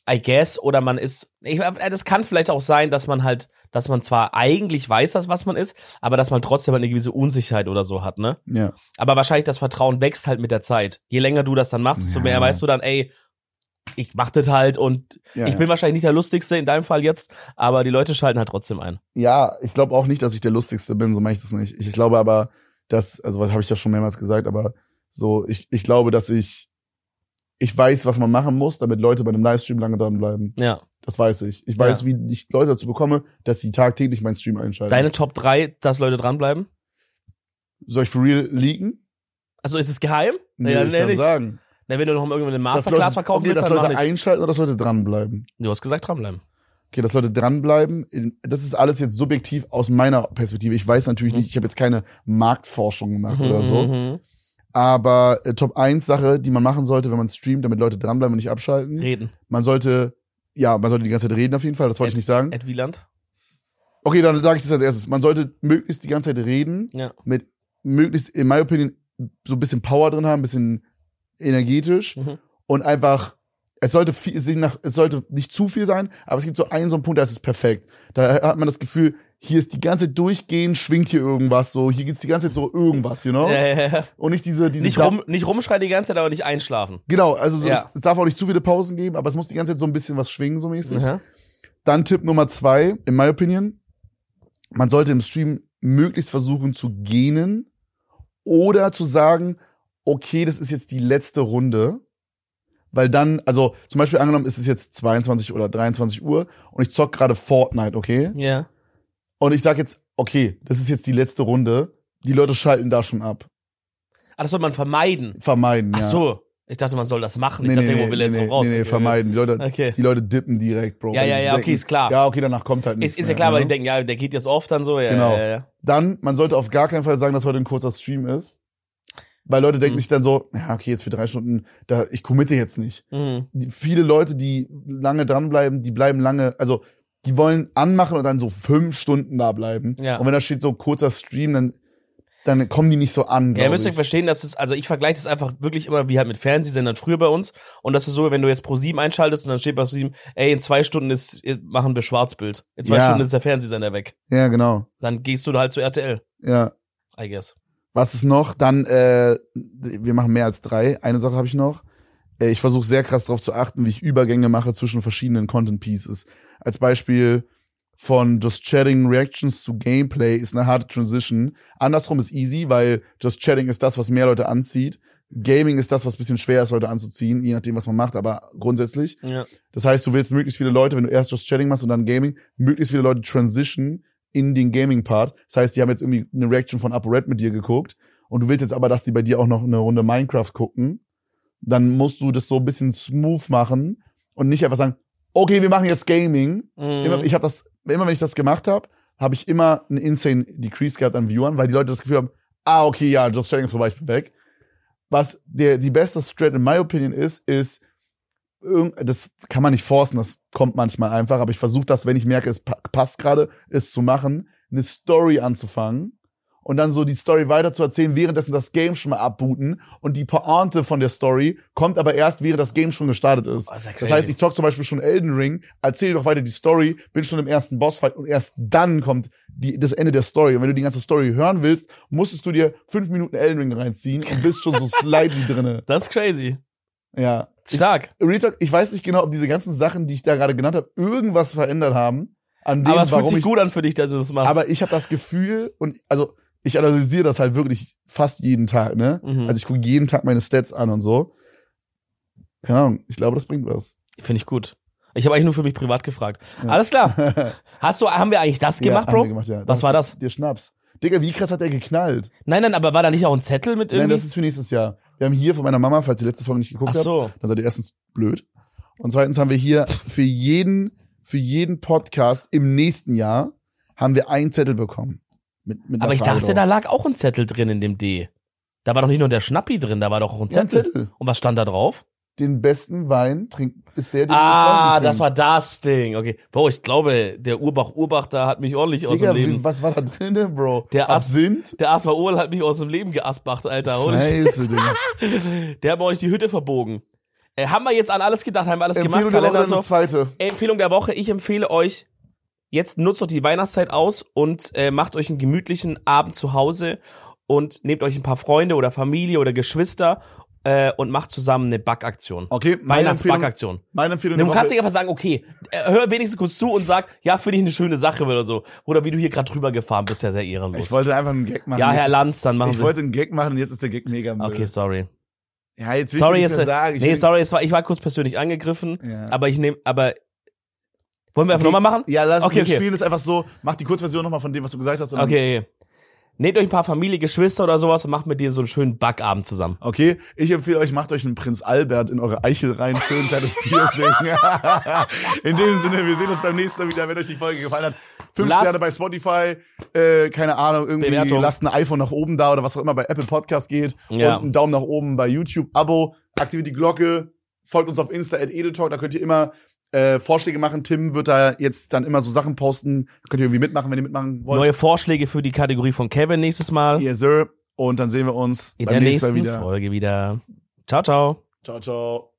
I guess, oder man ist, ich, äh, das kann vielleicht auch sein, dass man halt, dass man zwar eigentlich weiß, dass was man ist, aber dass man trotzdem halt eine gewisse Unsicherheit oder so hat, ne? Ja. Aber wahrscheinlich das Vertrauen wächst halt mit der Zeit. Je länger du das dann machst, desto Ja. mehr weißt du dann, ey, ich mach das halt und Ja, ich ja. bin wahrscheinlich nicht der Lustigste in deinem Fall jetzt, aber die Leute schalten halt trotzdem ein. ja, ich glaube auch nicht, dass ich der Lustigste bin, so mache ich das nicht. Ich glaube aber, dass, also was habe ich ja schon mehrmals gesagt, aber so, ich, ich glaube, dass ich, ich weiß, was man machen muss, damit Leute bei einem Livestream lange dranbleiben. Ja. Das weiß ich. Ich weiß, wie ich Leute dazu bekomme, dass sie tagtäglich meinen Stream einschalten. Deine Top 3, dass Leute dranbleiben? Soll ich for real leaken? Also ist es geheim? Nee, Ja, ich nee, kann nicht. sagen. Na, wenn du noch irgendwann eine dass Masterclass Leute- verkaufen okay, willst, dass dann mach Leute nicht. einschalten oder dass Leute dranbleiben. Du hast gesagt dranbleiben. okay, das sollte dranbleiben. Das ist alles jetzt subjektiv aus meiner Perspektive. Ich weiß natürlich Mhm. nicht, ich habe jetzt keine Marktforschung gemacht oder so. Mhm. Aber äh, Top 1 Sache, die man machen sollte, wenn man streamt, damit Leute dranbleiben und nicht abschalten. mhm. Reden. Man sollte, ja, man sollte die ganze Zeit reden auf jeden Fall, das wollte ich nicht sagen. Ed Wieland? Okay, dann sage ich das als erstes. Man sollte möglichst die ganze Zeit reden, Ja. mit möglichst, in my opinion, so ein bisschen Power drin haben, ein bisschen energetisch Mhm. und einfach, es sollte viel, es sieht nach- es sollte nicht zu viel sein, aber es gibt so einen, so einen Punkt, da ist es perfekt. Da hat man das Gefühl, hier ist die ganze Zeit durchgehend, schwingt hier irgendwas so, hier gibt's die ganze Zeit so irgendwas, you know? Ja, ja, ja. Und nicht Oh. diese, diese Nicht, rum, nicht rumschreien die ganze Zeit, aber nicht einschlafen. Genau, also so, Ja. es, es darf auch nicht zu viele Pausen geben, aber es muss die ganze Zeit so ein bisschen was schwingen, so mäßig. Mhm. Dann Tipp Nummer zwei, in my opinion, man sollte im Stream möglichst versuchen zu gähnen oder zu sagen, okay, das ist jetzt die letzte Runde. Weil dann, also zum Beispiel angenommen, ist es ist jetzt 22 oder 23 Uhr und ich zock gerade Fortnite, okay? Ja. Und ich sag jetzt, okay, das ist jetzt die letzte Runde. Die Leute schalten da schon ab. Ah, das soll man vermeiden. Vermeiden. Ach ja. so. Ich dachte, man soll das machen. Ich Nee, nee, dachte, nee, wo will er nee, jetzt nee, noch raus? nee, nee, Okay. vermeiden. Die Leute, Okay. die Leute dippen direkt, Bro. Ja, weil ja, sie ja, okay, denken, ist klar. Ja, okay, danach kommt halt nichts. Ist, ist ja mehr, klar, weil die ne? denken, ja, der geht jetzt oft dann so. Ja, Genau. Ja, ja, Dann, man sollte auf gar keinen Fall sagen, dass heute ein kurzer Stream ist. Weil Leute denken Mhm. sich dann so, ja, okay, jetzt für drei Stunden, da, ich committe jetzt nicht. ja. Mhm. Die, viele Leute, die lange dranbleiben, die bleiben lange, also, die wollen anmachen und dann so fünf Stunden da bleiben. Ja. Und wenn da steht so kurzer Stream, dann, dann kommen die nicht so an. Ja, glaub ihr müsst ich. euch verstehen, dass es, also ich vergleiche das einfach wirklich immer wie halt mit Fernsehsendern früher bei uns. Und das ist so, wenn du jetzt Pro7 einschaltest und dann steht bei Pro7, ey, in zwei Stunden ist, machen wir Schwarzbild. In zwei Ja. Stunden ist der Fernsehsender weg. Ja, genau. Dann gehst du halt zu RTL, Ja. I guess. Was ist noch? Dann, äh, wir machen mehr als drei. Eine Sache habe ich noch. Äh, Ich versuche sehr krass darauf zu achten, wie ich Übergänge mache zwischen verschiedenen Content Pieces. Als Beispiel von Just Chatting Reactions zu Gameplay ist eine harte Transition. Andersrum ist easy, weil Just Chatting ist das, was mehr Leute anzieht. Gaming ist das, was ein bisschen schwer ist, Leute anzuziehen, je nachdem, was man macht, aber grundsätzlich. Ja. Das heißt, du willst möglichst viele Leute, wenn du erst Just Chatting machst und dann Gaming, möglichst viele Leute transition in den Gaming-Part. Das heißt, die haben jetzt irgendwie eine Reaction von Upper Red mit dir geguckt und du willst jetzt aber, dass die bei dir auch noch eine Runde Minecraft gucken, dann musst du das so ein bisschen smooth machen und nicht einfach sagen, okay, wir machen jetzt Gaming. Mhm. Immer, ich habe das, immer wenn ich das gemacht habe, habe ich immer einen insane Decrease gehabt an Viewern, weil die Leute das Gefühl haben, ah, okay, ja, Just Chatting ist vorbei, ich bin weg. Was der, die beste Strat in my opinion ist, ist, irgend- das kann man nicht forcen, das kommt manchmal einfach, aber ich versuche das, wenn ich merke, es pa passt gerade, es zu machen, eine Story anzufangen und dann so die Story weiter zu erzählen, währenddessen das Game schon mal abbooten und die Pointe von der Story kommt aber erst, während das Game schon gestartet ist. Oh, ist ja das crazy. heißt, ich zock zum Beispiel schon Elden Ring, erzähle doch weiter die Story, bin schon im ersten Bossfight und erst dann kommt die, das Ende der Story. Und wenn du die ganze Story hören willst, musstest du dir fünf Minuten Elden Ring reinziehen und bist schon so slightly drinne. das ist crazy. Ja. Stark. Real Talk, ich weiß nicht genau, ob diese ganzen Sachen, die ich da gerade genannt habe, irgendwas verändert haben an dem, aber es fühlt warum sich ich. gut an für dich, dass du das machst. Aber ich habe das Gefühl und also ich analysiere das halt wirklich fast jeden Tag, ne? Mhm. Also ich gucke jeden Tag meine Stats an und so. Keine Ahnung, ich glaube, das bringt was. Finde ich gut. Ich habe eigentlich nur für mich privat gefragt. Ja. Alles klar. Hast du, haben wir eigentlich das gemacht, Ja, haben Bro? wir Gemacht, ja. Was war das? Der Schnaps. Digga, wie krass hat der geknallt? Nein, nein, aber war da nicht auch ein Zettel mit Nein, irgendwie? das ist für nächstes Jahr. Wir haben hier von meiner Mama, falls ihr letzte Folge nicht geguckt Ach habt, so. dann seid ihr erstens blöd. Und zweitens haben wir hier für jeden, für jeden Podcast im nächsten Jahr haben wir einen Zettel bekommen. Mit, mit einer Aber ich Frage dachte, da drauf. lag auch ein Zettel drin in dem D. Da war doch nicht nur der Schnappi drin, da war doch auch ein ja, ein Zettel. Zettel. Und was stand da drauf? Den besten Wein trinkt, ist der, den Ah, das war war das Ding. Okay. Bro, ich glaube, der Urbach-Urbach da hat mich ordentlich aus Digga, dem wie, Leben. was war da drin denn, Bro? Der Ast- Absinth? Der Aspar Url hat mich aus dem Leben geaspacht, Alter. Holy shit. Scheiße, Digga. Der hat mir auch nicht die Hütte verbogen. Äh, haben wir jetzt an alles gedacht, haben wir alles Empfehlung gemacht, der Woche Kalender und dann so. eine zweite. Empfehlung der Woche, ich empfehle euch, jetzt nutzt doch die Weihnachtszeit aus und äh, macht euch einen gemütlichen Abend zu Hause und nehmt euch ein paar Freunde oder Familie oder Geschwister äh, und macht zusammen eine Backaktion. Okay, meine Empfehlung, Weihnachtsbackaktion. meine Empfehlung der Du kannst Woche. nicht einfach sagen, okay, äh, hör wenigstens kurz zu und sag, ja, finde ich eine schöne Sache oder so. Oder wie du hier gerade drüber gefahren bist, ja sehr ehrenlos. Ich wollte einfach einen Gag machen. ja, Jetzt- Herr Lanz, dann machen Ich Sie. wollte einen Gag machen, jetzt ist der Gag mega Müll. okay, sorry. Ja, jetzt will Sorry, ich ist, nichts mehr sagen. Ich nee, will- sorry, es war, ich war kurz persönlich angegriffen, Ja. aber ich nehme, aber wollen wir einfach Okay. nochmal machen? Ja, lass okay, Okay, okay. Ähm, Wir spielen es einfach so. Mach die Kurzversion nochmal von dem, was du gesagt hast. Und Okay. Nehmt euch ein paar Familie, Geschwister oder sowas und macht mit denen so einen schönen Backabend zusammen. Okay, ich empfehle euch, macht euch einen Prinz Albert in eure Eichel rein, schön kleines Piercing. in dem Sinne, wir sehen uns beim nächsten Mal wieder, wenn euch die Folge gefallen hat. Fünf Lasst- Sterne bei Spotify, äh, keine Ahnung, irgendwie Bewertung. lasst ein iPhone nach oben da oder was auch immer bei Apple Podcast geht. Ja. Und einen Daumen nach oben bei YouTube, Abo, aktiviert die Glocke, folgt uns auf Insta at Edeltalk, da könnt ihr immer äh, Vorschläge machen. Tim wird da jetzt dann immer so Sachen posten. Könnt ihr irgendwie mitmachen, wenn ihr mitmachen wollt. Neue Vorschläge für die Kategorie von Kevin nächstes Mal. Yes, sir. Und dann sehen wir uns In beim der nächsten Mal nächsten wieder. Folge wieder. Ciao, ciao. Ciao, ciao.